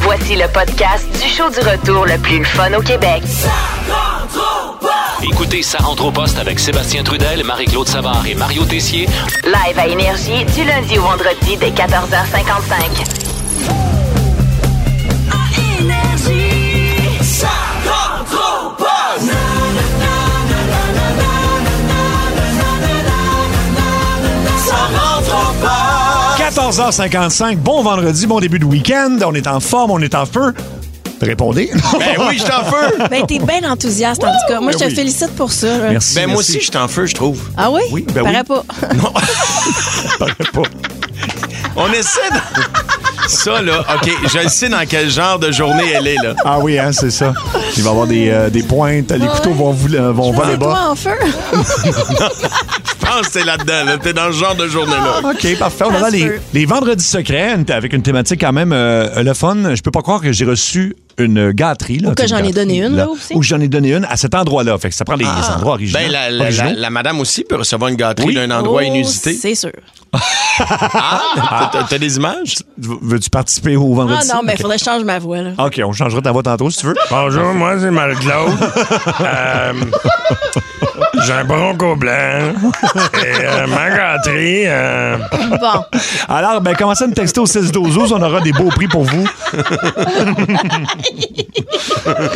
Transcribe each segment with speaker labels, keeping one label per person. Speaker 1: Voici le podcast du show du retour le plus fun au Québec.
Speaker 2: Écoutez, ça rentre au poste avec Sébastien Trudel, Marie-Claude Savard et Mario Tessier.
Speaker 1: Live à Énergie du lundi au vendredi dès 14h55.
Speaker 3: Ça rentre au poste.
Speaker 4: 14h55, bon vendredi, bon début de week-end. On est en forme, on est en feu. Répondez.
Speaker 3: Ben oui, je t'en feu.
Speaker 5: Ben, t'es bien enthousiaste, en tout cas. Moi, je te
Speaker 3: Ben oui.
Speaker 5: félicite pour ça. là.
Speaker 4: Merci.
Speaker 3: Ben moi
Speaker 4: merci.
Speaker 3: aussi, je t'en feu, je trouve.
Speaker 5: Ah oui?
Speaker 3: Oui, ben
Speaker 5: Paraît
Speaker 3: oui.
Speaker 5: pas.
Speaker 3: Non,
Speaker 4: Pas-
Speaker 3: on essaie de... Ça, là, OK, je le sais dans quel genre de journée elle est, là.
Speaker 4: Ah oui, hein, c'est ça. Il va y avoir des, euh, des pointes, les couteaux vont, vous- euh, vont vers le
Speaker 5: C'est
Speaker 4: bas.
Speaker 5: toi Ah, en feu.
Speaker 3: Je pense que t'es là-dedans, là. T'es dans ce genre de
Speaker 5: Ah,
Speaker 3: journée-là.
Speaker 4: OK, parfait. On
Speaker 5: Ça
Speaker 4: aura
Speaker 5: se
Speaker 4: les,
Speaker 5: peut.
Speaker 4: les vendredis secrets une- avec une thématique quand même euh, le fun. Je peux pas croire que j'ai reçu une gâterie. Là,
Speaker 5: Ou que
Speaker 4: une
Speaker 5: j'en ai
Speaker 4: gâterie,
Speaker 5: donné une, là, aussi. Ah.
Speaker 4: Ou que j'en ai donné une à cet endroit-là. Fait que ça prend les, les endroits originaux.
Speaker 3: Ben, la, la-
Speaker 4: originaux.
Speaker 3: la- la madame aussi peut recevoir une gâterie d'un endroit
Speaker 5: Oh,
Speaker 3: inusité.
Speaker 5: C'est sûr.
Speaker 3: Ah, t'as- t'as des images?
Speaker 4: V- Veux-tu participer au vendredi?
Speaker 5: Ah non, ben,
Speaker 4: OK.
Speaker 5: faudrait que je change ma voix, là.
Speaker 4: OK, on changera ta voix tantôt si tu veux.
Speaker 6: Bonjour, moi c'est Marie-Claude. Euh, J'ai un bronco blanc. Et euh, ma gâterie, euh,
Speaker 5: Bon.
Speaker 4: Alors, ben, commencez à me texter au 16 12 12 on aura des beaux prix pour vous.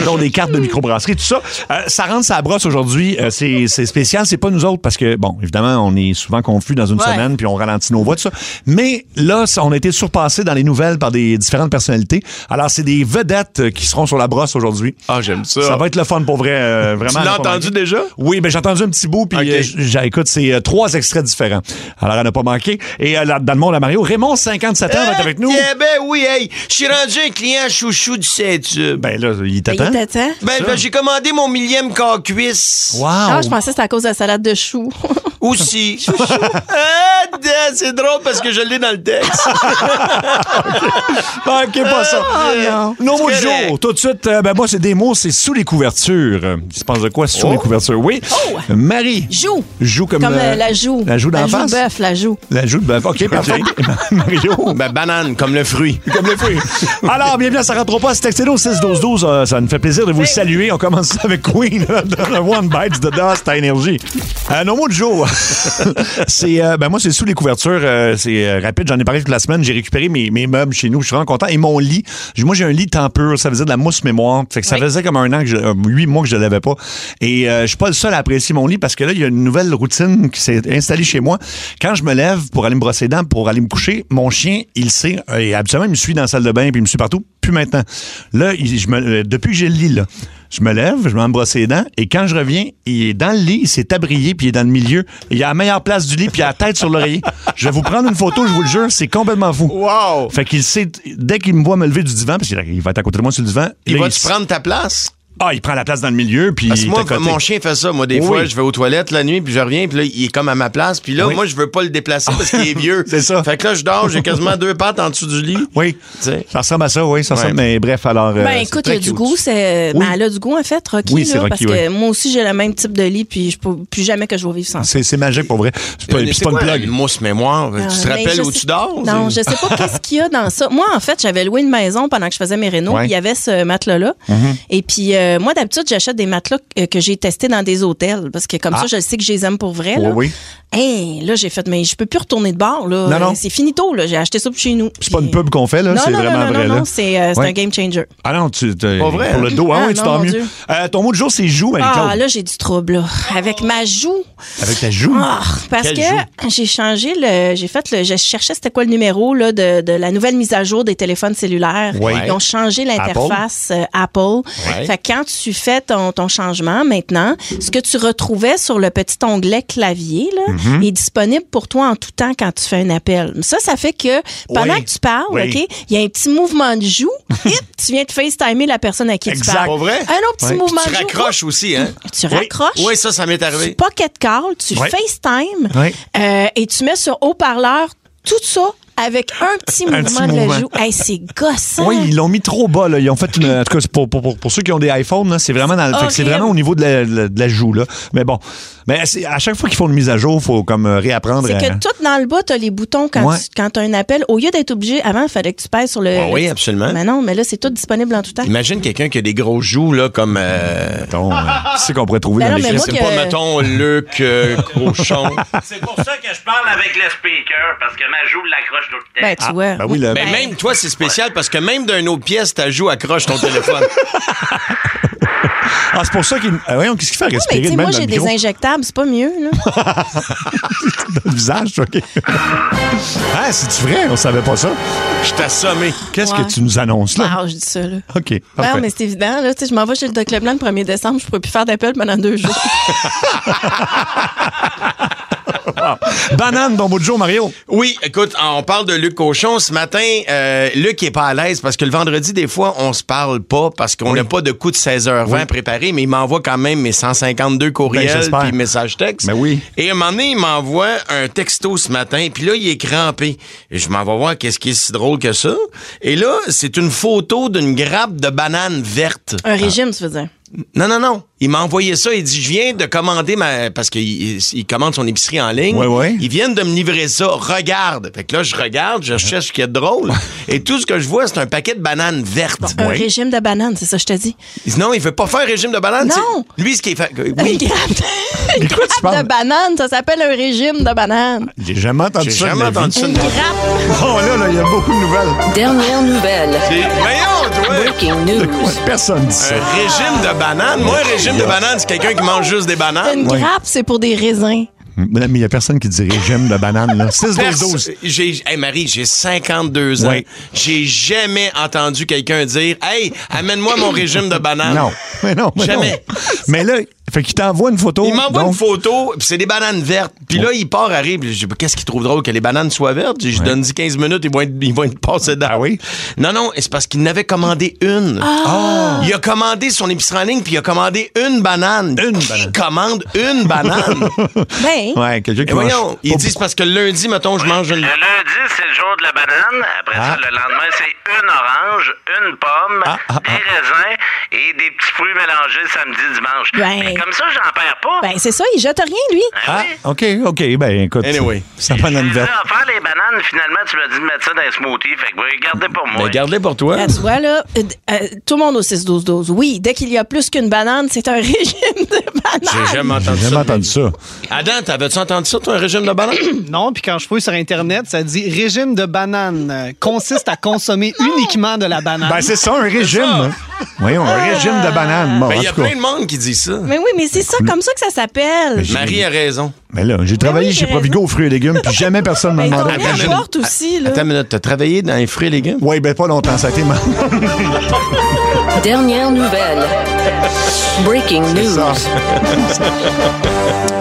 Speaker 4: Donc, des cartes de microbrasserie, tout ça. Euh, ça rentre sa brosse aujourd'hui. Euh, c'est c'est spécial. C'est pas nous autres parce que, bon, évidemment, on est souvent confus dans une
Speaker 5: Ouais.
Speaker 4: semaine puis on ralentit nos voix, tout ça. Mais là, ça- on a été surpassé dans les nouvelles par des différentes personnalités. Alors, c'est des vedettes euh, qui seront sur la brosse aujourd'hui.
Speaker 3: Ah, j'aime ça.
Speaker 4: Ça va être le fun pour vrai, euh, vraiment.
Speaker 3: Tu l'as
Speaker 4: là, pas
Speaker 3: entendu
Speaker 4: manquer.
Speaker 3: déjà?
Speaker 4: Oui, ben j'ai entendu un petit bout, puis
Speaker 3: Ok.
Speaker 4: euh, j- j'ai- écoute, c'est euh, trois extraits différents. Alors, elle n'a pas manqué. Et euh, là, dans le monde à Mario, Raymond, 57 ans, va être avec nous.
Speaker 3: Eh ben oui, hey, je suis rendu un client chouchou du Saint-Tube.
Speaker 4: Ben là, il
Speaker 5: Ben,
Speaker 4: t'attend.
Speaker 5: il t'attend.
Speaker 3: Ben, ben, j'ai commandé mon millième corps-cuisse.
Speaker 4: Wow!
Speaker 5: Ah,
Speaker 3: oh.
Speaker 5: je pensais que c'était à cause de la salade de choux.
Speaker 3: Aussi. ah, damn, c'est drôle parce que je l'ai dans le texte.
Speaker 4: Ah, ok, pas ça.
Speaker 3: non.
Speaker 4: Nos mots du
Speaker 3: Hein? C'est correct.
Speaker 4: jour. Tout de suite, euh, ben moi, c'est des mots, c'est sous les couvertures. Euh, Il se pense de quoi sous
Speaker 3: Oh.
Speaker 4: les couvertures? Oui. Marie.
Speaker 5: Joue.
Speaker 4: Joue comme,
Speaker 5: Comme euh,
Speaker 4: euh,
Speaker 5: la joue.
Speaker 4: La joue d'en
Speaker 5: La joue
Speaker 4: face.
Speaker 5: bœuf, la joue.
Speaker 4: La joue de bœuf. OK, parfait. Mario.
Speaker 3: Ben, banane, comme le fruit.
Speaker 4: Comme les fruits. Alors, bienvenue à Ça rentre pas. C'est textez-nous au 6 12 12 Euh, Ça nous fait plaisir de vous saluer. On commence ça avec Queen, là, de The One Bites the Dust à Énergie. Euh, nos mots de jour. c'est, euh, ben moi, c'est sous les couvertures. euh, c'est euh, rapide. J'en ai parlé toute la semaine. J'ai récupéré mes, mes meubles chez nous. Je suis vraiment content. Et mon lit. J'ai- Moi, j'ai un lit tempur. Ça faisait de la mousse mémoire. Fait que ça faisait comme un an, que je, euh, huit mois que je ne l'avais pas. Et euh, je suis pas le seul à apprécier mon lit parce que là, il y a une nouvelle routine qui s'est installée chez moi. Quand je me lève pour aller me brosser les dents, pour aller me coucher, mon chien, il sait, euh, et habituellement, il me suit dans la salle de bain, puis il me suit partout, plus maintenant. Là, il- je me- euh, depuis que j'ai le lit, là, je me lève, je m'en brosser les dents, et quand je reviens, il est dans le lit, il s'est abrié, puis il est dans le milieu. Il a la meilleure place du lit, puis il a la tête sur l'oreiller. Je vais vous prendre une photo, je vous le jure, c'est complètement fou.
Speaker 3: Wow!
Speaker 4: Fait qu'il sait, dès qu'il me voit me lever du divan, parce qu'il va être à côté de moi sur le divan,
Speaker 3: Il
Speaker 4: là,
Speaker 3: va-tu
Speaker 4: s-
Speaker 3: prendre ta place?
Speaker 4: Ah, il prend la place dans le milieu, puis
Speaker 3: Parce que
Speaker 4: il est
Speaker 3: moi,
Speaker 4: à côté.
Speaker 3: mon chien fait ça. Moi, des
Speaker 4: Oui.
Speaker 3: fois, je vais aux toilettes la nuit, puis je reviens, puis là, il est comme à ma place. Puis là,
Speaker 4: Oui.
Speaker 3: moi, je veux pas le déplacer parce qu'il est vieux.
Speaker 4: C'est ça.
Speaker 3: Fait que là, je dors, j'ai quasiment deux pattes en dessous du lit.
Speaker 4: Oui,
Speaker 3: sais.
Speaker 4: ça ressemble à ça, oui, ça
Speaker 3: Ouais.
Speaker 4: ressemble, mais bref, alors... euh,
Speaker 5: Ben
Speaker 4: c'est
Speaker 5: écoute, il
Speaker 4: très
Speaker 5: y a du
Speaker 4: cute.
Speaker 5: goût, c'est.
Speaker 4: Oui.
Speaker 5: Ben, elle a du goût en fait, Rocky.
Speaker 4: Oui, c'est
Speaker 5: là,
Speaker 4: Rocky,
Speaker 5: parce
Speaker 4: ouais.
Speaker 5: que moi aussi j'ai le même type de lit, puis je peux plus jamais que je vais vivre sans ça.
Speaker 4: Ah. C'est c'est magique, pour vrai. C'est pas,
Speaker 3: Mais
Speaker 4: c'est
Speaker 3: Euh, c'est
Speaker 4: pas une
Speaker 3: quoi,
Speaker 4: blague.
Speaker 3: Une mousse mémoire. tu te
Speaker 5: Euh, mais
Speaker 3: rappelles
Speaker 5: je
Speaker 3: où
Speaker 5: sais-
Speaker 3: tu dors?
Speaker 5: Non, je
Speaker 3: C'est-
Speaker 5: sais pas qu'est-ce qu'il y a dans ça. Moi, en fait, j'avais loué une maison pendant que je faisais mes rénaux.
Speaker 4: Ouais.
Speaker 5: puis Il y avait ce matelas-là. Et puis, euh, moi, d'habitude, j'achète des matelas euh, que j'ai testés dans des hôtels parce que comme ça, je sais que je les aime pour vrai.
Speaker 4: Oui,
Speaker 5: là.
Speaker 4: Ah. oui.
Speaker 5: Hey, là, j'ai fait, mais je peux plus retourner de bord. Là.
Speaker 4: Non, non.
Speaker 5: Euh, C'est finito. Là. J'ai acheté ça pour chez nous.
Speaker 4: C'est pas une pub qu'on fait, là,
Speaker 5: Non,
Speaker 4: hein, c'est
Speaker 5: non,
Speaker 4: vraiment
Speaker 5: non, non,
Speaker 4: vrai.
Speaker 5: non,
Speaker 4: là.
Speaker 5: non, c'est euh, c'est
Speaker 4: Ouais.
Speaker 5: un game changer.
Speaker 4: Ah non, tu... t'es-
Speaker 3: Pas vrai, hein?
Speaker 4: Pour le dos, ah,
Speaker 5: Ah
Speaker 4: oui, tu
Speaker 5: non,
Speaker 4: dors
Speaker 5: mon
Speaker 4: mieux.
Speaker 5: Dieu.
Speaker 4: Euh, ton mot du jour, c'est joue, marie
Speaker 5: Ah, là, j'ai du trouble. là. Avec ma joue.
Speaker 4: Avec ta joue.
Speaker 5: Ah, parce
Speaker 3: Quel
Speaker 5: que j'ai changé le. J'ai fait le. Je cherchais c'était quoi le numéro là, de, de la nouvelle mise à jour des téléphones cellulaires.
Speaker 4: Ouais.
Speaker 5: Ils ont changé l'interface euh, Apple. Fait que quand tu fais ton, ton changement maintenant, ce que tu retrouvais sur le petit onglet clavier là,
Speaker 4: Mm-hmm.
Speaker 5: est disponible pour toi en tout temps quand tu fais un appel. Ça, ça fait que pendant
Speaker 4: Oui.
Speaker 5: que tu parles,
Speaker 4: Oui.
Speaker 5: OK, il y a un petit mouvement de joue. Hip, tu viens de FaceTimer la personne à qui
Speaker 4: Exact.
Speaker 5: tu parles.
Speaker 3: Pas vrai?
Speaker 5: Un autre petit
Speaker 4: Ouais.
Speaker 5: mouvement
Speaker 3: Tu
Speaker 5: de joue.
Speaker 3: raccroches aussi, hein?
Speaker 5: Tu raccroches.
Speaker 3: Oui, ça, ça m'est
Speaker 5: Tu
Speaker 3: arrivé.
Speaker 5: pocket call, tu
Speaker 4: Ouais.
Speaker 5: FaceTime
Speaker 4: Ouais.
Speaker 5: euh, et tu mets sur haut-parleur tout ça avec un petit mouvement
Speaker 4: petit
Speaker 5: de
Speaker 4: mouvement.
Speaker 5: la joue. Hey, c'est gossant.
Speaker 4: Oui, ils l'ont mis trop bas. Là. Ils ont fait une. En tout cas, c'est pour, pour, pour, pour ceux qui ont des iPhones, là, c'est vraiment dans le- fait que c'est
Speaker 5: Horrible.
Speaker 4: vraiment au niveau de la, la- de la joue. Là. Mais bon. Mais c'est- à chaque fois qu'ils font une mise à jour, il faut comme euh, réapprendre.
Speaker 5: C'est
Speaker 4: à-
Speaker 5: que tout dans le bas, t'as les boutons quand
Speaker 4: Ouais.
Speaker 5: tu as un appel. Au lieu d'être obligé, avant, il fallait que tu pèses sur le.
Speaker 3: Ah oui, absolument.
Speaker 5: Mais non, mais là, c'est tout disponible en tout temps.
Speaker 3: Imagine quelqu'un qui a des gros joues, là, comme. euh,
Speaker 4: Mettons, euh, qui c'est qu'on pourrait trouver dans
Speaker 5: Ben non,
Speaker 4: les
Speaker 5: mais
Speaker 3: je
Speaker 5: moi
Speaker 3: sais
Speaker 5: que-
Speaker 3: pas, mettons, Luc euh, Cochon.
Speaker 7: C'est pour ça que je parle avec le speaker, parce que ma joue l'accroche tout le temps.
Speaker 5: Ben, tu vois.
Speaker 4: ben oui, le-
Speaker 3: Mais
Speaker 5: Ben,
Speaker 3: même toi, c'est spécial parce que même d'un autre pièce, ta joue accroche ton téléphone.
Speaker 4: Ah, c'est pour ça qu'il. Ah, voyons, qu'est-ce qu'il fait à
Speaker 5: mais
Speaker 4: respirer
Speaker 5: tu
Speaker 4: de
Speaker 5: sais,
Speaker 4: même
Speaker 5: moi,
Speaker 4: dans
Speaker 5: j'ai
Speaker 4: le
Speaker 5: des
Speaker 4: micro?
Speaker 5: injectables, c'est pas mieux, là.
Speaker 4: Dans le visage, OK. ah, c'est vrai, on savait pas ça.
Speaker 3: Je t'assommais.
Speaker 4: Qu'est-ce
Speaker 5: Ouais.
Speaker 4: que tu nous annonces là?
Speaker 5: Ah, je dis ça, là.
Speaker 4: OK.
Speaker 5: Ouais,
Speaker 4: Parfait.
Speaker 5: mais c'est évident, là. Tu sais, je m'en vais chez le Doc Leblanc le 1er décembre, je pourrais plus faire d'appel pendant deux jours.
Speaker 4: Banane dans votre jour, Mario.
Speaker 3: Oui, écoute, ah, on parle de Luc Cochon. Ce matin, euh, Luc est pas à l'aise parce que le vendredi, des fois, on se parle pas parce qu'on n'a pas de coup de 16h20 préparé, mais il m'envoie quand même mes 152
Speaker 4: Ben,
Speaker 3: courriels
Speaker 4: j'espère.
Speaker 3: puis messages textes.
Speaker 4: Ben oui.
Speaker 3: Et à un moment donné, il m'envoie un texto ce matin, puis là, il est crampé. Et je m'en vais voir qu'est-ce qui est si drôle que ça. Et là, c'est une photo d'une grappe de banane verte.
Speaker 4: Ah.
Speaker 5: Un régime, tu veux dire.
Speaker 3: Non, non, non. Il m'a envoyé ça. Il dit, je viens de commander ma... Parce qu'il il- il commande son épicerie en ligne.
Speaker 4: Ouais, ouais.
Speaker 3: Ils viennent de me livrer ça. Regarde. Fait que là, je regarde, je cherche ce qu'il y a de drôle. Et tout ce que je vois, c'est un paquet de bananes vertes.
Speaker 5: Un régime de bananes, c'est ça, que je te dis.
Speaker 3: Il dit, non, il veut pas faire un régime de bananes.
Speaker 5: Non.
Speaker 3: C'est- Lui, ce qui est fait...
Speaker 5: Une
Speaker 3: Oui.
Speaker 5: grappe de, une
Speaker 4: De quoi tu
Speaker 5: grappe
Speaker 4: parles?
Speaker 5: de banane, ça s'appelle un régime de banane.
Speaker 4: J'ai jamais entendu
Speaker 3: J'ai
Speaker 4: ça. de
Speaker 3: jamais
Speaker 4: ma vie.
Speaker 3: entendu ça.
Speaker 5: Une grappe.
Speaker 4: Oh là, là, il y a beaucoup de nouvelles.
Speaker 8: Dernière nouvelle.
Speaker 3: C'est- Voyons, toi.
Speaker 8: Breaking
Speaker 4: De quoi?
Speaker 8: news.
Speaker 4: Personne dit
Speaker 3: Un
Speaker 4: ça.
Speaker 3: régime de bananes. Moi, un régime de bananes, c'est quelqu'un qui mange juste des bananes.
Speaker 5: Une
Speaker 4: Ouais.
Speaker 5: grappe, c'est pour des raisins.
Speaker 4: Mais il y a personne qui dit régime de banane, là. 6 12
Speaker 3: Perso-
Speaker 4: 12
Speaker 3: J'ai, hey Marie, j'ai 52 ans.
Speaker 4: Ouais.
Speaker 3: J'ai jamais entendu quelqu'un dire Hey, amène-moi mon régime de bananes.
Speaker 4: Non. Mais non. Mais
Speaker 3: Jamais.
Speaker 4: non. Mais là, fait qu'il t'envoie une photo.
Speaker 3: Il m'envoie
Speaker 4: donc-
Speaker 3: une photo, puis c'est des bananes vertes. Puis là, il part, arrive, je dis, qu'est-ce qu'il trouve drôle que les bananes soient vertes? Je lui donne 10-15 minutes, ils vont être, ils vont être passés dedans.
Speaker 4: Ah oui?
Speaker 3: Non, non, c'est parce qu'il n'avait commandé une. Il a commandé son épicerie en ligne, puis il a commandé une banane.
Speaker 4: Une
Speaker 3: Qui
Speaker 4: banane.
Speaker 3: commande une banane?
Speaker 5: Ben,
Speaker 4: Ouais, quelqu'un
Speaker 3: Et
Speaker 4: qui mange.
Speaker 3: voyons, ils
Speaker 4: pas-
Speaker 3: disent parce que lundi, mettons, je mange
Speaker 7: Le
Speaker 3: une...
Speaker 7: lundi, c'est le jour de la banane. Après
Speaker 4: Ah.
Speaker 7: ça, le lendemain, c'est une orange, une pomme, des
Speaker 4: ah.
Speaker 7: raisins et des petits fruits mélangés samedi, dimanche.
Speaker 5: Ben.
Speaker 7: Mais comme ça, j'en perds pas.
Speaker 5: ben c'est ça, il jette rien, lui.
Speaker 7: Ah
Speaker 4: Ah,
Speaker 7: oui.
Speaker 4: OK, OK. Ben, écoute.
Speaker 3: Anyway.
Speaker 4: Ça banane
Speaker 7: Je les ai
Speaker 4: verte.
Speaker 5: Ah,
Speaker 7: offert les bananes, finalement, tu m'as dit de mettre ça dans un smoothie. Fait que ben, gardez pour moi.
Speaker 3: Ben, garde-les pour toi.
Speaker 5: Là, tu vois, là, euh, euh, tout le monde au 6-12-12. Oui, dès qu'il y a plus qu'une banane, c'est un régime de banane.
Speaker 3: J'ai jamais
Speaker 4: J'ai
Speaker 3: entendu
Speaker 4: jamais
Speaker 3: ça.
Speaker 4: entendu ça.
Speaker 3: Adam, t'avais-tu entendu ça, toi, un régime de banane?
Speaker 1: Non, puis quand je fouille sur Internet, ça dit régime de banane euh, consiste à consommer uniquement de la banane.
Speaker 4: Ben, c'est ça, un régime. hein. Voyons, un
Speaker 5: Ah.
Speaker 4: régime de banane. Bon,
Speaker 3: Ben,
Speaker 4: en
Speaker 3: il y a
Speaker 4: tout cas.
Speaker 3: plein de monde qui dit ça.
Speaker 5: Mais oui, mais c'est ça, comme ça que ça
Speaker 4: Ben,
Speaker 5: s'appelle.
Speaker 3: Marie a raison.
Speaker 4: Mais là, j'ai travaillé
Speaker 5: oui,
Speaker 4: chez
Speaker 5: j'ai raison.
Speaker 4: Provigo aux fruits et légumes, puis jamais personne ne m'a
Speaker 5: Ben,
Speaker 4: demandé.
Speaker 5: ton lien
Speaker 3: attends,
Speaker 5: porte aussi, là.
Speaker 3: Attends une minute, t'as travaillé dans les fruits et légumes?
Speaker 4: Oui, ben pas longtemps, ça a été mal.
Speaker 8: Dernière nouvelle. Breaking
Speaker 4: ça.
Speaker 8: news.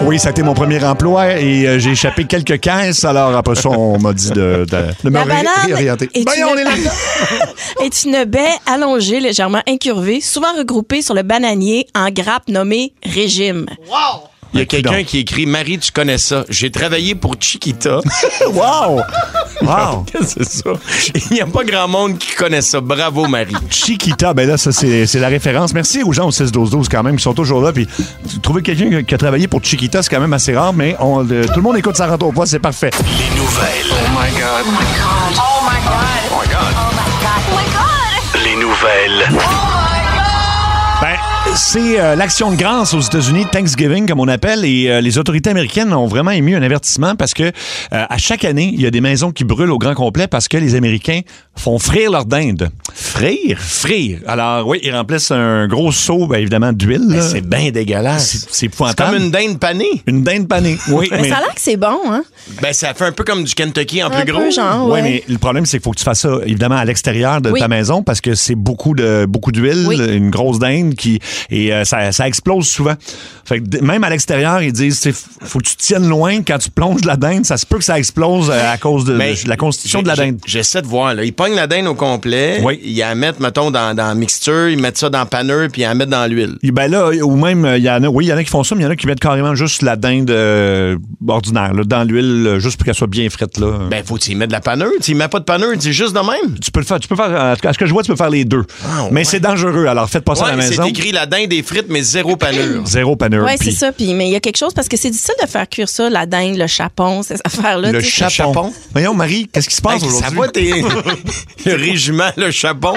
Speaker 4: Oui, ça a été mon premier emploi et euh, j'ai échappé quelques caisses. Alors, après ça, on m'a dit de, de, de me
Speaker 5: La
Speaker 4: ré-
Speaker 5: banane
Speaker 4: réorienter.
Speaker 5: est
Speaker 4: Ben,
Speaker 5: une-
Speaker 4: on est là.
Speaker 5: est une baie allongée, légèrement incurvée, souvent regroupée sur le bananier en grappe nommée régime.
Speaker 3: Il y a
Speaker 4: Ben,
Speaker 3: quelqu'un
Speaker 4: coudonc.
Speaker 3: qui écrit Marie, tu connais ça. J'ai travaillé pour Chiquita.
Speaker 4: Wow! Wow!
Speaker 3: Qu'est-ce que c'est ça? Il n'y a pas grand monde qui connaît ça. Bravo, Marie.
Speaker 4: Chiquita, ben là, ça, c'est c'est la référence. Merci aux gens au 16-12-12 quand même, qui sont toujours là. Puis, trouver quelqu'un qui a travaillé pour Chiquita, c'est quand même assez rare, mais on, euh, tout le monde écoute ça rentre au poids, c'est parfait.
Speaker 9: Les nouvelles.
Speaker 4: Oh
Speaker 9: Oh Les nouvelles.
Speaker 4: Ben, c'est euh, l'action de grâce aux États-Unis, Thanksgiving comme on appelle, et euh, les autorités américaines ont vraiment émis un avertissement parce que euh, à chaque année, il y a des maisons qui brûlent au grand complet parce que les Américains font frire leur dinde. Frire? Frire. Alors oui, ils remplacent un gros seau, ben, évidemment, d'huile. là.
Speaker 3: C'est bien dégueulasse.
Speaker 4: C'est- c'est
Speaker 3: C'est comme
Speaker 4: épouvantable.
Speaker 3: une dinde panée.
Speaker 4: Une dinde panée. Oui,
Speaker 5: Mais ça a l'air que c'est bon, hein?
Speaker 3: Ben, ça fait un peu comme du Kentucky en
Speaker 5: Un
Speaker 3: plus
Speaker 5: peu,
Speaker 3: gros.
Speaker 5: genre,
Speaker 4: Oui,
Speaker 5: ouais.
Speaker 4: mais le problème, c'est qu'il faut que tu fasses ça, évidemment, à l'extérieur de
Speaker 5: Oui.
Speaker 4: ta maison parce que c'est beaucoup de beaucoup d'huile,
Speaker 5: Oui.
Speaker 4: une grosse dinde qui. Et euh, ça, ça explose souvent. Fait que d- même à l'extérieur, ils disent il faut que tu te tiennes loin quand tu plonges la dinde. Ça se peut que ça explose euh, à cause de,
Speaker 3: Mais
Speaker 4: de la constitution de la
Speaker 3: j'ai-
Speaker 4: dinde.
Speaker 3: j'ai- J'essaie de voir. Là. Il pogne la dinde au complet.
Speaker 4: Oui.
Speaker 3: ils la mettent, mettons, dans, dans la mixture, ils mettent ça dans le panneur, puis ils la mettent dans l'huile.
Speaker 4: Et Ben là, ou même, euh, il y en a, oui, il y en a qui font ça, mais il y en a qui mettent carrément juste la dinde euh, ordinaire, là, dans l'huile, euh, juste pour qu'elle soit bien frite, là.
Speaker 3: Ben, faut qu'ils mettent de la panneur. Tu mets pas de panneur, tu juste de même. Ah,
Speaker 4: tu peux le faire, tu peux faire, à ce que je vois, tu peux faire les deux. mais c'est dangereux, alors faites pas ça à la
Speaker 3: Ouais,
Speaker 4: maison.
Speaker 3: c'est écrit la dinde des frites, mais zéro panneur.
Speaker 4: Zéro panure.
Speaker 5: Oui,
Speaker 4: puis
Speaker 5: c'est ça. Puis, mais il y a quelque chose parce que c'est difficile de faire cuire ça, la dinde, le chapon, ces affaires-là.
Speaker 3: Le
Speaker 5: tu sais.
Speaker 3: chapon. Chapon.
Speaker 4: Voyons, Marie, qu'est-ce qui se
Speaker 3: Hey,
Speaker 4: passe
Speaker 3: ça
Speaker 4: aujourd'hui?
Speaker 3: va, t'es. le régiment, le chapon.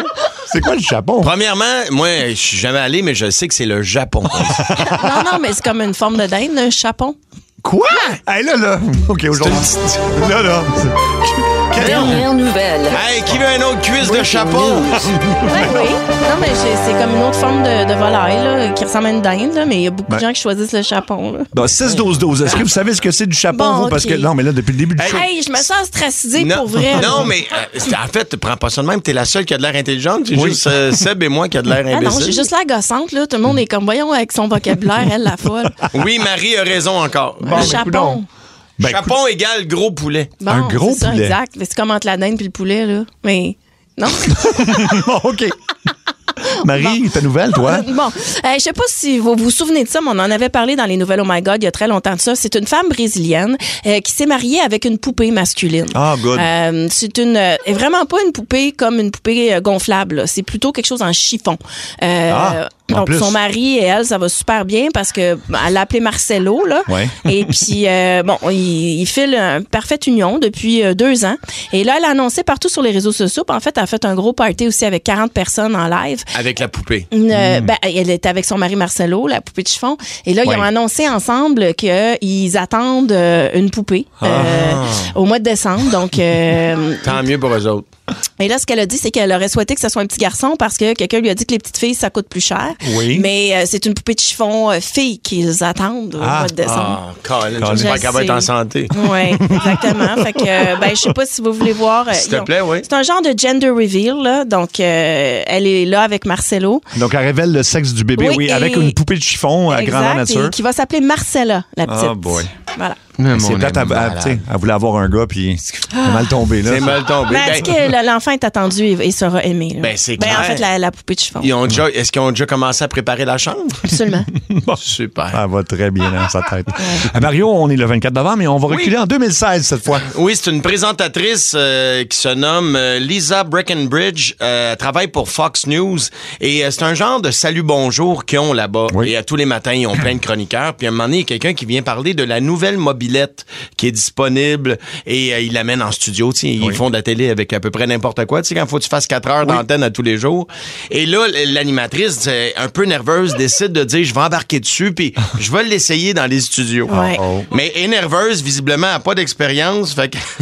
Speaker 4: C'est quoi le chapon?
Speaker 3: Premièrement, moi, je suis jamais allé, mais je sais que c'est le Japon.
Speaker 5: Non, non, mais c'est comme une forme de dinde, un chapon.
Speaker 4: Quoi? Hey, là, là. OK, aujourd'hui. Là, là.
Speaker 8: Dernière nouvelle.
Speaker 3: hey, qui veut un autre cuisse de chapon?
Speaker 5: Oui, oui. Non, mais c'est c'est comme une autre forme de, de volaille là, qui ressemble à une dinde, là, mais il y a beaucoup
Speaker 4: Ben.
Speaker 5: de gens qui choisissent le chapon. Là.
Speaker 4: Bon, 6-12-12. Est-ce que vous savez ce que c'est du chapon,
Speaker 5: Bon,
Speaker 4: vous? Parce
Speaker 5: OK.
Speaker 4: que, non, mais là, depuis le début du show.
Speaker 5: Hey, je me sens ostracisée
Speaker 3: Non,
Speaker 5: pour vrai. là.
Speaker 3: non, mais euh, c'est- en fait, tu prends pas ça de même. T'es la seule qui a de l'air intelligente. C'est juste euh, Seb et moi qui a de l'air
Speaker 5: Ah non, j'ai
Speaker 3: imbécile.
Speaker 5: juste la gossante, là. Tout le monde est comme, voyons, avec son vocabulaire, elle, la folle.
Speaker 3: Oui, Marie a raison encore.
Speaker 5: le
Speaker 4: ben,
Speaker 5: chapon.
Speaker 4: coudonc. Ben,
Speaker 3: Chapon égale gros poulet.
Speaker 5: Bon,
Speaker 4: Un gros
Speaker 5: c'est ça,
Speaker 4: poulet.
Speaker 5: exact. Mais c'est comme entre la dinde puis le poulet, là. Mais non.
Speaker 4: Bon, OK. Marie, ta nouvelle, toi?
Speaker 5: bon, euh, je sais pas si vous vous souvenez de ça, mais on en avait parlé dans les nouvelles Oh My God il y a très longtemps de ça. C'est une femme brésilienne euh, qui s'est mariée avec une poupée masculine.
Speaker 4: Ah, good.
Speaker 5: Euh, c'est une euh, et vraiment pas une poupée comme une poupée euh, gonflable. là. C'est plutôt quelque chose en chiffon. Euh,
Speaker 4: Ah, en
Speaker 5: donc
Speaker 4: plus.
Speaker 5: son mari et elle, ça va super bien parce que ben, elle l'a appelé Marcelo là.
Speaker 4: Ouais.
Speaker 5: Et puis euh, bon, ils il filent une parfaite union depuis euh, deux ans. Et là, elle a annoncé partout sur les réseaux sociaux. Puis En fait, elle a fait un gros party aussi avec 40 personnes en live.
Speaker 3: Avec la poupée.
Speaker 5: Une,
Speaker 3: Hmm.
Speaker 5: euh, ben, elle était avec son mari Marcelo, la poupée de chiffon. Et là,
Speaker 4: Ouais.
Speaker 5: ils ont annoncé ensemble qu'ils attendent euh, une poupée euh,
Speaker 3: Ah.
Speaker 5: au mois de décembre. Donc, euh,
Speaker 3: Tant mieux pour eux autres.
Speaker 5: et là, ce qu'elle a dit, c'est qu'elle aurait souhaité que ce soit un petit garçon parce que quelqu'un lui a dit que les petites filles, ça coûte plus cher.
Speaker 4: Oui.
Speaker 5: Mais euh, c'est une poupée de chiffon euh, fille qu'ils attendent au mois de
Speaker 3: Ah,
Speaker 5: décembre.
Speaker 3: Colin,
Speaker 4: Colin.
Speaker 3: j'espère
Speaker 5: Je
Speaker 3: qu'elle va être
Speaker 5: sais.
Speaker 3: en santé.
Speaker 5: Oui, exactement. fait que, euh, ben, je sais pas si vous voulez voir. euh,
Speaker 3: S'il te
Speaker 5: ils ont-
Speaker 3: plaît, oui.
Speaker 5: C'est un genre de gender reveal, là. Donc, euh, elle est là avec Marcelo.
Speaker 4: Donc, elle révèle le sexe du bébé, oui,
Speaker 5: Oui, et-
Speaker 4: avec une poupée de chiffon à grandeur
Speaker 5: Exact,
Speaker 4: nature.
Speaker 5: et qui va s'appeler Marcella, la petite.
Speaker 4: Ah, boy. Ah,
Speaker 5: Voilà.
Speaker 4: C'est plate, elle, elle, tu sais, elle voulait avoir un gars, puis elle est mal tombée, là.
Speaker 3: C'est mal tombé.
Speaker 5: Ben, est-ce
Speaker 3: Ben,
Speaker 5: que le- l'enfant est attendu et, et sera aimé? là?
Speaker 3: Ben, c'est
Speaker 5: en
Speaker 3: clair.
Speaker 5: fait, la, la poupée de chiffon.
Speaker 3: ils ont déjà- Est-ce qu'ils ont déjà commencé à préparer la chambre?
Speaker 5: Absolument.
Speaker 3: Super.
Speaker 4: Elle va très bien dans sa tête. Euh, Mario, on est le 24 novembre, mais on va reculer en 2016 cette fois.
Speaker 3: Oui, c'est une présentatrice euh, qui se nomme euh, Lisa Breckenbridge. Euh, elle travaille pour Fox News et euh, c'est un genre de salut bonjour qu'ils ont là-bas.
Speaker 4: Oui.
Speaker 3: Et à tous les matins, ils ont plein de chroniqueurs. Puis à un moment donné, il y a quelqu'un qui vient parler de la nouvelle mobilette qui est disponible et euh, il l'amène en studio. Tu sais, Ils font de la télé avec à peu près n'importe quoi. Tu sais, quand faut que tu fasses quatre heures d'antenne à tous les jours. Et là, l'animatrice, euh, un peu nerveuse, décide de dire, je vais embarquer dessus puis je vais l'essayer dans les studios.
Speaker 5: Ouais.
Speaker 3: Mais elle est nerveuse, visiblement, elle n'a pas d'expérience, fait que.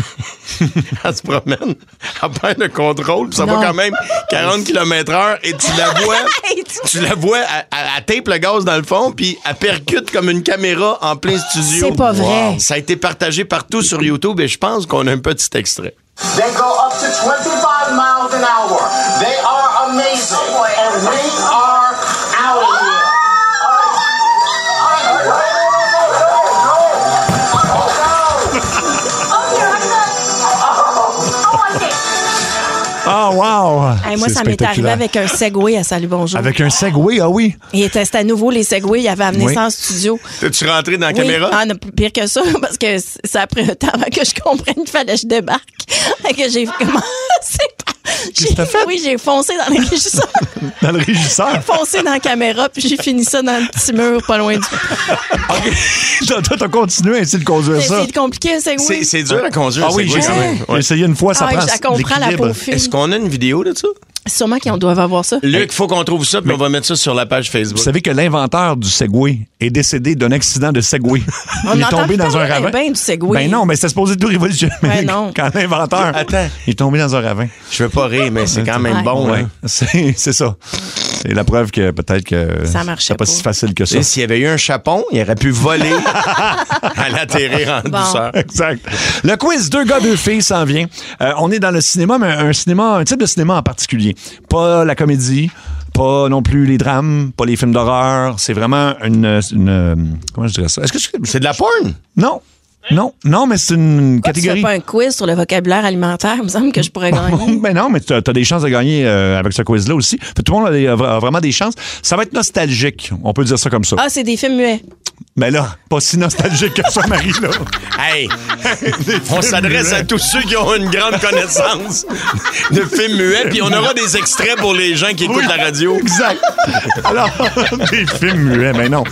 Speaker 3: elle se promène, elle perd le contrôle, puis ça
Speaker 5: Non.
Speaker 3: va quand même 40 km heure et tu la vois, tu la vois, elle, elle- elle tape le gaz dans le fond, puis elle percute comme une caméra en plein studio.
Speaker 5: Ah, C'est pas vrai.
Speaker 3: Ça a été partagé partout sur YouTube et je pense qu'on a un petit extrait.
Speaker 2: They go up to 25 miles an hour. They are amazing. And we are out of here.
Speaker 4: Ah, wow!
Speaker 5: Hey, moi,
Speaker 4: C'est
Speaker 5: ça m'est arrivé
Speaker 4: spectaculaire.
Speaker 5: avec un Segway à Salut Bonjour.
Speaker 4: Avec un Segway, ah oui.
Speaker 5: Il était c'était à nouveau les Segway, il avait amené
Speaker 4: Oui.
Speaker 5: ça en studio.
Speaker 3: T'es-tu rentré dans la
Speaker 5: Oui,
Speaker 3: caméra?
Speaker 5: ah, non, pire que ça, parce que c- ça a pris un temps avant que je comprenne qu'il fallait que je débarque. Fait que j'ai commencé par- j'ai-
Speaker 4: t'as fait?
Speaker 5: Oui, j'ai foncé dans les régisseurs.
Speaker 4: Dans le régisseur.
Speaker 5: foncé dans la caméra, puis j'ai fini ça dans le petit mur pas loin du.
Speaker 4: Toi, toi, t'as continué à essayer de conduire ça.
Speaker 5: C'est compliqué, un Segway.
Speaker 3: C'est c'est dur à conduire.
Speaker 4: Ah oui,
Speaker 3: c'est
Speaker 4: j'ai
Speaker 3: vrai, quand même.
Speaker 4: essayé. J'ai essayé une fois, ça
Speaker 5: Ah oui,
Speaker 4: prend
Speaker 5: je la comprends, la
Speaker 4: l'équilibre.
Speaker 5: pauvre fille.
Speaker 3: Est-ce qu'on a une vidéo de ça?
Speaker 5: Sûrement qu'on doit avoir ça.
Speaker 3: Luc, faut qu'on trouve ça, puis on va mettre ça sur la page Facebook.
Speaker 4: Vous savez que l'inventeur du Segway est décédé d'un accident de Segway.
Speaker 5: Ah, On
Speaker 4: il est
Speaker 5: entend
Speaker 4: tombé
Speaker 5: plus
Speaker 4: dans un
Speaker 5: parler
Speaker 4: ravin.
Speaker 5: ben du Segway.
Speaker 4: Ben non, mais c'était supposé tout révolutionner.
Speaker 5: Ben non.
Speaker 4: Quand l'inventeur
Speaker 3: Attends.
Speaker 4: il est tombé dans un ravin.
Speaker 3: Je veux pas rire, mais c'est quand même
Speaker 5: Ouais.
Speaker 3: bon. hein.
Speaker 4: C'est c'est ça. C'est la preuve que peut-être que
Speaker 5: Ça marchait
Speaker 4: c'était pas,
Speaker 5: pas.
Speaker 4: si facile que
Speaker 3: Tu
Speaker 4: ça.
Speaker 3: sais, S'il y avait eu un chapon, il aurait pu voler à l'atterrir en
Speaker 5: Bon.
Speaker 3: douceur.
Speaker 4: Exact. Le quiz Deux gars, deux filles s'en vient. Euh, on est dans le cinéma, mais un, un cinéma, un type de cinéma en particulier. Pas la comédie, pas non plus les drames, pas les films euh, d'horreur. C'est vraiment une, une- Comment je dirais ça? Est-ce que je-
Speaker 3: C'est de la porn?
Speaker 4: Non. Non, non, mais c'est une
Speaker 5: Pourquoi Tu fais
Speaker 4: catégorie.
Speaker 5: pas un quiz sur le vocabulaire alimentaire, il me semble que je pourrais gagner.
Speaker 4: Mais Ben non, mais tu as, des chances de gagner euh, avec ce quiz-là aussi. Fait que Tout le monde a, des- a vra- a vraiment des chances. Ça va être nostalgique, on peut dire ça comme ça.
Speaker 5: Ah, c'est des films muets.
Speaker 4: Mais là, pas si nostalgique que ça, Marie-là.
Speaker 3: Hey! on s'adresse à tous ceux qui ont une grande connaissance de films muets, puis on aura des extraits pour les gens qui écoutent la radio.
Speaker 4: Exact. Alors, des films muets, mais non.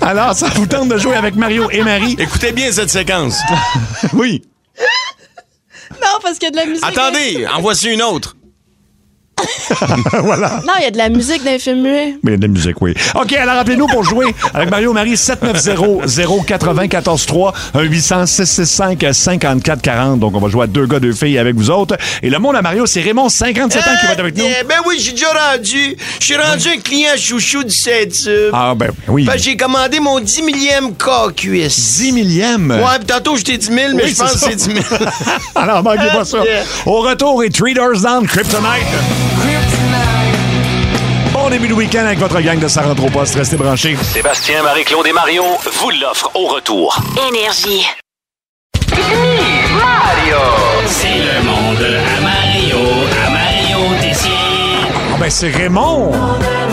Speaker 4: Alors, ça vous tente de jouer avec Mario et Marie?
Speaker 3: Écoutez bien cette séquence.
Speaker 4: Oui.
Speaker 5: Non, parce qu'il y a de la musique.
Speaker 3: Attendez, en voici une autre.
Speaker 5: Non, il y a de la musique dans les films muets.
Speaker 4: Mais il y a de la musique, oui. OK, alors rappelez-nous pour jouer avec Mario Marie 790-094-3, 1-800-665-5440. Donc, on va jouer à deux gars, deux filles avec vous autres. Et le monde à Mario, c'est Raymond, 57 ans, qui va être avec nous.
Speaker 3: Eh ben oui, j'ai déjà rendu. Je suis rendu un client chouchou du 7
Speaker 4: Ah, ben oui.
Speaker 3: j'ai commandé mon 10 millième corps cuisse.
Speaker 4: 10 millième.
Speaker 3: Ouais, puis tantôt, j'étais 10 000, mais
Speaker 4: Oui,
Speaker 3: je pense
Speaker 4: c'est
Speaker 3: que
Speaker 4: ça.
Speaker 3: c'est 10 000.
Speaker 4: Alors, Ah, manquez pas ça.
Speaker 3: Ah, Yeah.
Speaker 4: Au retour, et Three Doors Down, Kryptonite. Bon début de week-end avec votre gang de Ça rentre au poste. Restez branchés.
Speaker 9: Sébastien, Marie-Claude et Mario vous l'offrent au retour.
Speaker 8: Énergie.
Speaker 10: C'est le monde à Mario, à Mario Tessier.
Speaker 4: Ah, ben c'est Raymond.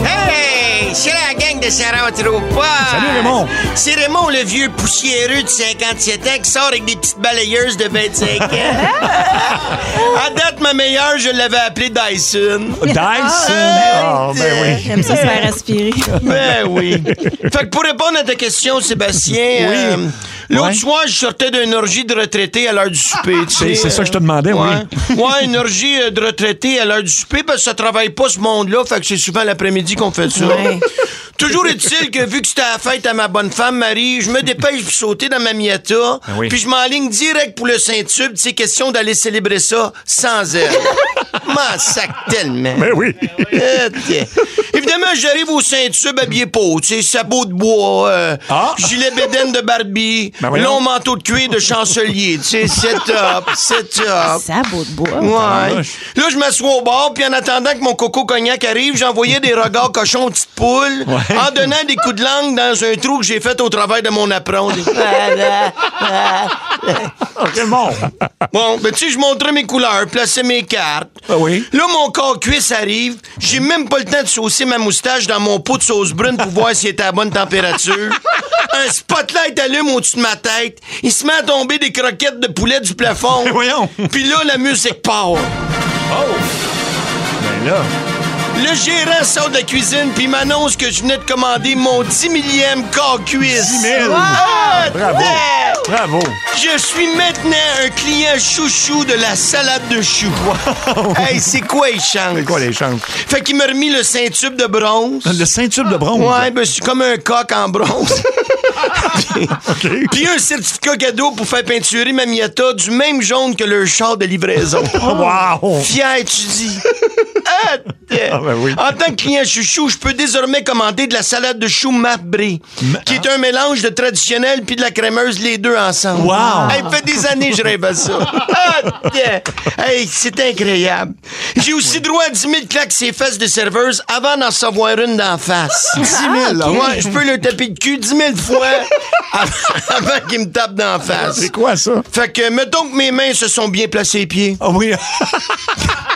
Speaker 3: Hey! C'est la gang de Sarah Tropa!
Speaker 4: Salut, Raymond.
Speaker 3: C'est Raymond, le vieux poussiéreux de 57 ans qui sort avec des petites balayeuses de 25 ans. à date, ma meilleure, je l'avais appelée Dyson.
Speaker 4: Dyson. Ah, ben oui.
Speaker 5: J'aime ça se faire respirer.
Speaker 3: Ben oui. Fait que pour répondre à ta question, Sébastien, euh, l'autre
Speaker 4: Ouais.
Speaker 3: soir, je sortais d'une orgie de retraités à l'heure du souper. tu
Speaker 4: C'est-
Speaker 3: sais.
Speaker 4: c'est ça que je te demandais, oui.
Speaker 3: ouais. Ouais, une orgie euh, de retraités à l'heure du souper, parce que ça travaille pas ce monde-là, fait que c'est souvent l'après-midi qu'on fait ça.
Speaker 5: Ouais.
Speaker 3: Toujours est-il que vu que c'était la fête à ma bonne femme, Marie, je me dépêche pour sauter dans ma Miata,
Speaker 4: Ben oui.
Speaker 3: puis je m'enligne direct pour le Saint-Tube, c'est question d'aller célébrer ça sans elle. M'en sac tellement.
Speaker 4: Ben oui.
Speaker 3: Euh, tiens. Évidemment, j'arrive au Saint-Tube habillé peau, tu sais, sabots de bois, euh,
Speaker 4: Ah.
Speaker 3: gilet bédaine de Barbie,
Speaker 4: Ben voyons.
Speaker 3: long manteau de cuir de chancelier, tu sais, set up, set up.
Speaker 5: Sabot de bois.
Speaker 3: Ouais. Là, je m'assois au bord, puis en attendant que mon coco cognac arrive, j'envoyais des regards cochons aux petites poules en donnant des coups de langue dans un trou que j'ai fait au travail de mon apron.
Speaker 4: Oh. Raymond.
Speaker 3: Bon, ben tu sais, je montrais mes couleurs, plaçais mes cartes.
Speaker 4: Ah oui.
Speaker 3: Là, mon corps cuisse arrive. J'ai même pas le temps de saucer ma moustache dans mon pot de sauce brune pour voir si elle était à bonne température. Un spotlight allume au-dessus de ma tête. Il se met à tomber des croquettes de poulet du plafond.
Speaker 4: Mais voyons.
Speaker 3: Puis là, la musique part.
Speaker 4: Ben là.
Speaker 3: Le gérant sort de la cuisine puis il m'annonce que je venais de commander mon 10 millième corps cuisse.
Speaker 4: 10 000.
Speaker 3: Ah,
Speaker 4: Bravo.
Speaker 3: damn!
Speaker 4: Bravo.
Speaker 3: Je suis maintenant un client chouchou de la salade de choux. Hey, c'est quoi les chances?
Speaker 4: C'est quoi les chances?
Speaker 3: Fait qu'il m'a remis le Saint-Tube de bronze.
Speaker 4: Le Saint-Tube de bronze.
Speaker 3: Ouais, ben, je suis comme un coq en bronze. puis, puis un certificat cadeau pour faire peinturer ma Miata du même jaune que le char de livraison.
Speaker 4: Wow.
Speaker 3: Fier, tu dis. Ah,
Speaker 4: ben oui.
Speaker 3: En tant que client chouchou, je peux désormais commander de la salade de choux marbrée, qui
Speaker 4: Ah.
Speaker 3: est un mélange de traditionnel puis de la crémeuse, les deux ensemble.
Speaker 4: Wow.
Speaker 3: Hey, fait des années que je rêve à ça. Ah, tiens. hey, c'est incroyable. J'ai aussi droit à 10 000 claques ses fesses de serveuse avant d'en savoir une d'en face. 10
Speaker 4: ah
Speaker 3: 000? Ouais, je peux le taper de cul 10 000 fois avant avant qu'il me tape d'en face.
Speaker 4: C'est quoi ça?
Speaker 3: Fait que, mettons que mes mains se sont bien placées les pieds.
Speaker 4: Ah oui.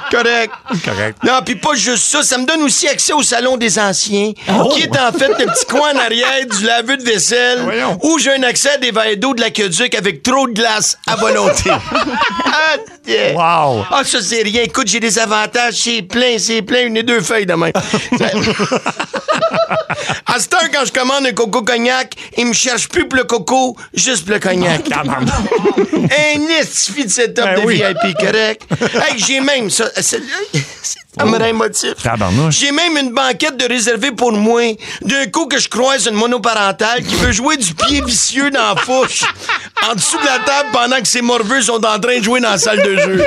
Speaker 3: Correct.
Speaker 4: Correct.
Speaker 3: Non, puis pas juste ça, ça me donne aussi accès au salon des anciens,
Speaker 4: Oh!
Speaker 3: qui est en fait le petit coin en arrière du laveur de vaisselle,
Speaker 4: Voyons.
Speaker 3: où j'ai un accès à des verres d'eau de l'aqueduc avec trop de glace à volonté. ah, yeah.
Speaker 4: Wow.
Speaker 3: Ah, ça, c'est rien. Écoute, j'ai des avantages. C'est plein, c'est plein. Une et deux feuilles de même. à cette heure, quand je commande un coco cognac, il me cherche plus pour le coco, juste pour le cognac. un estifi de setup
Speaker 4: Ah, Ben
Speaker 3: de
Speaker 4: oui.
Speaker 3: VIP, correct? hey, j'ai même ça. C'est c'est un vrai motif.
Speaker 4: Tabarnouche.
Speaker 3: J'ai même une banquette de réservée pour moi. D'un coup que je croise une monoparentale qui veut jouer du pied vicieux dans la fourche, en dessous de la table pendant que ses morveux sont en train de jouer dans la salle de jeu.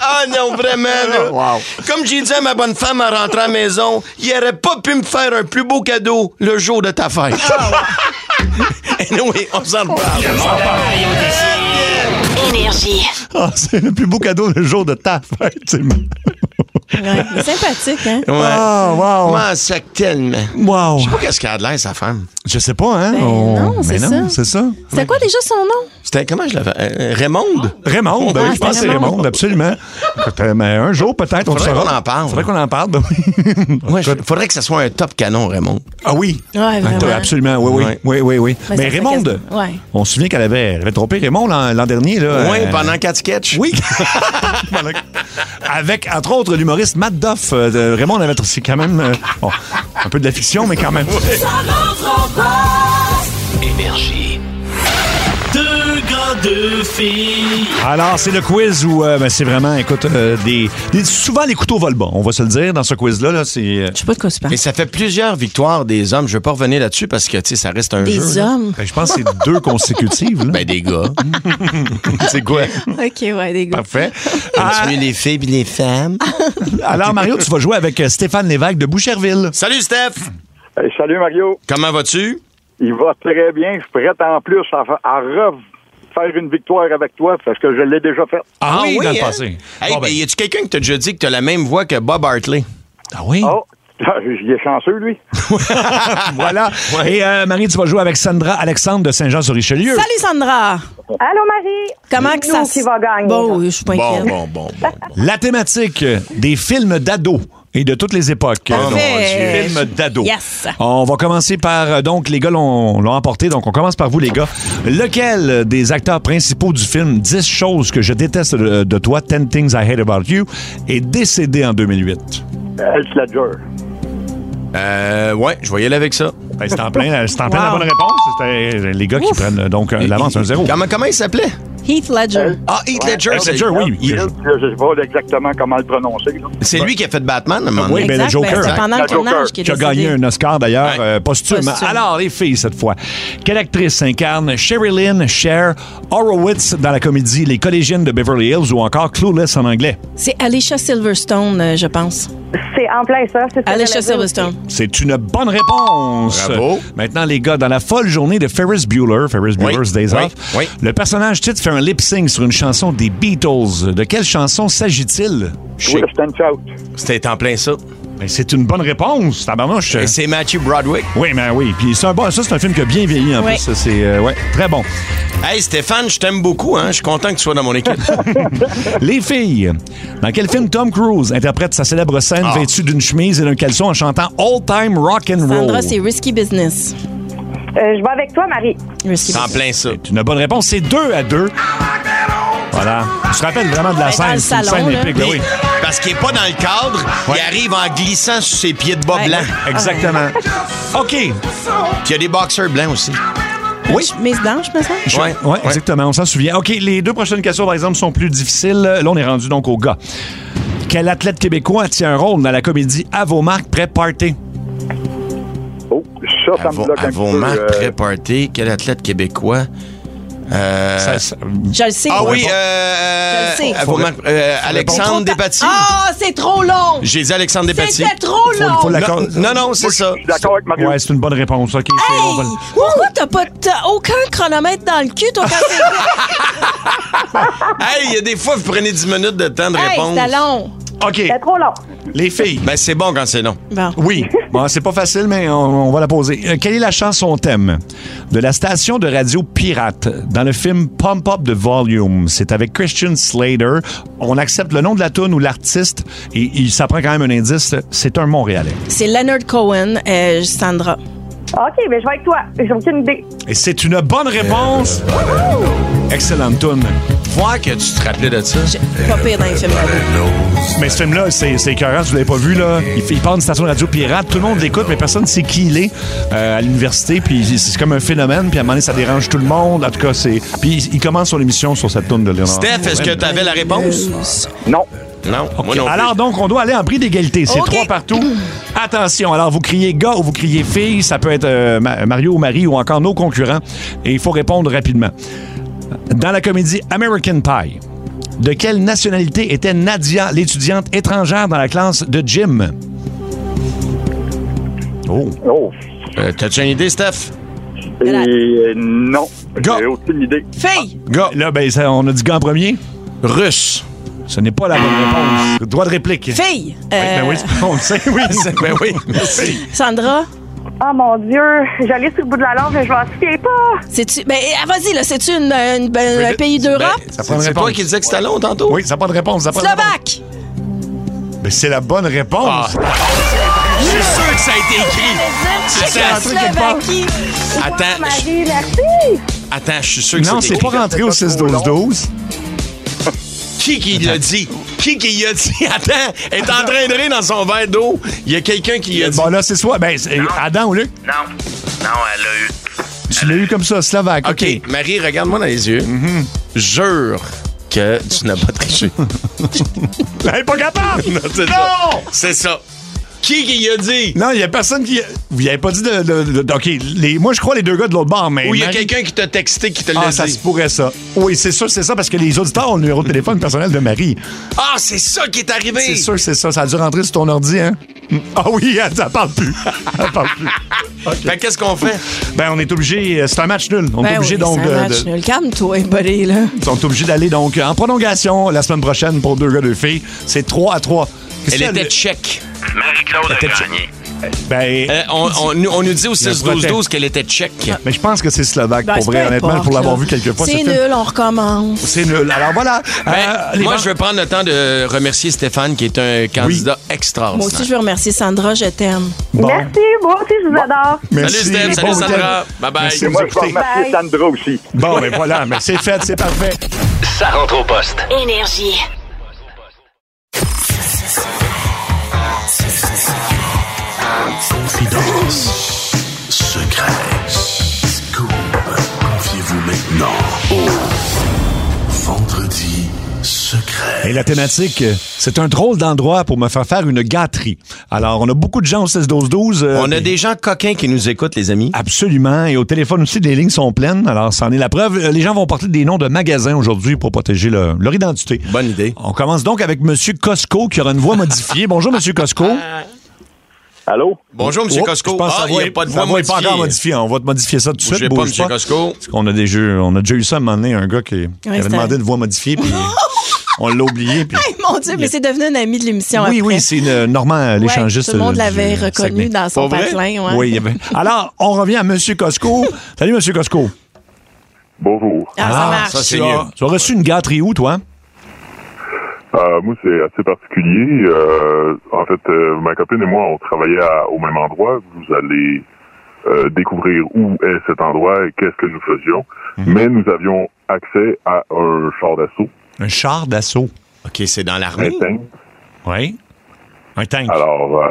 Speaker 3: Ah non, vraiment, là. Comme j'ai dit à ma bonne femme en rentrant à la maison, il aurait pas pu me faire un plus beau cadeau le jour de ta fête.
Speaker 5: Ah,
Speaker 3: anyway, on s'en reparle.
Speaker 8: Énergie.
Speaker 4: Ah, c'est le plus beau cadeau le jour de ta fête. c'est-
Speaker 5: Ouais. Sympathique, hein?
Speaker 3: Ouais.
Speaker 4: Ah, wow.
Speaker 3: M'en sac tellement.
Speaker 4: Wow.
Speaker 3: Pas qu'est-ce qu'elle a de l'air, sa femme.
Speaker 4: Je sais pas, hein?
Speaker 5: Ben non,
Speaker 4: mais
Speaker 5: c'est
Speaker 4: non,
Speaker 5: ça.
Speaker 4: c'est ça.
Speaker 5: C'était quoi déjà son nom?
Speaker 3: C'était comment je l'avais? Euh, Raymond?
Speaker 4: Raymond, ben oui, je pense que c'est Raymond, absolument. Écoute, euh, mais un jour, peut-être, on le
Speaker 3: Faudrait
Speaker 4: saura.
Speaker 3: qu'on en parle.
Speaker 4: Faudrait qu'on en parle. ben oui.
Speaker 3: Ouais, je- faudrait que ce soit un top canon, Raymond.
Speaker 4: Ah oui?
Speaker 5: Ouais,
Speaker 4: Ah,
Speaker 5: vraiment.
Speaker 4: Absolument, oui, oui.
Speaker 3: Ouais.
Speaker 4: oui, oui, oui. Mais,
Speaker 5: ça serait
Speaker 4: Raymond,
Speaker 5: quasi- ouais.
Speaker 4: on se souvient qu'elle avait, elle avait trompé Raymond l'an l'an dernier. Là,
Speaker 3: Oui,
Speaker 4: euh,
Speaker 3: pendant quatre sketchs.
Speaker 4: Oui. Pendant- Avec, entre autres, l'humoriste Matt Duff. Euh, de- Raymond avait... C'est quand même euh, bon, un peu de la fiction, mais quand même.
Speaker 9: Énergie.
Speaker 10: Deux gars, deux filles.
Speaker 4: Alors, c'est le quiz où euh, ben, c'est vraiment, écoute, euh, des, des- souvent les couteaux volent bon. On va se le dire dans ce quiz-là. Là, c'est... euh,
Speaker 5: Je sais pas de quoi tu parles.
Speaker 3: Et ça fait plusieurs victoires des hommes. Je veux pas revenir là-dessus parce que, tu sais, ça reste un jeu.
Speaker 5: Des
Speaker 3: là.
Speaker 5: hommes.
Speaker 4: ben, je pense que c'est deux consécutives. là.
Speaker 3: Ben, des gars. c'est quoi?
Speaker 5: OK, ouais, des gars.
Speaker 3: Parfait.
Speaker 5: Ah.
Speaker 3: Continuer les filles et les femmes.
Speaker 4: Alors, Mario, tu vas jouer avec euh, Stéphane Lévesque de Boucherville.
Speaker 3: Salut, Steph!
Speaker 11: salut Mario.
Speaker 3: Comment vas-tu?
Speaker 11: Il va très bien. Je suis prêt en plus à, fa- à refaire une victoire avec toi parce que je l'ai déjà faite.
Speaker 4: Ah oui, dans le
Speaker 3: hein?
Speaker 4: passé.
Speaker 3: Hey,
Speaker 4: Bon, ben-
Speaker 3: ben, y a-tu quelqu'un qui t'a déjà dit que t'as la même voix que Bob Hartley?
Speaker 4: Ah oui?
Speaker 11: Oh, il est chanceux, lui.
Speaker 4: Voilà. Et euh, Marie, tu vas jouer avec Sandra Alexandre de Saint-Jean-sur-Richelieu.
Speaker 5: Salut, Sandra.
Speaker 12: Allô, Marie?
Speaker 5: Comment que ça...
Speaker 12: Nous qui va gagner,
Speaker 5: Bon, oui, je suis pas
Speaker 3: Bon,
Speaker 5: inquiète.
Speaker 3: bon, bon, bon. bon.
Speaker 4: La thématique euh, des films d'ados et de toutes les époques.
Speaker 5: Parfait.
Speaker 4: Euh, non, Films d'ados.
Speaker 5: Yes.
Speaker 4: On va commencer par, euh, donc, les gars l'ont l'ont emporté, donc on commence par vous, les gars. Lequel des acteurs principaux du film 10 choses que je déteste de, de toi, 10 Things I Hate About You, est décédé en 2008?
Speaker 11: Heath Ledger.
Speaker 3: Euh, ouais, je vais y aller avec ça.
Speaker 4: Ben, C'est en plein, c'est en plein la
Speaker 5: Wow.
Speaker 4: bonne réponse. C'était les gars qui prennent euh, donc euh, l'avance 1-0.
Speaker 3: Comment, comment il s'appelait?
Speaker 5: Heath
Speaker 12: Euh,
Speaker 5: Ledger.
Speaker 3: Ah, Heath Ledger.
Speaker 12: Ben,
Speaker 4: Heath Ledger, oui.
Speaker 3: Il-
Speaker 11: Je ne sais pas exactement comment le prononcer. là.
Speaker 3: C'est lui qui a fait Batman, à un moment
Speaker 4: Oui,
Speaker 3: donné.
Speaker 4: ben, le
Speaker 5: Exact,
Speaker 4: Joker.
Speaker 5: c'est pendant
Speaker 11: Le
Speaker 5: le tournage
Speaker 11: Joker.
Speaker 5: qu'il est
Speaker 4: qui a
Speaker 5: décédé.
Speaker 4: gagné un Oscar d'ailleurs
Speaker 3: Ouais.
Speaker 4: euh, posthume.
Speaker 5: Posthume.
Speaker 4: Alors, les filles, cette fois, quelle actrice s'incarne Sherry Lynn Cher Horowitz dans la comédie Les collégiennes de Beverly Hills ou encore Clueless en anglais?
Speaker 5: C'est Alicia Silverstone, euh, je pense.
Speaker 12: C'est en plein ça. c'est ce que
Speaker 5: Alicia
Speaker 12: j'allais dire aussi.
Speaker 5: Silverstone.
Speaker 4: C'est une bonne réponse.
Speaker 3: Bravo.
Speaker 4: Maintenant, les gars, dans la folle journée de Ferris Bueller, Ferris Bueller's Days
Speaker 3: oui,
Speaker 4: Off,
Speaker 3: oui.
Speaker 4: le personnage titre fait un lip-sync sur une chanson des Beatles. De quelle chanson s'agit-il?
Speaker 3: Shit,
Speaker 11: Will Stand Out.
Speaker 3: C'était en plein ça.
Speaker 4: Ben, c'est une bonne réponse, tabarnouche.
Speaker 3: Et c'est Matthew Broderick.
Speaker 4: Oui, mais oui. Puis c'est un bon, ça, c'est un film qui a bien vieilli en
Speaker 5: Oui.
Speaker 4: plus. Ça, C'est euh, ouais, très bon.
Speaker 3: Hey Stéphane, je t'aime beaucoup, hein. Je suis content que tu sois dans mon équipe.
Speaker 4: Les filles, dans quel film Tom Cruise interprète sa célèbre scène
Speaker 3: Ah.
Speaker 4: vêtue d'une chemise et d'un caleçon en chantant All Time Rock and Roll?
Speaker 5: Sandra, c'est Risky Business.
Speaker 12: Euh, je vais avec toi, Marie.
Speaker 5: Risky
Speaker 3: C'est en
Speaker 5: Business.
Speaker 3: plein ça.
Speaker 4: Une bonne réponse, c'est 2 à 2. Voilà. Tu te rappelles vraiment de la
Speaker 5: Ben, dans
Speaker 4: scène,
Speaker 5: le
Speaker 4: c'est une
Speaker 5: salon,
Speaker 4: scène
Speaker 5: là.
Speaker 4: épique, ben oui.
Speaker 3: Parce qu'il est pas dans le cadre, il arrive en glissant sur ses pieds de bas
Speaker 5: Ouais.
Speaker 3: blancs.
Speaker 4: Exactement. OK.
Speaker 3: Puis il y a des boxeurs blancs aussi.
Speaker 4: Oui.
Speaker 5: Mes dents, je me sens.
Speaker 3: Ouais.
Speaker 4: Oui, exactement, on s'en souvient. OK, les deux prochaines questions, par exemple, sont plus difficiles. Là, on est rendu donc au gars. Quel athlète québécois tient un rôle dans la comédie À vos marques, prêt, party?
Speaker 11: Oh, ça, ça me
Speaker 3: Avant,
Speaker 11: bloque un petit peu. euh,
Speaker 3: pré-party, quel athlète québécois? Euh,
Speaker 4: Ça- ça-
Speaker 5: Je le sais.
Speaker 3: Ah oui,
Speaker 5: Faut-
Speaker 3: euh,
Speaker 5: Je le sais.
Speaker 3: à vos
Speaker 5: Faut-
Speaker 3: marques, euh, Alexandre Despatie.
Speaker 5: Ah, c'est trop long.
Speaker 3: J'ai dit Alexandre Despatie.
Speaker 5: C'était trop long.
Speaker 4: faut la-
Speaker 3: Non, non, non, c'est ça.
Speaker 11: Je suis d'accord avec Mario.
Speaker 4: Ouais, c'est une bonne réponse. OK, c'est
Speaker 5: Hey,
Speaker 4: on va le-
Speaker 5: pourquoi t'as pas t'as aucun chronomètre dans le cul, toi, quand t'es là?
Speaker 3: Hey, il y a des fois, vous prenez 10 minutes de temps de
Speaker 5: Hey,
Speaker 3: réponse.
Speaker 5: c'était long.
Speaker 4: OK,
Speaker 12: C'est trop long.
Speaker 4: les filles.
Speaker 3: Ben, c'est bon quand c'est long.
Speaker 5: Bon.
Speaker 4: Oui, bon, c'est pas facile, mais on, on va la poser. Euh, quelle est la chanson thème de la station de radio pirate dans le film Pump Up the Volume? C'est avec Christian Slater. On accepte le nom de la tune ou l'artiste et il s'apprend quand même un indice. C'est un Montréalais.
Speaker 5: C'est Leonard Cohen, euh, Sandra.
Speaker 12: OK, mais je vais avec toi. J'ai aucune idée.
Speaker 4: Et c'est une bonne réponse. Excellente tune.
Speaker 3: Euh, Voir que tu te rappelais de ça.
Speaker 5: J'ai- Pas pire dans les films.
Speaker 4: Mais ce film-là, c'est c'est écœurant, si vous l'avez pas vu, là. Il, fait- il part d'une station de radio pirate, tout le monde l'écoute, mais personne ne sait qui il est euh, à l'université, puis c'est- c'est comme un phénomène, puis à un moment donné, ça dérange tout le monde. En tout cas, c'est... Puis il- il commence son émission sur cette tourne de Léonard.
Speaker 3: Steph, est-ce que tu avais la réponse?
Speaker 11: Non.
Speaker 3: Non, moi non plus.
Speaker 4: Alors donc, on doit aller en prix d'égalité. C'est
Speaker 5: OK.
Speaker 4: trois partout. Attention, alors vous criez gars ou vous criez fille, ça peut être euh, Ma- Mario ou Marie ou encore nos concurrents, et il faut répondre rapidement. Dans la comédie American Pie, de quelle nationalité était Nadia, l'étudiante étrangère dans la classe de Jim? Oh.
Speaker 11: Oh.
Speaker 3: Euh, T'as-tu une idée, Steph?
Speaker 11: Et euh, non.
Speaker 4: Go.
Speaker 11: J'ai aucune idée.
Speaker 5: Fille!
Speaker 3: Gars,
Speaker 4: Là, ben, ça, on a dit gars en premier.
Speaker 3: russe.
Speaker 4: Ce n'est pas la bonne réponse. Droit de réplique.
Speaker 5: Fille!
Speaker 4: Ben
Speaker 5: Euh,
Speaker 4: oui, on le sait, oui.
Speaker 3: ben oui, merci.
Speaker 5: Sandra?
Speaker 13: Oh mon Dieu, j'allais sur le bout de la langue, je m'en souviens pas.
Speaker 5: C'est-tu. Ben, ah, vas-y, là, c'est-tu une- une- ben, un pays
Speaker 4: ben,
Speaker 5: d'Europe?
Speaker 3: Ça prend C'est toi qui disais que c'était long tantôt?
Speaker 4: Oui, ça n'a pas de réponse. Ça prend une
Speaker 5: Slovaque!
Speaker 4: réponse. Mais c'est la bonne réponse.
Speaker 14: Je suis sûr que ça a été écrit. C'est ça, un truc quelque part.
Speaker 5: Slovaquie.
Speaker 14: Attends,
Speaker 13: Marie, merci.
Speaker 3: Ah,
Speaker 14: je- attends, je suis sûr que
Speaker 4: non,
Speaker 14: c'est
Speaker 4: c'est
Speaker 14: écrit.
Speaker 4: pas rentré au 6-12-12.
Speaker 14: Qui qui l'a dit? Qui qui l'a dit? Attends, elle est en train de rire dans son verre d'eau. Il y a quelqu'un qui l'a dit.
Speaker 4: Bon, là, c'est soit. Ben, c'est- Adam ou Luc?
Speaker 15: Non. Non, elle a eu.
Speaker 4: Tu l'as eu comme ça, Slovaque. OK. Mm-hmm.
Speaker 3: OK, Marie, regarde-moi dans les yeux. Jure que tu n'as pas triché.
Speaker 4: Ben, Elle est pas capable!
Speaker 3: Non, c'est ça. C'est ça. Qui qui y a dit?
Speaker 4: Non, il y a personne qui. Vous n'avez pas dit de. de- de- OK, les... moi, je crois les deux gars de l'autre bar, mais.
Speaker 3: Ou il y a
Speaker 4: Marie-
Speaker 3: quelqu'un qui t'a texté qui te l'a
Speaker 4: Ah,
Speaker 3: dit.
Speaker 4: ça se pourrait, ça. Oui, c'est sûr, c'est ça, parce que les auditeurs ont le numéro de téléphone personnel de Marie.
Speaker 3: Ah, c'est ça qui est arrivé!
Speaker 4: C'est sûr, c'est ça. Ça a dû rentrer sur ton ordi, hein? Mm. Ah oui, elle, ça parle plus. Elle parle plus.
Speaker 3: Ben, qu'est-ce qu'on fait?
Speaker 4: Ben, on est obligé. C'est un match nul. On est obligé donc
Speaker 5: Ben C'est un
Speaker 4: de-
Speaker 5: match
Speaker 4: de.
Speaker 5: nul. Calme-toi, buddy, là.
Speaker 4: On est obligé d'aller donc en prolongation la semaine prochaine pour deux gars, deux filles. C'est 3 à 3.
Speaker 3: Elle était tchèque.
Speaker 15: Marie-Claude a gagné.
Speaker 4: Ben.
Speaker 3: Euh, on, on nous- on nous dit au
Speaker 4: Il y a
Speaker 3: 6-12-12 qu'elle était tchèque.
Speaker 4: Mais je pense que c'est slovaque,
Speaker 5: Ben,
Speaker 4: pour
Speaker 5: c'est
Speaker 4: vrai,
Speaker 5: peu
Speaker 4: honnêtement,
Speaker 5: importe,
Speaker 4: pour l'avoir
Speaker 5: là.
Speaker 4: vu quelques fois. ce
Speaker 5: C'est
Speaker 4: film.
Speaker 5: nul, on recommence.
Speaker 4: C'est nul. Alors voilà. Euh,
Speaker 3: Ben, moi, je veux prendre le temps de remercier Stéphane, qui est un candidat
Speaker 5: Moi
Speaker 3: extraordinaire.
Speaker 5: aussi, je veux remercier Sandra, je t'aime.
Speaker 13: Merci, moi aussi, je vous adore.
Speaker 3: Salut, Steph. Salut,
Speaker 4: Bon
Speaker 3: Sandra.
Speaker 4: week-end.
Speaker 3: Bye-bye.
Speaker 4: Merci de
Speaker 16: Ben, Moi,
Speaker 4: nous
Speaker 16: je
Speaker 4: écouter.
Speaker 16: vais remercier Sandra aussi.
Speaker 4: Bon, ben voilà, mais c'est fait, c'est parfait.
Speaker 2: Ça rentre au poste.
Speaker 17: Énergie.
Speaker 1: Confidence. Secret. Scoop. Confiez-vous maintenant au Vendredi secret.
Speaker 4: Et la thématique, euh, c'est un drôle d'endroit pour me faire faire une gâterie. Alors, on a beaucoup de gens au 16-12-12. euh,
Speaker 3: On a
Speaker 4: et-
Speaker 3: des gens coquins qui nous écoutent, les amis.
Speaker 4: Absolument. Et au téléphone aussi, les lignes sont pleines. Alors, c'en est la preuve. Euh, Les gens vont porter des noms de magasins aujourd'hui pour protéger le- leur identité.
Speaker 3: Bonne idée.
Speaker 4: On commence donc avec Monsieur Costco qui aura une voix modifiée. Bonjour, Monsieur Costco.
Speaker 16: Allô?
Speaker 3: Euh, Bonjour, M.
Speaker 4: Oh,
Speaker 3: Costco.
Speaker 4: Je pense
Speaker 3: ah,
Speaker 4: que
Speaker 3: il n'y a pas de voix
Speaker 4: modifiée. pas encore
Speaker 3: modifiée.
Speaker 4: modifié. On va te modifier ça tout de suite.
Speaker 3: Bougez pas,
Speaker 4: bouge
Speaker 3: M. Costco.
Speaker 4: Parce qu'on a déjà, on a déjà eu ça à un moment donné, un gars qui, qui avait
Speaker 5: c'était-
Speaker 4: demandé une voix modifiée, puis on l'a oublié. Puis...
Speaker 5: Hey, mon Dieu, mais c'est devenu un ami de l'émission.
Speaker 4: Oui,
Speaker 5: après.
Speaker 4: oui, c'est le- Normand, euh, l'échangiste.
Speaker 5: tout le monde
Speaker 4: du euh,
Speaker 5: l'avait reconnu
Speaker 4: Saguenay.
Speaker 5: dans son
Speaker 4: Pas vrai?
Speaker 5: patelin, ouais.
Speaker 4: Oui, il y avait- Alors, on revient à M. Costco. Salut, M. Costco.
Speaker 18: Bonjour.
Speaker 5: Ah, ça marche.
Speaker 3: ça, c'est
Speaker 4: tu,
Speaker 3: mieux.
Speaker 4: as, tu as reçu une gâterie où, toi?
Speaker 18: Euh, moi, c'est assez particulier. Euh, en fait, euh, ma copine et moi, on travaillait à- au même endroit. Vous allez euh, découvrir où est cet endroit et qu'est-ce que nous faisions. Mais nous avions accès à un char d'assaut.
Speaker 4: Un char d'assaut.
Speaker 3: OK, c'est dans
Speaker 18: Un
Speaker 3: l'armée.
Speaker 18: tank.
Speaker 4: Oui. Un tank.
Speaker 18: Alors, euh,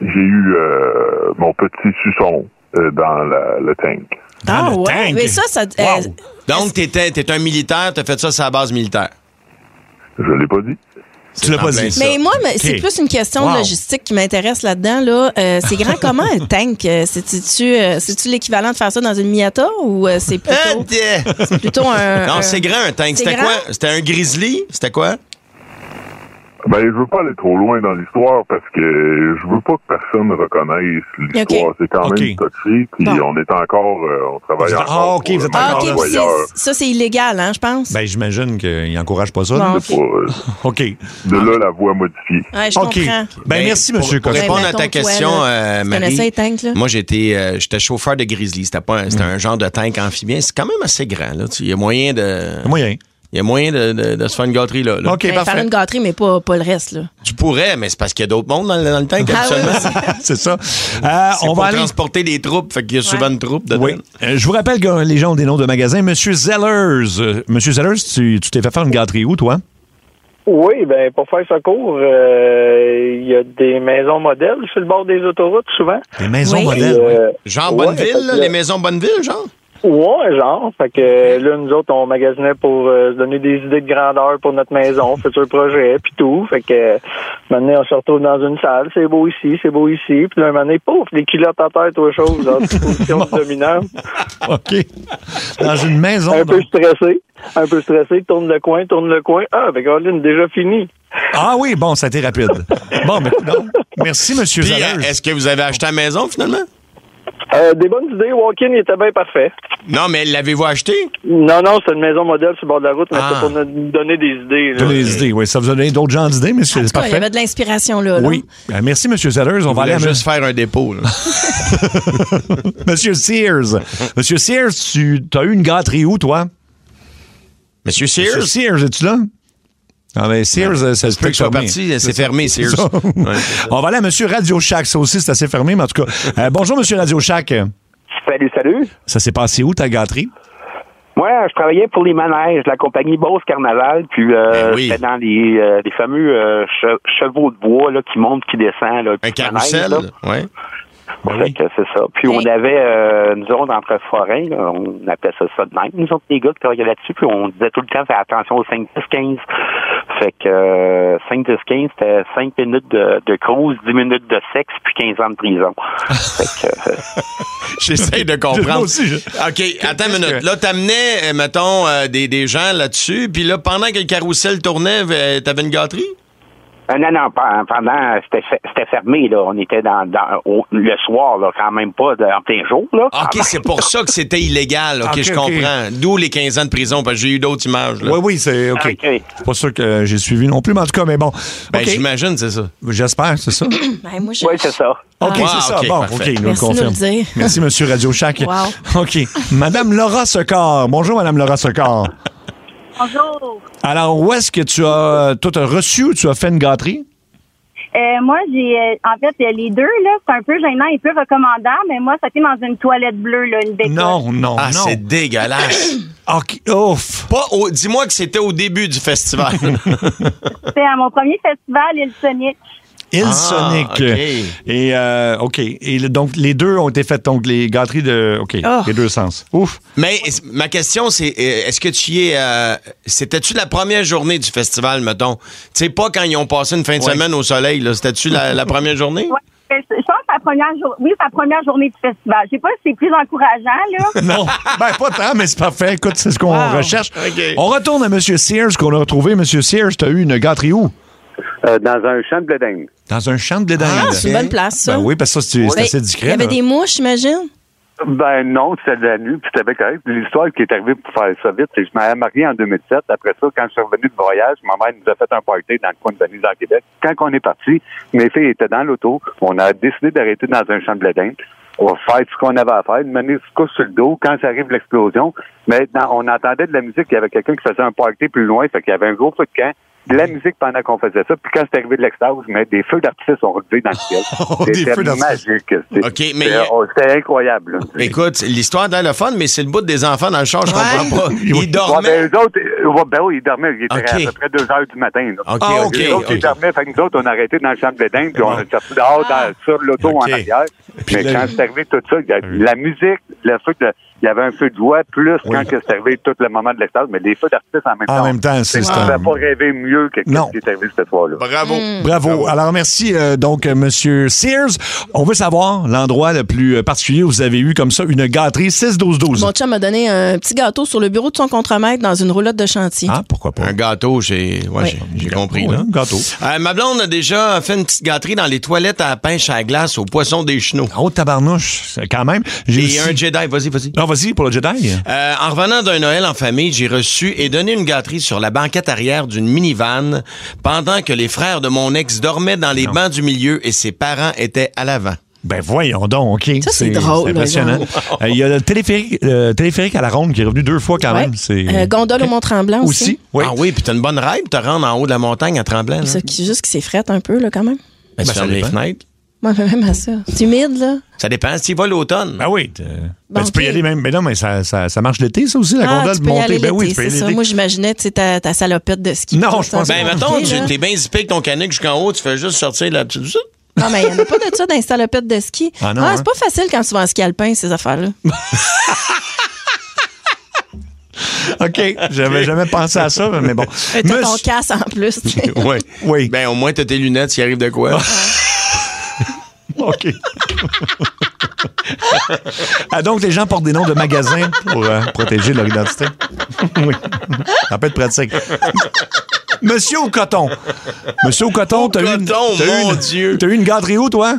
Speaker 18: j'ai eu euh, mon petit suçon euh, dans la- le tank.
Speaker 5: Ah, ouais. Mais ça, ça. euh,
Speaker 3: Donc, t'étais étais un militaire, t'as fait ça sur la base militaire.
Speaker 18: Je l'ai pas dit.
Speaker 4: Tu l'as
Speaker 3: en
Speaker 4: pas
Speaker 3: plein
Speaker 4: dit.
Speaker 3: ça.
Speaker 5: mais moi, mais
Speaker 4: OK.
Speaker 5: c'est plus une question
Speaker 4: Wow.
Speaker 5: de logistique qui m'intéresse là-dedans. Là. Euh, c'est grand comment un tank? Euh, C'est-tu euh, c'est-tu l'équivalent de faire ça dans une Miata ou euh, c'est plutôt, c'est plutôt un.
Speaker 3: Non,
Speaker 5: un-
Speaker 3: c'est grand un tank.
Speaker 5: c'est
Speaker 3: C'était
Speaker 5: grand?
Speaker 3: quoi? C'était un grizzly? C'était quoi?
Speaker 18: Ben, je veux pas aller trop loin dans l'histoire parce que je veux pas que personne reconnaisse l'histoire.
Speaker 5: Ok.
Speaker 18: C'est quand même
Speaker 4: Ok.
Speaker 18: touché, puis
Speaker 5: Bon.
Speaker 18: on est encore, euh, on travaille
Speaker 4: Vous êtes-
Speaker 18: encore.
Speaker 4: ah, ok,
Speaker 18: pour
Speaker 4: vous
Speaker 18: le
Speaker 4: êtes
Speaker 5: Ah,
Speaker 18: même
Speaker 4: encore
Speaker 5: OK. puis
Speaker 18: employeur.
Speaker 5: c'est- Ça, c'est illégal, hein, je pense.
Speaker 4: Ben, j'imagine qu'il n'encourage pas ça.
Speaker 5: Bon,
Speaker 4: là.
Speaker 5: OK.
Speaker 18: Pour, euh,
Speaker 4: OK.
Speaker 18: de là, la voix modifiée.
Speaker 5: Ouais, je
Speaker 4: OK.
Speaker 5: comprends.
Speaker 4: Ben, merci, M.
Speaker 3: pour-
Speaker 4: Costco.
Speaker 3: Pour répondre
Speaker 5: Ben,
Speaker 3: à ta
Speaker 5: mettons, toi,
Speaker 3: question,
Speaker 5: là,
Speaker 3: euh,
Speaker 5: tu connais
Speaker 3: Marie,
Speaker 5: ça, les tanks, là?
Speaker 3: moi, j'étais euh, j'étais chauffeur de grizzly. C'était pas un, c'était un genre de tank amphibien. C'est quand même assez grand. là. Tu- Il y a moyen de...
Speaker 4: Moyen.
Speaker 3: Il y a moyen de, de- de se faire une gâterie, là. là.
Speaker 4: OK,
Speaker 5: Ben, faire
Speaker 4: parfait.
Speaker 5: une gâterie, mais pas, pas le reste. Là.
Speaker 3: Tu pourrais, mais c'est parce qu'il y a d'autres mondes dans, le- dans le tank,
Speaker 5: Ah, oui,
Speaker 3: habituellement.
Speaker 4: C'est ça. Euh,
Speaker 3: C'est
Speaker 4: on
Speaker 3: pour
Speaker 4: va aller.
Speaker 3: transporter des troupes, fait qu'il y a souvent une troupe dedans.
Speaker 4: Oui. Euh, je vous rappelle que euh, les gens ont des noms de magasins. Monsieur Zellers. Euh, Monsieur Zellers, tu tu t'es fait faire une gâterie où, toi?
Speaker 19: Oui, ben pour faire ce cours, euh, il y a des maisons modèles sur le bord des autoroutes souvent.
Speaker 4: Des maisons
Speaker 5: Oui.
Speaker 4: modèles.
Speaker 19: Euh,
Speaker 3: Genre
Speaker 19: Ouais,
Speaker 3: Bonneville,
Speaker 19: fait
Speaker 3: là,
Speaker 19: que-
Speaker 3: les maisons Bonneville, genre?
Speaker 19: ouais, genre. Fait que euh, là, nous autres, on magasinait pour euh, se donner des idées de grandeur pour notre maison, futur projet, puis tout. Fait que euh, maintenant, on se retrouve dans une salle. C'est beau ici, c'est beau ici. Puis là, un moment donné, pouf, des culottes à terre, autre chose, dans une position dominante.
Speaker 4: OK. Dans une maison.
Speaker 19: Un peu
Speaker 4: donc.
Speaker 19: stressé, un peu stressé, tourne le coin, tourne le coin. Ah, ben Caroline, déjà fini.
Speaker 4: Ah oui, bon, ça a été
Speaker 18: Euh,
Speaker 4: rapide. Bon, mais non. merci, Monsieur
Speaker 3: Puis, euh,
Speaker 4: Zellers.
Speaker 3: est-ce que vous avez acheté la maison, finalement?
Speaker 19: Euh, des bonnes idées. Walk-in, il était bien parfait.
Speaker 3: Non, Ah, mais l'avez-vous acheté?
Speaker 19: Non, non, c'est une maison modèle sur le bord de la route, mais
Speaker 3: Ah.
Speaker 19: c'est pour nous donner des idées. là.
Speaker 4: Donner
Speaker 18: euh,
Speaker 4: des idées, oui. Ça vous a donné d'autres gens d'idées, monsieur. C'est
Speaker 5: Il y
Speaker 4: parfait.
Speaker 5: avait de l'inspiration là. là.
Speaker 4: Oui. Euh, merci, monsieur Sellers. On va aller à
Speaker 3: juste faire un dépôt. là.
Speaker 4: Monsieur Sears. Monsieur Sears, tu as eu une gâterie où, toi?
Speaker 3: Monsieur Sears?
Speaker 4: Monsieur Sears, es-tu là? Ah, mais Sears, euh, ça se
Speaker 3: peut qu'il soit
Speaker 4: fermé.
Speaker 3: parti, c'est fermé,
Speaker 4: ça.
Speaker 3: Sears. Ouais,
Speaker 4: On va aller à Monsieur Radio Shack. Ça aussi, c'est assez fermé, mais en tout cas. Euh, bonjour, Monsieur Radio Shack.
Speaker 20: Salut, salut.
Speaker 4: Ça s'est passé où, ta gâterie?
Speaker 20: Moi, je travaillais pour les manèges, la compagnie Beauce Carnaval, puis euh,
Speaker 4: Ben oui.
Speaker 20: j'étais dans les, euh, les fameux euh, che- chevaux de bois là, qui montent, qui descendent. Là, Un
Speaker 3: Carousel, ouais.
Speaker 20: c'est ça. Puis on avait, euh, nous autres, entre forains, là, on appelait ça ça de même. Nous autres, les gars qui travaillaient là-dessus, puis on disait tout le temps, fais attention aux 5, 10, 15. Fait que euh, 5, 10, 15, c'était 5 minutes de, de cruise, 10 minutes de sexe, puis 15 ans de prison. fait que, euh,
Speaker 3: J'essaie de
Speaker 20: Moi
Speaker 3: comprendre.
Speaker 20: aussi, je-
Speaker 3: OK, attends une minute. Là, t'amenais, euh, mettons, euh, des, des gens là-dessus, puis là, pendant que le carrousel tournait, euh, t'avais une gâterie?
Speaker 20: Euh, non, non, pe- pendant, c'était fe- c'était fermé, là. On était dans, dans- au- le soir, là, quand même pas de- en plein jour, là.
Speaker 4: Ah,
Speaker 20: Ah,
Speaker 3: OK,
Speaker 4: ben.
Speaker 3: c'est pour ça que c'était illégal. OK,
Speaker 20: OK,
Speaker 3: je
Speaker 20: OK.
Speaker 3: comprends. D'où les 15 ans de prison, parce que j'ai eu d'autres images. là.
Speaker 4: Oui, oui, c'est OK. Pas sûr que euh, j'ai suivi non plus, mais en tout cas, mais bon.
Speaker 3: Ben,
Speaker 4: OK.
Speaker 3: j'imagine, c'est ça.
Speaker 4: J'espère, c'est ça.
Speaker 5: Ben, moi, je-
Speaker 20: Oui, c'est ça.
Speaker 4: OK,
Speaker 5: Ah.
Speaker 4: c'est ça.
Speaker 5: Ah, OK,
Speaker 4: bon,
Speaker 5: parfait.
Speaker 4: OK, il nous le
Speaker 5: Merci de nous
Speaker 4: confirme.
Speaker 5: le dire.
Speaker 4: Merci, Monsieur Radio Shack.
Speaker 5: Wow.
Speaker 4: OK. Madame Laura Secor. Bonjour, Madame Laura Secor.
Speaker 21: Bonjour.
Speaker 4: Alors, où est-ce que tu as. Toi, t'as reçu ou tu as fait une gâterie?
Speaker 21: Euh, moi, j'ai, euh, en fait, euh, les deux, là, c'est un peu gênant et peu recommandable, mais moi, c'était dans une toilette bleue, là, une bécane.
Speaker 4: Non, non,
Speaker 3: ah,
Speaker 4: non.
Speaker 3: c'est dégueulasse.
Speaker 4: OK, ouf.
Speaker 3: Pas au- Dis-moi que c'était au début du festival.
Speaker 21: C'était à mon premier festival, il Sonic.
Speaker 4: Il
Speaker 3: Ah,
Speaker 4: Sonic.
Speaker 3: OK.
Speaker 4: Et, euh, OK. Et le- donc, les deux ont été faites. Donc, les gâteries de. OK,
Speaker 5: Oh.
Speaker 3: Ah.
Speaker 4: les deux sens. Ouf.
Speaker 3: Mais est- ma question, c'est euh, est-ce que tu y es. euh, C'était-tu la première journée du festival, mettons? Tu sais, pas quand ils ont passé une fin de
Speaker 4: Ouais.
Speaker 3: semaine au soleil, là. C'était-tu la, la première journée?
Speaker 21: Ouais, Euh, je je pense que la première jour... oui, c'est la première journée du festival. Je sais pas si c'est plus encourageant, là.
Speaker 4: Non, ben pas tant, mais c'est parfait. Écoute, c'est ce qu'on
Speaker 21: Wow.
Speaker 4: recherche.
Speaker 21: OK.
Speaker 4: On retourne à M. Sears qu'on a retrouvé. M. Sears, tu as eu une gâterie où?
Speaker 22: Euh, dans un champ de blé d'Inde.
Speaker 4: Dans un champ de blé d'Inde.
Speaker 5: Ah, c'est une bonne place, ça.
Speaker 4: Ben oui, parce que ça, c'est c'est
Speaker 5: Ben,
Speaker 4: assez
Speaker 5: Il y
Speaker 4: discret.
Speaker 5: avait
Speaker 4: là.
Speaker 5: des mouches, j'imagine.
Speaker 22: Ben non, c'était de la nuit, puis c'était bien correct. L'histoire qui est arrivée pour faire ça vite, c'est que je m'avais marié en 2007. Après ça, quand je suis revenu de voyage, ma mère nous a fait un party dans le coin de Venise, en Québec. Quand on est parti, mes filles étaient dans l'auto. On a décidé d'arrêter dans un champ de blé d'Inde. On va faire ce qu'on avait à faire, une manière se couche sur le dos quand ça arrive l'explosion. Mais dans- on entendait de la musique, il y avait quelqu'un qui faisait un party plus loin, fait qu'il y avait un gros feu de camp. De la musique pendant qu'on faisait ça, puis quand c'est arrivé de l'extase, mais des feux d'artifice ont relevé dans le ciel.
Speaker 3: Oh, Des
Speaker 22: C'était
Speaker 3: feux d'artifice.
Speaker 22: magique. C'était-
Speaker 3: OK, mais-
Speaker 22: c'était- oh, C'était incroyable. là.
Speaker 3: Écoute, l'histoire de le fun, mais c'est le bout des enfants dans le char, je comprends pas. Ils
Speaker 22: Ouais,
Speaker 3: dormaient.
Speaker 22: ben, eux autres, euh, ouais, ben oui, ils dormaient. Ils étaient
Speaker 3: Ok.
Speaker 22: à peu près 2 heures du matin. là.
Speaker 3: Ok, Ah, ok,
Speaker 22: Eux
Speaker 3: ok.
Speaker 22: autres, ils dormaient. Fait que nous autres, on a arrêté dans le champ de d'Inde, puis on est sorti dehors dans- sur l'auto en arrière. Mais quand c'est arrivé tout ça, il
Speaker 4: Ah
Speaker 22: y a- la musique, le feu de- il y avait un feu de joie, plus quand que c'est arrivé tout le moment de l'extase, mais les feux d'artifice en même
Speaker 4: En
Speaker 22: temps.
Speaker 4: même temps, c'est-
Speaker 22: Je
Speaker 4: c'est
Speaker 22: ne
Speaker 4: un-
Speaker 22: pas rêver mieux que
Speaker 4: Non.
Speaker 22: ce qui est arrivé cette fois-là.
Speaker 3: Bravo.
Speaker 5: Mm.
Speaker 4: Bravo. Alors, merci, euh, donc, euh, Monsieur Sears. On veut savoir l'endroit le plus euh, particulier où vous avez eu comme ça une gâterie 6-12-12.
Speaker 5: Mon chum m'a donné un petit gâteau sur le bureau de son contremaître dans une roulotte de chantier.
Speaker 4: Ah, pourquoi pas?
Speaker 3: Un gâteau, j'ai ouais, j'ai- j'ai compris. là.
Speaker 4: gâteau.
Speaker 3: Euh, ma blonde a déjà fait une petite gâterie dans les toilettes à la pêche à la glace au poisson des chenaux.
Speaker 4: Oh, tabarnouche, c'est quand même. J'ai
Speaker 3: Et un Jedi, vas-y, vas-y.
Speaker 4: Non, vas-y, pour le Jedi.
Speaker 3: Euh, en revenant d'un Noël en famille, j'ai reçu et donné une gâterie sur la banquette arrière d'une minivan pendant que les frères de mon ex dormaient dans les bancs du milieu et ses parents étaient à l'avant.
Speaker 4: Ben voyons donc, OK.
Speaker 3: Ça, c'est drôle,
Speaker 4: impressionnant.
Speaker 3: genre.
Speaker 4: Euh, Il y a le téléphérique, le téléphérique à la ronde qui est revenu deux fois quand même. C'est
Speaker 5: Euh, gondole au Mont-Tremblant aussi.
Speaker 3: Ah oui, puis t'as une bonne rêve, te rendre en haut de la montagne à
Speaker 4: hein,
Speaker 3: Tremblant. là.
Speaker 5: Ça, qui, juste qui s'effrète un peu, là, quand même.
Speaker 3: Ben, tu
Speaker 4: Ben, ça
Speaker 3: fermes les
Speaker 4: dépend.
Speaker 3: fenêtes.
Speaker 5: Moi, même à ça. C'est humide, là.
Speaker 3: Ça dépend. S'il va l'automne.
Speaker 4: Ben oui. Ben,
Speaker 5: Bon,
Speaker 4: tu peux y
Speaker 5: ok.
Speaker 4: aller même. Mais non, mais ça, ça, ça marche l'été, ça aussi, la
Speaker 5: Ah,
Speaker 4: gondole
Speaker 5: tu peux y
Speaker 4: montée.
Speaker 5: aller
Speaker 4: ben oui, tu
Speaker 5: l'été,
Speaker 4: peux y
Speaker 5: c'est
Speaker 4: aller
Speaker 5: ça.
Speaker 4: l'été.
Speaker 5: Moi, j'imaginais, tu sais, ta, ta salopette de ski.
Speaker 4: Non, je pense
Speaker 3: Ben, mettons,
Speaker 5: tu
Speaker 3: tu t'es bien zippé avec ton canic jusqu'en haut, tu fais juste sortir la petite.
Speaker 5: Non, mais il n'y en a pas de ça dans les salopettes de ski.
Speaker 3: Ah non, hein?
Speaker 5: c'est pas facile quand tu vas en ski alpin, ces affaires-là.
Speaker 4: OK. J'avais jamais pensé à ça, mais bon.
Speaker 5: Et T'as ton casse en plus. tu sais.
Speaker 3: oui. Ben, au moins, t'as tes lunettes, s'il arrive de quoi.
Speaker 4: OK. ah, donc, les gens portent des noms de magasins pour Ah. euh, protéger leur identité. oui. Ça peut être pratique. Monsieur au coton. Monsieur au coton, t'as eu. une-
Speaker 3: coton,
Speaker 4: t'as eu
Speaker 3: mon
Speaker 4: une- T'as eu une gâterie où, toi?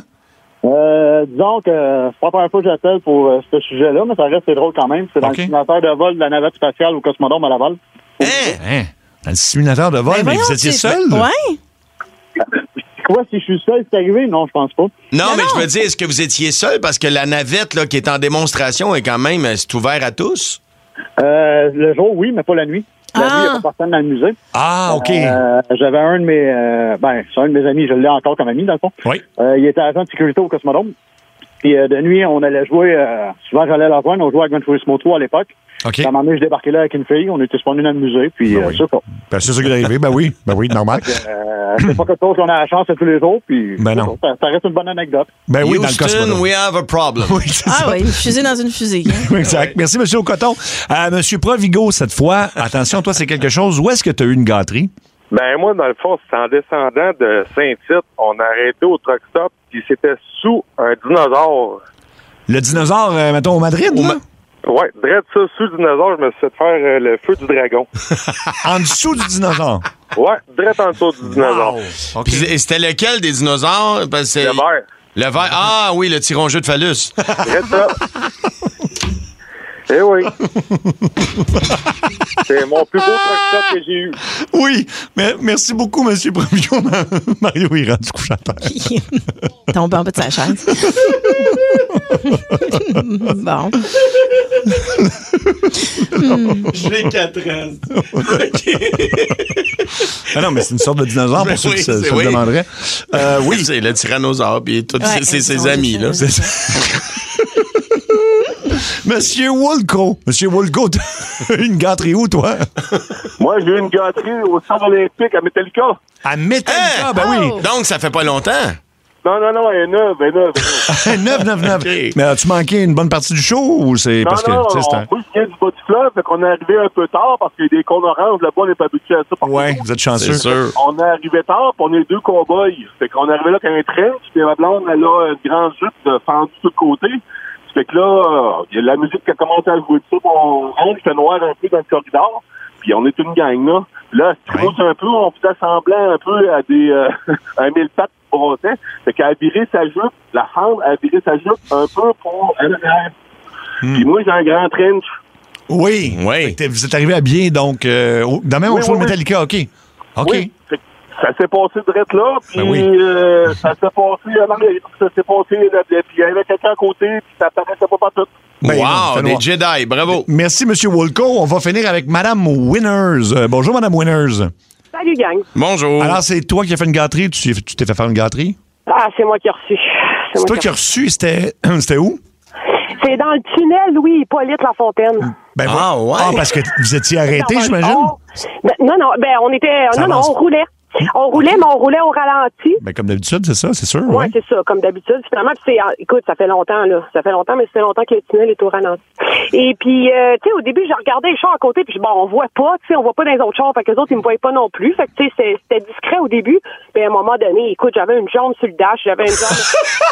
Speaker 19: Euh, disons que euh, c'est pas la première fois que j'appelle pour euh, ce sujet-là, mais ça reste c'est drôle quand même. C'est dans
Speaker 4: Ok.
Speaker 19: le simulateur de vol de la navette spatiale au Cosmodome à Laval.
Speaker 4: Hein? Dans le simulateur de
Speaker 19: Ben
Speaker 4: vol, mais, vous étiez seul?
Speaker 5: Ouais.
Speaker 19: Quoi, si je suis seul, c'est arrivé? Non, je pense pas.
Speaker 3: Non, mais je veux dire, est-ce que vous étiez seul? Parce que la navette là, qui est en démonstration est quand même euh, c'est ouvert à tous.
Speaker 19: Euh, le jour, oui, mais pas la nuit. La nuit, il n'y a pas personne dans le musée.
Speaker 4: Ah,
Speaker 3: OK.
Speaker 19: Euh, J'avais un de mes... euh, ben, c'est un de mes amis, je l'ai encore comme ami, dans le fond.
Speaker 4: Oui.
Speaker 19: Euh, il était agent de sécurité au Cosmodome. Puis euh, de nuit, on allait jouer... euh, souvent, j'allais la rejoindre. On jouait à Grand Turismo Moto à l'époque.
Speaker 4: OK.
Speaker 19: À un moment donné, je débarquais là avec une fille. On était spawnés dans le musée, puis
Speaker 4: Ben
Speaker 19: euh,
Speaker 4: oui.
Speaker 19: ça, quoi.
Speaker 4: Ben, c'est ça qui est arrivé. Ben oui, ben oui, normal.
Speaker 19: Euh, c'est pas quelque chose qu'on a la chance de tous les jours, puis
Speaker 4: Ben non.
Speaker 19: Ça, ça reste une bonne anecdote.
Speaker 4: Ben oui, dans le
Speaker 3: Houston,
Speaker 4: Cosmodome.
Speaker 3: we have a problem.
Speaker 5: Ah oui, une fusée dans une fusée. hein.
Speaker 4: Exact. Merci, M. Coton. Euh, M. Provigo, cette fois, attention, toi, c'est quelque chose. Où est-ce que tu as eu une gâterie?
Speaker 23: Ben moi, dans le fond, c'est en descendant de Saint-Tite, on a arrêté au truck stop, puis c'était sous un dinosaure.
Speaker 4: Le dinosaure, euh, mettons, au Madrid? là?
Speaker 23: Ouais, direct ça, sous le dinosaure, je me suis fait faire euh, le feu du dragon.
Speaker 4: en dessous du dinosaure?
Speaker 23: Ouais, direct en dessous du dinosaure.
Speaker 3: Puis, et c'était lequel des dinosaures? Parce que c'est- le
Speaker 23: vert.
Speaker 3: Le vert. Ah oui, le petit rongeux de phallus.
Speaker 23: Direct ça. Eh oui. c'est mon plus beau truck stop que j'ai eu.
Speaker 4: Oui, mais merci beaucoup, M. Provigo. Mario, il rend du couche à terre.
Speaker 5: Tombe en bas de sa chaise. bon.
Speaker 4: Hmm.
Speaker 24: J'ai 4 ans.
Speaker 4: Ah non, mais c'est une sorte de dinosaure pour
Speaker 3: Ben
Speaker 4: ceux
Speaker 3: oui,
Speaker 4: qui se,
Speaker 3: c'est-
Speaker 4: se le
Speaker 3: oui.
Speaker 4: demanderaient. Euh, oui.
Speaker 3: C'est le tyrannosaure, puis tous
Speaker 4: Ouais,
Speaker 3: ses- ses, ses
Speaker 4: ils sont
Speaker 3: amis. Là.
Speaker 4: C'est ça. Monsieur Woolco. Monsieur Woolco, t'as eu une gâterie où, toi?
Speaker 23: Moi, j'ai eu une gâterie au centre olympique à Metallica.
Speaker 25: Ah,
Speaker 4: À Metallica, ben oui.
Speaker 3: Hein? Donc, ça fait pas longtemps.
Speaker 23: Non, non, non, elle est neuve, elle est neuve.
Speaker 4: 999. Mais as-tu manqué une bonne partie du show ou c'est
Speaker 23: Non,
Speaker 4: parce que.
Speaker 23: non,
Speaker 4: tu sais, c'est
Speaker 23: on
Speaker 4: un-
Speaker 23: peut se dire du bas du fleuve, fait qu'on est arrivé un peu tard parce qu'il y a des cons oranges là-bas, on n'est pas habitué à ça. par
Speaker 4: Ouais,
Speaker 23: contre.
Speaker 4: vous êtes chanceux. C'est sûr.
Speaker 23: On est arrivé tard, puis on est deux cow-boys. Fait qu'on est arrivé là qu'un trench, puis ma blonde, elle a une grande jupe de fendue de côté. Fait que là, euh, il y a la musique qui a commencé à jouer de ça, puis on range le noir un peu dans le corridor, puis on est une gang, là. Là, si tu un peu, on faisait semblant un peu à des... euh, un mille pattes bronzés. Fait qu'elle a viré sa jupe, la femme a viré sa jupe un peu pour... elle, elle,
Speaker 4: Hmm.
Speaker 23: puis moi, j'ai un grand trench.
Speaker 4: Oui. Fait que t'es- Vous êtes arrivé à bien, donc, euh, au- dans le même
Speaker 23: Oui,
Speaker 4: au show
Speaker 23: oui,
Speaker 4: de
Speaker 23: oui.
Speaker 4: Metallica, OK. OK.
Speaker 23: Oui. Fait que Ça s'est passé direct là, puis
Speaker 4: Ben oui.
Speaker 23: euh, ça s'est passé à l'arrière, puis ça s'est passé, là, puis il y avait quelqu'un à côté, puis ça paraissait pas partout.
Speaker 4: Ben, non,
Speaker 3: wow,
Speaker 4: fais
Speaker 3: des
Speaker 4: noir.
Speaker 3: Jedi, bravo.
Speaker 4: Merci, Monsieur Woolco. On va finir avec Madame Winners. Euh, bonjour, Madame Winners.
Speaker 26: Salut, gang.
Speaker 3: Bonjour.
Speaker 4: Alors, c'est toi qui as fait une gâterie. Tu tu t'es fait faire une gâterie?
Speaker 26: Ah, c'est moi qui ai reçu.
Speaker 4: C'est
Speaker 26: moi
Speaker 4: toi qui as reçu. C'était c'était où?
Speaker 26: C'est dans le tunnel, oui, Hippolyte Lafontaine.
Speaker 4: Ben, ah, ouais. parce que vous étiez arrêté,
Speaker 26: Dans un
Speaker 4: j'imagine?
Speaker 26: pont. Ben, non, non, ben, on était.
Speaker 4: Ça
Speaker 26: non, non,
Speaker 4: avance.
Speaker 26: on roulait. On roulait, mais on roulait au ralenti.
Speaker 4: Ben, comme d'habitude, c'est ça, c'est sûr.
Speaker 26: Oui,
Speaker 4: Ouais.
Speaker 26: c'est ça, comme d'habitude. Finalement, puis c'est, ah, écoute, ça fait longtemps, là. Ça fait longtemps, mais ça fait longtemps que le tunnel est au ralenti. Et puis, euh, tu sais, au début, je regardais les chars à côté, puis je- bon, on voit pas, tu sais, on voit pas dans les autres chars, fait que les autres, ils me voyaient pas non plus. Fait que, tu sais, c'est- c'était discret au début. Mais à un moment donné, écoute, j'avais une jambe sur le dash, j'avais une jambe...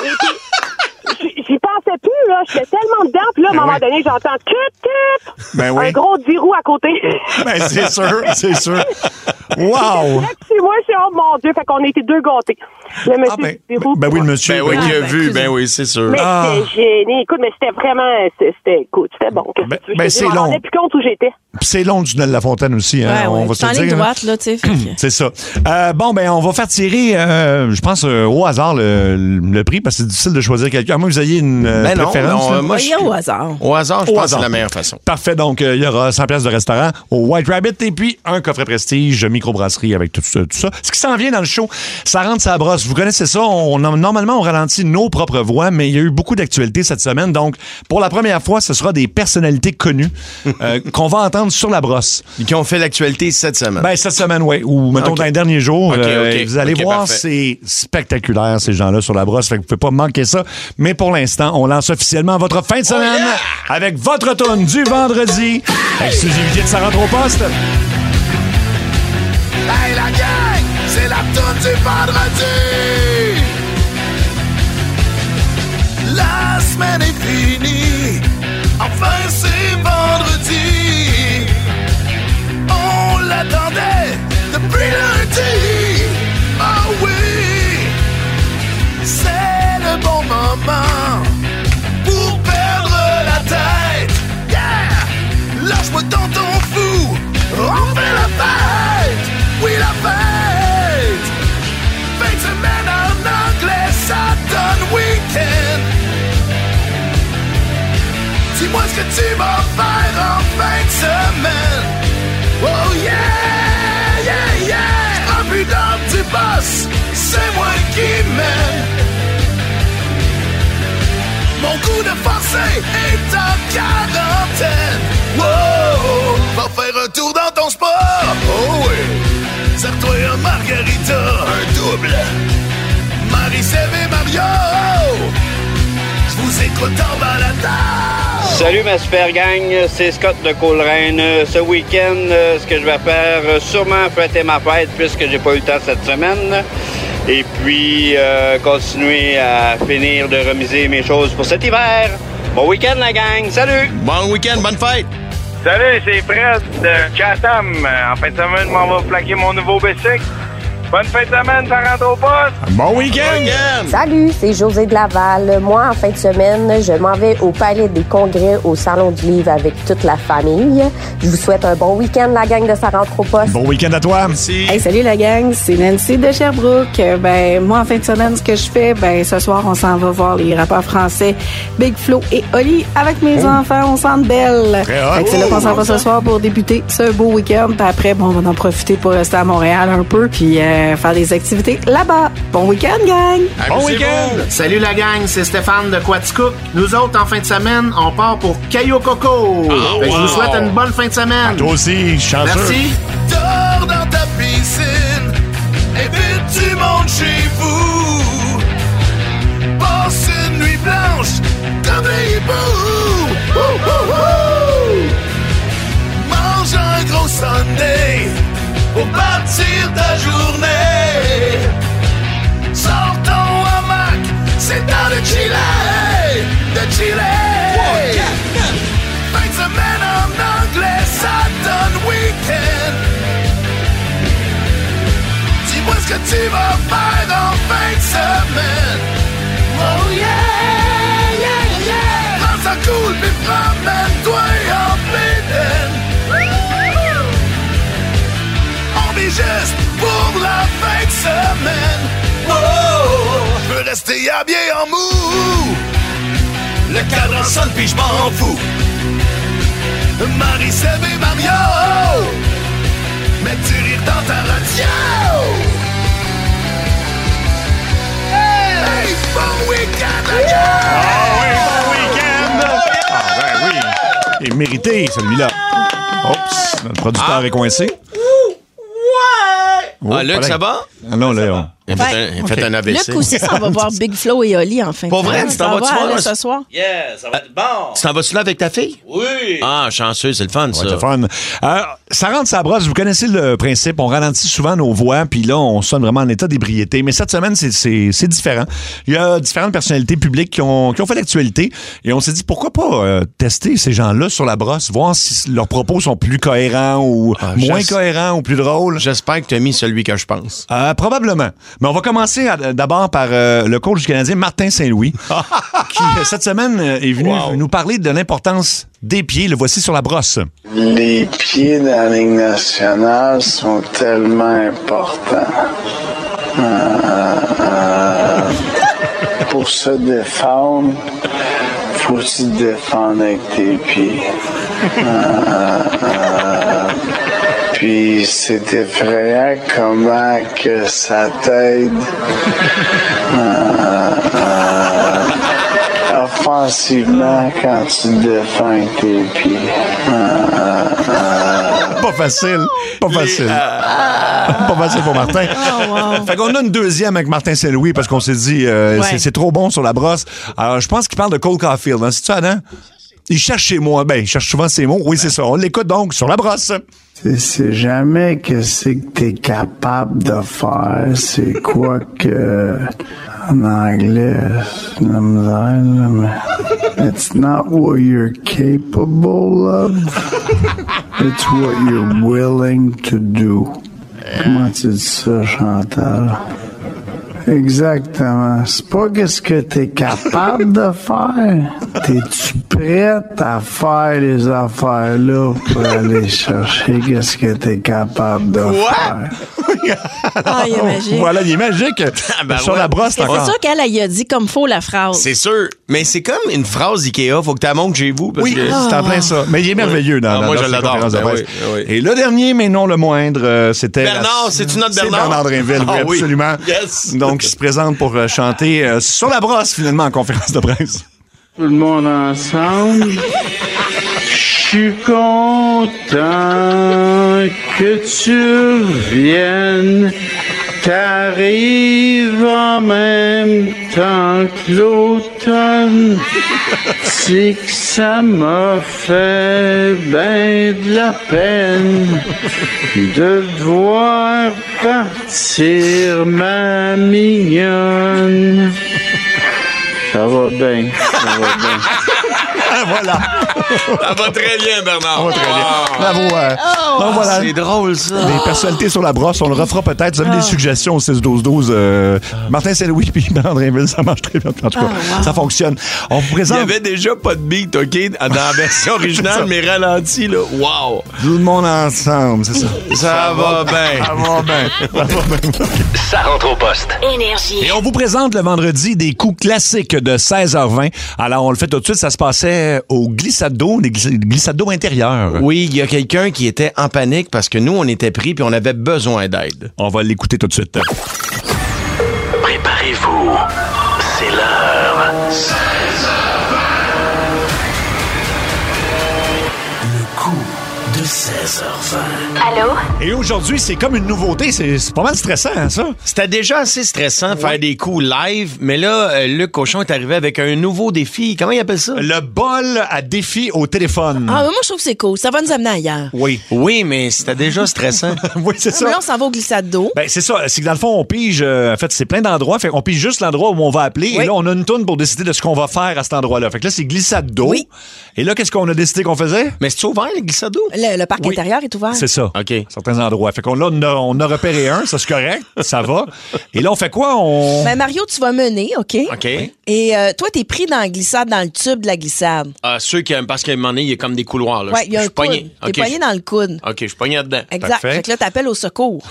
Speaker 26: Et puis, j- J'y pensais plus, là. J'étais tellement dedans. Puis là, à un
Speaker 4: Ben
Speaker 26: moment
Speaker 4: oui.
Speaker 26: donné, j'entends « Tut, tut!
Speaker 4: Ben oui.
Speaker 26: Un gros 10 roues à côté.
Speaker 4: Ben, c'est sûr, c'est sûr. Wow!
Speaker 26: Là, c'est moi, je suis « Oh, mon Dieu! » Fait qu'on était deux gâtés. Le monsieur
Speaker 4: ben,
Speaker 26: du 10 roues,
Speaker 4: Ben oui, le monsieur.
Speaker 3: Ben oui,
Speaker 4: ben-
Speaker 3: qui a vu, ben oui, c'est sûr.
Speaker 26: Mais
Speaker 4: Ah.
Speaker 26: c'était gêné. Écoute, mais c'était vraiment. C'était, c'était- écoute, c'était bon. Qu'est-ce que tu veux?
Speaker 4: ben,
Speaker 26: Je te dis,
Speaker 4: c'est
Speaker 26: je m'en
Speaker 4: long.
Speaker 26: rendais plus compte où j'étais.
Speaker 4: Pis c'est long, le tunnel de la fontaine aussi, hein,
Speaker 26: Ouais,
Speaker 4: on
Speaker 26: ouais.
Speaker 4: va
Speaker 26: Puis
Speaker 4: se
Speaker 26: t'en
Speaker 4: le
Speaker 26: es
Speaker 4: dire. hein.
Speaker 26: droite, là, tu sais, fait que-
Speaker 4: C'est ça. Euh, bon, ben, on va faire tirer, euh, je pense, euh, au hasard le, le prix, parce que c'est difficile de choisir quelqu'un. À moins que vous ayez une euh,
Speaker 3: Ben non,
Speaker 4: préférence.
Speaker 3: non,
Speaker 4: là.
Speaker 3: euh, moi, je-
Speaker 5: au hasard.
Speaker 3: Au hasard, je
Speaker 4: Au hasard.
Speaker 3: pense que c'est la meilleure façon.
Speaker 4: Parfait. Donc, euh, il y aura 100 places de restaurant au White Rabbit et puis un coffret prestige, microbrasserie avec tout, ça- tout ça. Ce qui s'en vient dans le show, ça rentre sa brosse. Vous connaissez ça. On, normalement, on ralentit nos propres voix, mais il y a eu beaucoup d'actualités cette semaine. Donc, pour la première fois, ce sera des personnalités connues euh, qu'on va entendre sur la brosse.
Speaker 3: Et qui ont fait l'actualité cette semaine.
Speaker 4: Ben, cette semaine, oui. Ou, mettons,
Speaker 3: Ok.
Speaker 4: dans les derniers jours.
Speaker 3: Ok,
Speaker 4: euh,
Speaker 3: ok,
Speaker 4: vous allez
Speaker 3: ok,
Speaker 4: voir,
Speaker 3: parfait.
Speaker 4: c'est spectaculaire, ces gens-là sur la brosse. Fait que vous pouvez pas manquer ça. Mais pour l'instant, on lance officiellement votre fin de
Speaker 3: Oh,
Speaker 4: semaine avec votre tune du vendredi. Exclusivité de Sarah rentre au poste.
Speaker 16: Hey la gang, c'est la toune du vendredi. La semaine est finie, enfin c'est vendredi. On l'attendait depuis lundi. Ah oui, c'est le bon moment. moment pour perdre la tête. Yeah! Lâche-moi dans ton fou, on fait la fête. Oui, la fête. Fin de semaine en anglais, ça donne week-end. Dis-moi ce que tu vas faire en fin de semaine. Oh yeah, yeah, yeah. J'prends plus d'ordre du boss, c'est moi qui mène. Mon coup de forcé est en quarantaine. Wow! Va faire un tour dans ton sport. Oh oui! Sers-toi un margarita. Un double. Marie-Sève et Mario. Je vous écoute en balada.
Speaker 6: Salut ma super gang, c'est Scott de Coleraine. Euh, Ce week-end, euh, ce que je vais
Speaker 20: ben.
Speaker 6: faire, euh, sûrement fêter ma fête puisque j'ai pas eu le temps cette semaine. Et puis euh, continuer à finir de remiser mes choses pour cet hiver. Bon week-end la gang, salut!
Speaker 24: Bon week-end, bonne fête!
Speaker 27: Salut, c'est Fred de Chatham. En fin de semaine, je m'en vais plaquer mon nouveau bicycle. Bonne fin de semaine, ça rentre au poste.
Speaker 24: Bon week-end!
Speaker 28: Salut, c'est José de Laval. Moi, en fin de semaine, je m'en vais au Palais des Congrès au Salon du Livre avec toute la famille. Je vous souhaite un bon week-end, la gang de Ça rentre au poste.
Speaker 4: Bon week-end à toi.
Speaker 29: Hey, salut la gang, c'est Nancy de Sherbrooke. Euh, Ben, moi, en fin de semaine, ce que je fais, ben, ce soir, on s'en va voir les rappeurs français Big Flo et Oli avec mes enfants. On s'en belle.
Speaker 28: Oh. Très hot.
Speaker 29: Fait que C'est là qu'on s'en
Speaker 28: Oh,
Speaker 29: va ce soir pour débuter ce beau week-end. Puis après, bon, on va en profiter pour rester à Montréal un peu puis euh, faire des activités là-bas. Bon week-end, gang!
Speaker 30: Salut la gang, c'est Stéphane de Quaticook. Nous autres, en fin de semaine, on part pour Cayo Coco.
Speaker 4: Ah,
Speaker 30: Fait que Ben, Je
Speaker 4: wow.
Speaker 30: vous souhaite une bonne fin de semaine.
Speaker 4: Toi aussi, chanceux.
Speaker 30: Merci.
Speaker 16: Dors dans ta piscine et vite tu montes chez vous. Passe une nuit blanche comme les hiboux. Ouh, ouh, ouh. Mange un gros sundae pour partir ta journée. Sors ton hamac, c'est dans le Chili, de Chili. Fin de semaine en anglais, ça donne week-end. Dis-moi ce que tu vas faire en fin de semaine. Oh yeah, yeah, yeah. Prends ça cool, puis promène-toi en pleine. On vit juste pour la fin de semaine. Oh, je veux rester habillé en mou. Le cadran sonne, puis je m'en fous. Marie-Sève et Mario. Mais tu rires dans ta radio. Hey, bon week-end, la
Speaker 4: gueule! Ah, ben oui. Il est mérité, celui-là. Oups, notre producteur est coincé.
Speaker 3: Ah, Luc,
Speaker 4: pareil.
Speaker 3: ça va?
Speaker 4: Ah non, là, on...
Speaker 3: Il a fait un- il a fait un AVC.
Speaker 5: Ben, Luc aussi, ça va voir Big Flo et Oli en fin
Speaker 3: Pas
Speaker 5: de
Speaker 3: vrai?
Speaker 5: semaine.
Speaker 3: Tu t'en
Speaker 5: Ça
Speaker 3: vas-tu
Speaker 5: va
Speaker 3: voir
Speaker 5: aller
Speaker 3: un-
Speaker 5: ce soir?
Speaker 27: Yeah, ça va être bon.
Speaker 3: Tu t'en vas-tu là avec ta fille?
Speaker 27: Oui.
Speaker 3: Ah, chanceux, c'est le fun, ça.
Speaker 4: C'est le fun. Euh, ça rentre sa brosse. Vous connaissez le principe. On ralentit souvent nos voix, puis là, on sonne vraiment en état d'ébriété. Mais cette semaine, c'est- c'est c'est différent. Il y a différentes personnalités publiques qui ont, qui ont fait l'actualité. Et on s'est dit, pourquoi pas euh, tester ces gens-là sur la brosse, voir si leurs propos sont plus cohérents ou
Speaker 3: Ah,
Speaker 4: moins
Speaker 3: j'es-
Speaker 4: cohérents ou plus drôles.
Speaker 3: J'espère que tu as mis celui que je pense.
Speaker 4: Euh, probablement. Mais on va commencer à- d'abord par euh, le coach du Canadien, Martin Saint-Louis, qui, euh, cette semaine, euh, est venu nous parler de l'importance des pieds. Le voici sur la brosse.
Speaker 31: Les pieds dans la Ligue nationale sont tellement importants. Euh, euh, pour se défendre, faut se défendre avec tes pieds. Euh, euh, puis c'est effrayant comment que ça t'aide. Euh, euh, offensivement quand tu défends avec tes pieds. Euh, euh, euh.
Speaker 4: Pas facile. Pas facile.
Speaker 30: euh,
Speaker 4: Pas facile pour Martin. Fait qu'on a une deuxième avec Martin Saint-Louis parce qu'on s'est dit, euh,
Speaker 32: Ouais.
Speaker 4: c'est- c'est trop bon sur la brosse. Alors, je pense qu'il parle de Cole Caulfield. Hein. C'est-tu, Adam? Il cherche chez moi. Ben, il cherche souvent ses mots. Oui, c'est ça. On l'écoute donc sur la brosse.
Speaker 31: Tu sais jamais que c'est que t'es capable de faire. C'est quoi que... En anglais, c'est de la misère, là, mais... It's not what you're capable of. It's what you're willing to do. Comment tu dis ça, Chantal? Exactement. C'est pas qu'est-ce que t'es capable de faire. T'es-tu prête à faire les affaires là pour aller chercher qu'est-ce que t'es capable de faire?
Speaker 5: Ah, il est magique.
Speaker 4: Voilà, il est magique.
Speaker 3: Ah, ben
Speaker 4: Sur la brosse,
Speaker 5: Mais C'est sûr qu'elle elle y a dit comme faut la phrase.
Speaker 3: C'est sûr, mais c'est comme une phrase Ikea, faut que tu montres chez vous. Parce
Speaker 4: Oui,
Speaker 3: que-
Speaker 4: c'est en plein ça. Mais il est merveilleux dans,
Speaker 3: Ah,
Speaker 4: dans-
Speaker 3: Moi,
Speaker 4: dans
Speaker 3: je
Speaker 4: ses
Speaker 3: l'adore.
Speaker 4: conférences de
Speaker 3: ben
Speaker 4: presse.
Speaker 3: oui, oui.
Speaker 4: Et le dernier, mais non le moindre, euh, c'était... la-
Speaker 3: Bernard, c'est-tu notre Bernard?
Speaker 4: C'est Bernard Drinville, oui,
Speaker 3: Ah oui.
Speaker 4: absolument.
Speaker 3: Yes.
Speaker 4: Donc, il se présente pour euh, chanter euh, sur la brosse, finalement, en conférence de presse.
Speaker 9: Tout le monde ensemble. Je suis content que tu reviennes. T'arrives en même temps que l'automne. C'est que ça m'a fait ben de la peine de te voir partir, ma mignonne. Ça va bien, ça va bien.
Speaker 4: Ah, voilà.
Speaker 3: Ça va très bien, Bernard.
Speaker 4: Ça va très bien.
Speaker 3: Wow.
Speaker 4: Bravo. euh,
Speaker 3: Oh,
Speaker 4: donc voilà.
Speaker 3: C'est drôle, ça.
Speaker 4: Les personnalités sur la brosse, on le refera peut-être. Vous avez
Speaker 5: Ah.
Speaker 4: des suggestions au 6-12-12. euh, Martin Saint-Louis puis Bernard Drinville, ça marche très bien. En tout cas,
Speaker 5: Ah,
Speaker 4: ça fonctionne. On vous
Speaker 3: Il
Speaker 4: présente...
Speaker 3: n'y avait déjà pas de beat, OK, dans la version
Speaker 4: C'est
Speaker 3: originale,
Speaker 4: ça.
Speaker 3: mais ralenti, là. Wow!
Speaker 4: Tout le monde ensemble, c'est ça.
Speaker 3: Ça va bien.
Speaker 4: Ça va bien. Ça va bien.
Speaker 16: Ça rentre au poste.
Speaker 8: Énergie.
Speaker 4: Et on vous présente le vendredi des coups classiques de 16h20. Alors, on le fait tout de suite. Ça se passait au glissade d'eau, des glis- glissades d'eau intérieures.
Speaker 3: Oui, il y a quelqu'un qui était en panique parce que nous, on était pris puis on avait besoin d'aide.
Speaker 4: On va l'écouter tout de suite.
Speaker 16: Préparez-vous. C'est l'heure.
Speaker 4: Le coup de 16h20. Allô? Et aujourd'hui, c'est comme une nouveauté. C'est c'est pas mal stressant, hein, ça.
Speaker 3: C'était déjà assez stressant de faire des coups live, mais là, euh, Luc Cochon est arrivé avec un nouveau défi. Comment il appelle ça?
Speaker 4: Le bol à défi au téléphone.
Speaker 5: Ah, mais moi, je trouve que c'est cool. Ça va nous amener ailleurs.
Speaker 3: Oui. Oui, mais c'était déjà stressant.
Speaker 4: oui, c'est
Speaker 5: Ah, mais là, on s'en va au glissade d'eau.
Speaker 4: Ben, c'est ça. C'est que dans le fond, on pige. euh, en fait, c'est plein d'endroits. Fait on pige juste l'endroit où on va appeler. Et là, on a une tourne pour décider de ce qu'on va faire à cet endroit-là. Fait que là, c'est glissade d'eau. Et là, qu'est-ce qu'on a décidé qu'on faisait?
Speaker 3: Mais c'est ouvert, le glissade d'eau?
Speaker 5: Le, le parc intérieur est ouvert.
Speaker 4: C'est ça. Certains endroits. Fait qu'on là, on a, on a repéré un. Ça, c'est correct. Ça va. Et là, on fait quoi? On.
Speaker 5: Ben, Mario, tu vas mener, OK?
Speaker 3: OK.
Speaker 5: Et euh, toi, t'es pris dans la glissade, dans le tube de la glissade.
Speaker 3: Ah, ceux qui aiment, parce qu'à un moment donné, il y a comme des couloirs. Là.
Speaker 5: Ouais,
Speaker 3: Je-
Speaker 5: il y a
Speaker 3: je
Speaker 5: un
Speaker 3: suis pogné.
Speaker 5: coude. T'es
Speaker 3: OK,
Speaker 5: poigné
Speaker 3: je-
Speaker 5: dans le coude.
Speaker 3: OK, je suis pogné dedans.
Speaker 5: Exact. Fait que là, t'appelles au secours.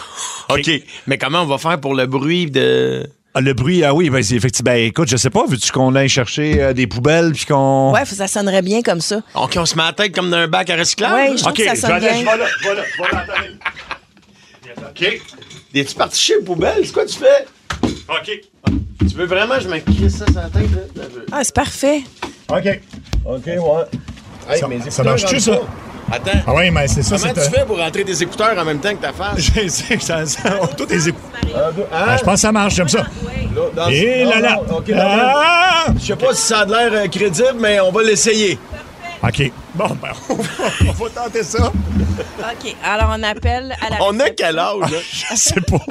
Speaker 3: OK. Mais comment on va faire pour le bruit de.
Speaker 4: Ah, le bruit, ah oui, ben, c'est effectivement. Ben, écoute, je sais pas, veux-tu qu'on aille chercher euh, des poubelles puis qu'on.
Speaker 5: Ouais, ça sonnerait bien comme ça.
Speaker 3: OK, on se met à la tête comme dans un bac à recyclage?
Speaker 5: Ouais, je trouve que ça sonne bien.
Speaker 3: OK. Es-tu parti chez les poubelles? C'est quoi tu fais? OK. Tu veux vraiment que je me crisse ça sur la tête? Là?
Speaker 5: Ah, c'est parfait.
Speaker 4: OK. OK, ouais.
Speaker 3: Hey,
Speaker 4: Ça-
Speaker 3: mes
Speaker 4: ça
Speaker 3: écouteurs
Speaker 4: marche-tu,
Speaker 3: rentrent
Speaker 4: ça?
Speaker 3: pas. Attends.
Speaker 4: Ah ouais, mais c'est ça,
Speaker 3: Comment
Speaker 4: c'est
Speaker 3: tu
Speaker 4: un-
Speaker 3: fais pour rentrer tes écouteurs en même temps que ta face? Ah,
Speaker 4: Je sais, ça, ça, on- tous les écou-
Speaker 3: Un, deux,
Speaker 4: Ah, je pense que ça marche, j'aime ça.
Speaker 3: Dans-
Speaker 4: Et
Speaker 3: non,
Speaker 4: là là.
Speaker 3: non, ok, dans-
Speaker 4: Ah!
Speaker 3: Je sais pas si ça a de l'air euh, crédible, mais on va l'essayer.
Speaker 4: OK. Bon, ben, on va, on va tenter ça.
Speaker 5: OK. Alors, on appelle à la. Ah,
Speaker 3: On a quel âge?
Speaker 4: je sais pas.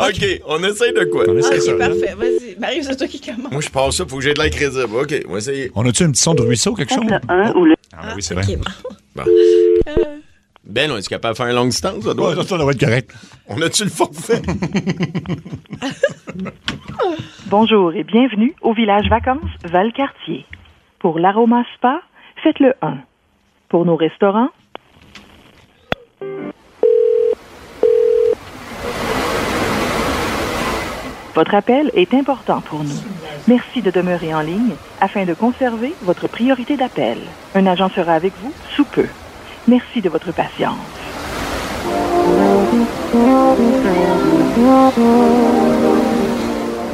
Speaker 3: OK, on essaye de quoi?
Speaker 5: Ah,
Speaker 3: ça.
Speaker 5: OK, parfait. Vas-y. Mario, c'est toi qui commence.
Speaker 3: Moi, je passe ça, faut que j'ai de l'air crédible. OK, on va essayer.
Speaker 4: On a-tu un petit son de ruisseau, quelque chose?
Speaker 5: un ou le.
Speaker 4: Ah, ben oui, c'est vrai.
Speaker 3: Bon. Ben, on est capable de faire une longue distance? Ça doit,
Speaker 4: Ouais, ça doit être correct.
Speaker 3: On a-tu le forfait?
Speaker 7: Bonjour et bienvenue au village vacances Valcartier. Pour l'aroma spa, faites le 1. Pour nos restaurants, votre appel est important pour nous. Merci de demeurer en ligne afin de conserver votre priorité d'appel. Un agent sera avec vous sous peu. Merci de votre patience.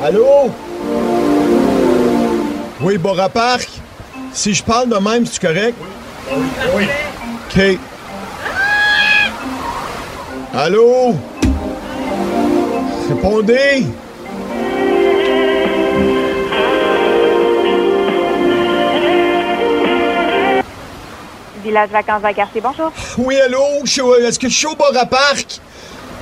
Speaker 1: Allô? Oui, Bora Park. Si je parle de même, c'est correct? Oui. OK.
Speaker 16: Ah,
Speaker 1: Allô? Répondez!
Speaker 7: Village vacances Valcartier, bonjour.
Speaker 1: Oui, allô? Je suis au- Est-ce que je suis au Bora Park?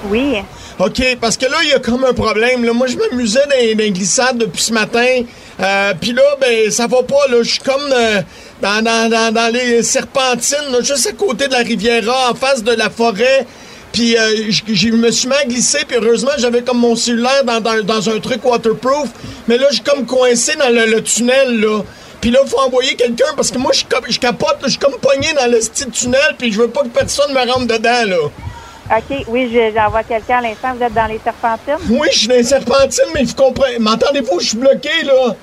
Speaker 7: Oui.
Speaker 1: OK, parce que là, il y a comme un problème. Là. Moi, je m'amusais dans, dans les glissades depuis ce matin. Euh, Puis là, ben, ça va pas. Là. Je suis comme euh, dans, dans, dans, dans les serpentines, là, juste à côté de la Riviera, en face de la forêt. Puis euh, j- je me suis mal glissé, puis heureusement, j'avais comme mon cellulaire dans, dans- dans un truc waterproof. Mais là, je suis comme coincé dans le, le tunnel, là. Puis là, faut envoyer quelqu'un parce que moi, je suis comme- je capote, là, je suis comme pogné dans le petit tunnel, puis je veux pas que personne me rentre dedans, là.
Speaker 21: OK, oui, je- j'envoie quelqu'un à l'instant. Vous êtes dans les serpentines?
Speaker 1: Oui, je suis dans les serpentines, mais vous comprenez. M'entendez-vous? Je suis bloqué, là.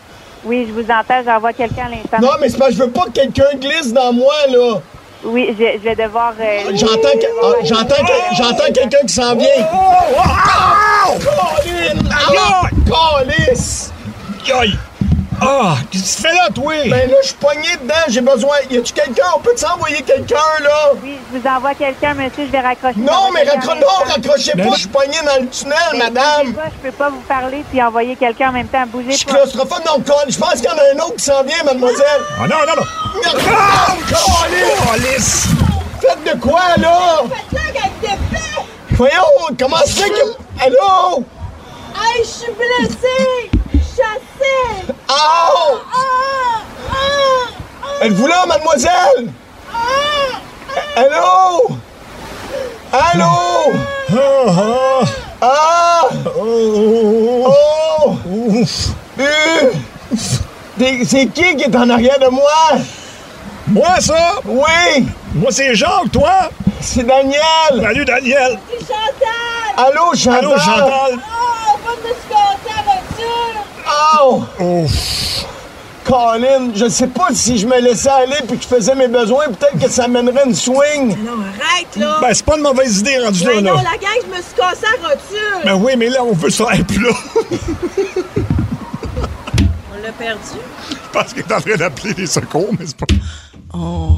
Speaker 21: Oui, je vous entends. J'envoie quelqu'un à l'instant.
Speaker 1: Non, mais c'est pas, je veux pas que quelqu'un glisse dans moi, là.
Speaker 21: Oui, je, je vais devoir... euh,
Speaker 1: J'entends que- ah, j'entends que- j'entends quelqu'un qui s'en vient. Ah! Colin! Ah! Calice! Aïe! Ah! Qu'est-ce que tu fais là, toi? Ben là, je suis pogné dedans, j'ai besoin. Y a-tu quelqu'un? On peut t'envoyer quelqu'un, là?
Speaker 21: Oui, je vous envoie quelqu'un, monsieur. Je vais raccrocher.
Speaker 1: Non, mais raccro-
Speaker 21: raccrochez
Speaker 1: non, raccrochez pas, je suis pogné dans le tunnel, madame!
Speaker 21: Je peux pas vous parler puis envoyer quelqu'un en même temps. Bougez
Speaker 1: Je suis claustrophobe, non, Colin, je pense qu'il y en a un autre qui s'en vient, mademoiselle!
Speaker 4: Ah non, non, non!
Speaker 1: Ah! Calice! Faites de quoi, là? Voyons, comment ça fait que... Allô?
Speaker 16: Hey, je suis blessée! Chassée! Ah,
Speaker 1: Ow! Êtes-vous là, mademoiselle?
Speaker 16: ah!
Speaker 1: Allô? Allô? Ah! Oh! Ouf! C'est qui qui est en arrière de moi? Moi, ça? Oui! Moi, c'est Jacques, toi? C'est Daniel! Salut, Daniel!
Speaker 16: C'est Chantal!
Speaker 1: Allô, Chantal?
Speaker 16: Allô, Chantal? Oh, va me supporter avec ça!
Speaker 4: Ah!
Speaker 1: Oh! Colin, je sais pas si je me laissais aller puis que je faisais mes besoins, peut-être que ça mènerait une swing.
Speaker 16: Non, arrête, là!
Speaker 1: c'est pas une mauvaise idée rendue
Speaker 16: Ben non, la gang, je me suis cassée à rotule!
Speaker 4: Ben
Speaker 1: oui, mais là, on veut ça et plus là.
Speaker 16: On l'a perdu.
Speaker 4: Parce qu'il est en train d'appeler les secours, mais c'est pas.
Speaker 5: Oh.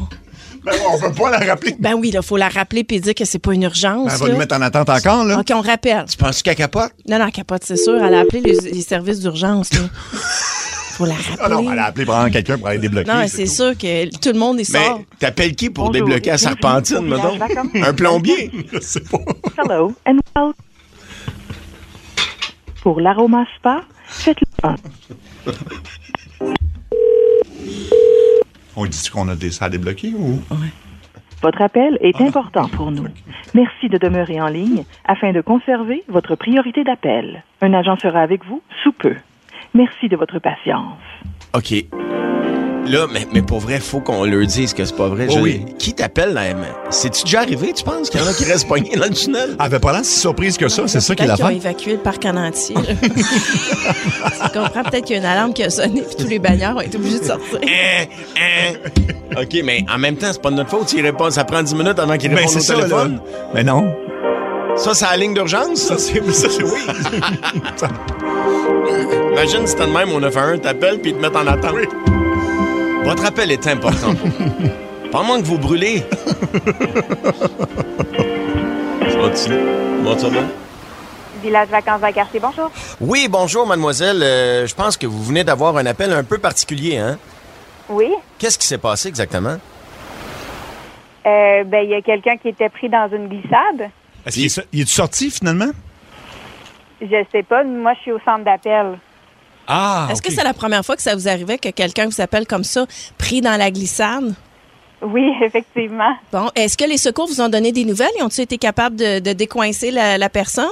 Speaker 4: Ben, on peut pas la rappeler.
Speaker 5: Ben oui, il faut la rappeler puis dire que c'est pas une urgence.
Speaker 4: Ben, elle va
Speaker 5: là.
Speaker 4: nous mettre en attente encore, là.
Speaker 5: OK, on rappelle.
Speaker 4: Penses-tu qu'elle capote?
Speaker 5: Non, non, capote, c'est sûr. Elle a appelé les, les services d'urgence. là. faut la rappeler.
Speaker 4: Ah non, elle a appelé prendre quelqu'un pour aller débloquer.
Speaker 5: Non, c'est sûr que tout le monde est sort.
Speaker 3: Mais t'appelles qui pour débloquer à Serpentine, mettons? Un plombier?
Speaker 4: Je sais pas.
Speaker 7: Hello and welcome. Pour l'aroma spa, faites-le un.
Speaker 4: On dit qu'on a des salles débloquées ou?
Speaker 7: Votre appel est
Speaker 4: Ah.
Speaker 7: important pour nous. Merci de demeurer en ligne afin de conserver votre priorité d'appel. Un agent sera avec vous sous peu. Merci de votre patience.
Speaker 3: OK. Là, mais, mais pour vrai, faut qu'on leur dise que c'est pas vrai.
Speaker 4: Oh
Speaker 3: Je-
Speaker 4: oui.
Speaker 3: Qui t'appelle, là? mais C'est-tu déjà arrivé, tu penses, qu'il y en a qui restent pognés dans le tunnel?
Speaker 4: Elle avait pas l'air si surprise que ça, c'est ça qui est
Speaker 5: Peut-être qu'ils ont
Speaker 4: l'affaire.
Speaker 5: évacué le parc en entier. là. tu comprends? Peut-être qu'il y a une alarme qui a sonné puis tous les bagnards ont été obligés de sortir.
Speaker 3: Eh, OK, mais en même temps, c'est pas de notre faute s'il répond. Ça prend 10 minutes avant qu'il
Speaker 4: Ben,
Speaker 3: réponde
Speaker 4: c'est ça,
Speaker 3: au téléphone.
Speaker 4: là. Mais non.
Speaker 3: Ça, c'est la ligne d'urgence? Ça, c'est oui. Imagine si t'as de même, on a fait un, t'appelles puis ils te mettent en attente. Votre appel est important. pour nous. Pas moins que vous brûlez. Ça va-tu? Bon, ça va?
Speaker 21: Village Vacances à Cartier, bonjour.
Speaker 3: Oui, bonjour, mademoiselle. Euh, je pense que vous venez d'avoir un appel un peu particulier, hein?
Speaker 21: Oui,
Speaker 3: Qu'est-ce qui s'est passé exactement?
Speaker 21: euh, ben il y a quelqu'un qui était pris dans une glissade.
Speaker 4: Est-ce qu'il est, so- il est sorti finalement?
Speaker 21: Je sais pas, moi je suis au centre d'appel.
Speaker 4: Ah!
Speaker 5: Est-ce que c'est la première fois que ça vous arrivait que quelqu'un vous appelle comme ça, pris dans la glissade?
Speaker 21: Oui, effectivement.
Speaker 5: Bon, est-ce que les secours vous ont donné des nouvelles? Ils ont-ils été capables de, de décoincer la, la personne?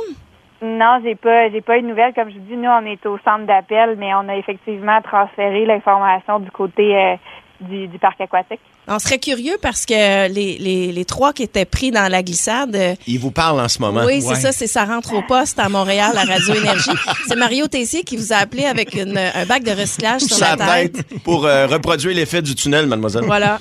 Speaker 21: Non, j'ai pas, j'ai pas eu de nouvelles. Comme je vous dis, nous, on est au centre d'appel, mais on a effectivement transféré l'information du côté euh, du, du parc aquatique.
Speaker 5: On serait curieux parce que les, les- les trois qui étaient pris dans la glissade. euh,
Speaker 3: Il vous parle en ce moment.
Speaker 5: Oui, c'est ça, c'est ça rentre au poste à Montréal à Radio Énergie. c'est Mario Tessier qui vous a appelé avec une- un bac de recyclage sur
Speaker 3: Sa
Speaker 5: la tête.
Speaker 3: tête pour euh, reproduire l'effet du tunnel, mademoiselle.
Speaker 5: Voilà.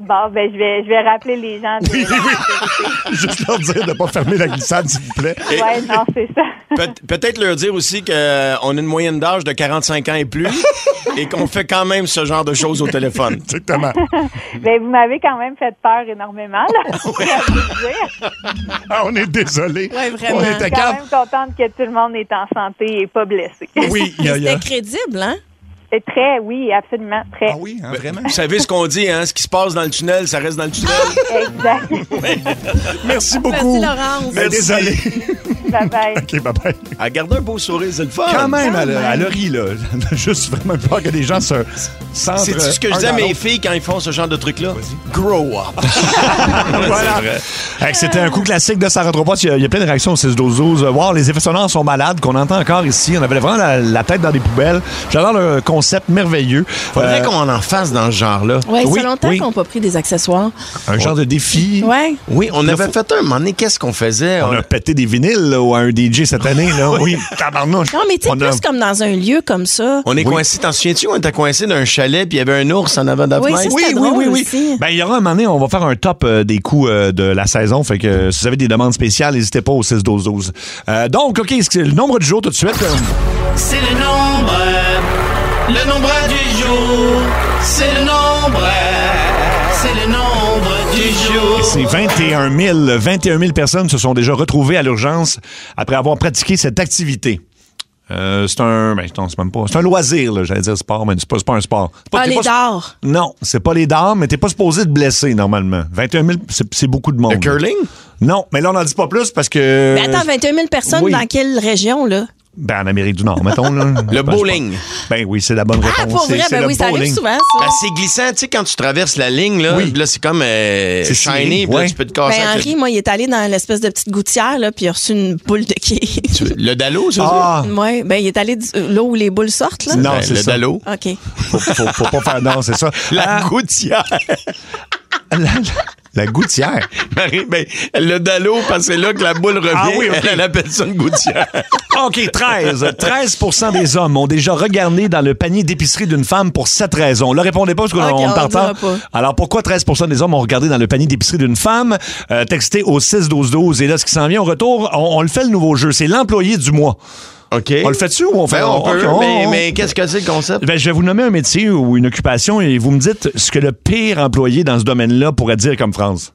Speaker 21: Bon, ben je vais, je vais rappeler les gens. De...
Speaker 4: Juste leur dire de ne pas fermer la glissade, s'il vous plaît.
Speaker 21: Ouais, non, c'est ça.
Speaker 3: Peut- Peut-être leur dire aussi qu'on a une moyenne d'âge de 45 ans et plus et qu'on fait quand même ce genre de choses au téléphone.
Speaker 4: Exactement.
Speaker 5: Hein,
Speaker 21: Ben vous m'avez quand même fait peur énormément. Là. Je vais vous dire.
Speaker 4: Ah, on est désolé.
Speaker 5: Ouais, vraiment.
Speaker 4: On était
Speaker 21: Je suis quand
Speaker 4: calme.
Speaker 21: même contente que tout le monde est en santé et pas blessé.
Speaker 4: Oui, il y a- il y a-
Speaker 5: C'était crédible, hein?
Speaker 21: Euh, Très, oui, absolument,
Speaker 4: Ah
Speaker 21: très.
Speaker 24: oui, vraiment. Vous savez ce qu'on dit, hein? Ce qui se passe dans le tunnel, ça reste dans le tunnel.
Speaker 5: Ah,
Speaker 21: Exact.
Speaker 4: Merci beaucoup. Mais désolé.
Speaker 21: Bye bye.
Speaker 4: OK, bye-bye.
Speaker 3: Ah,
Speaker 24: Elle garde un beau sourire, c'est le fun.
Speaker 4: Quand même, elle, a- elle a ri, là. Elle a juste vraiment peur que des gens se sentent. euh,
Speaker 24: C'est ce que je dis à mes filles quand ils font ce genre de truc-là. Grow up.
Speaker 4: Voilà. Fait que C'était un coup classique de Sarah Tropos. Il y a- il y, a plein de réactions au 6-12-12. Euh, Wow, les effets sonores sont malades, qu'on entend encore ici. On avait vraiment la, la tête dans des poubelles. J'adore le concept merveilleux. Euh,
Speaker 3: Faudrait qu'on en fasse dans ce genre-là.
Speaker 5: Ouais, ça fait longtemps qu'on n'a pas pris des accessoires.
Speaker 4: Un genre de défi.
Speaker 5: Ouais.
Speaker 3: Oui, on
Speaker 4: Là,
Speaker 3: avait
Speaker 4: faut-
Speaker 3: fait un moment donné, qu'est-ce qu'on faisait?
Speaker 4: On a pété des vinyles là, à un DJ cette année. Là. Oui, tabarnouche.
Speaker 5: Non, mais tu sais,
Speaker 3: On a-
Speaker 5: plus comme dans un lieu comme ça.
Speaker 3: On est coincé, t'en souviens-tu? On était coincé d'un chalet, puis il y avait un ours en avant de la
Speaker 5: Oui,
Speaker 3: fenêtre.
Speaker 5: ça, c'était drôle aussi.
Speaker 4: Ben, il y aura un moment donné, on va faire un top euh, des coûts euh, de la saison. Fait que euh, si vous avez des demandes spéciales, n'hésitez pas au 6-12-12. Euh, donc, OK, c'est le nombre de jours tout de suite. euh,
Speaker 16: C'est le nombre, le nombre du jour. C'est le nombre, c'est le nombre du jour.
Speaker 4: C'est 21 000, 21 000 personnes se sont déjà retrouvées à l'urgence après avoir pratiqué cette activité. Euh, c'est un, ben, non, c'est même pas, c'est un loisir, là, j'allais dire sport, mais c'est pas, c'est pas un sport. C'est
Speaker 5: Ah,
Speaker 4: t'es
Speaker 5: les dards.
Speaker 4: Non, c'est pas les dames, mais t'es pas supposé te blesser normalement. 21 000, c'est, c'est beaucoup de monde. Le curling? Non, mais là on n'en dit pas plus parce que.
Speaker 5: Mais attends, 21 000 personnes
Speaker 4: Euh, oui.
Speaker 5: dans quelle région, là?
Speaker 4: Ben, en Amérique du Nord, mettons. Là.
Speaker 3: Le bowling.
Speaker 4: Ben oui, c'est la bonne réponse.
Speaker 5: Ah, pour
Speaker 4: C'est-
Speaker 5: vrai,
Speaker 4: c'est
Speaker 5: ben
Speaker 4: le
Speaker 5: oui, ça arrive
Speaker 4: bowling.
Speaker 5: souvent, ça.
Speaker 3: Ben, c'est glissant, tu sais, quand tu traverses la ligne, là, puis là c'est comme euh,
Speaker 4: C'est
Speaker 3: shiny,
Speaker 4: serré,
Speaker 3: puis là,
Speaker 4: ouais.
Speaker 3: tu peux te casser.
Speaker 5: ben,
Speaker 3: avec
Speaker 5: Henri, moi, il est allé dans l'espèce de petite gouttière, là, puis il a reçu une boule de quai.
Speaker 3: le, le dallo, ça?
Speaker 4: Ah,
Speaker 5: Ouais, ben, il est allé du- là où les boules sortent, là.
Speaker 4: Non, c'est
Speaker 3: Ben, le
Speaker 4: ça.
Speaker 3: dallo.
Speaker 5: OK.
Speaker 4: Faut, faut, faut pas faire. Non, c'est ça. Ah.
Speaker 3: La gouttière.
Speaker 4: la, la gouttière.
Speaker 3: Marie, ben, le dallo, parce que c'est là que la boule revient.
Speaker 4: Ah oui, ok.
Speaker 3: elle, elle appelle ça une gouttière.
Speaker 4: OK, 13. 13 des hommes ont déjà regardé dans le panier d'épicerie d'une femme pour cette raison. Ne répondez pas parce qu'on
Speaker 5: Ok, on
Speaker 4: on
Speaker 5: le
Speaker 4: t'entend.
Speaker 5: dira
Speaker 4: Alors, pourquoi 13 des hommes ont regardé dans le panier d'épicerie d'une femme? Euh, textez au 6-12-12. Et là, ce qui s'en vient au retour, on, on le fait le nouveau jeu. C'est l'employé du mois.
Speaker 3: OK.
Speaker 4: On le fait dessus ou on fait
Speaker 3: Ben, on peut,
Speaker 4: ok, on-
Speaker 3: mais,
Speaker 4: on-
Speaker 3: mais qu'est-ce que c'est le concept?
Speaker 4: Ben, je vais vous nommer un métier ou une occupation et vous me dites ce que le pire employé dans ce domaine-là pourrait dire comme France.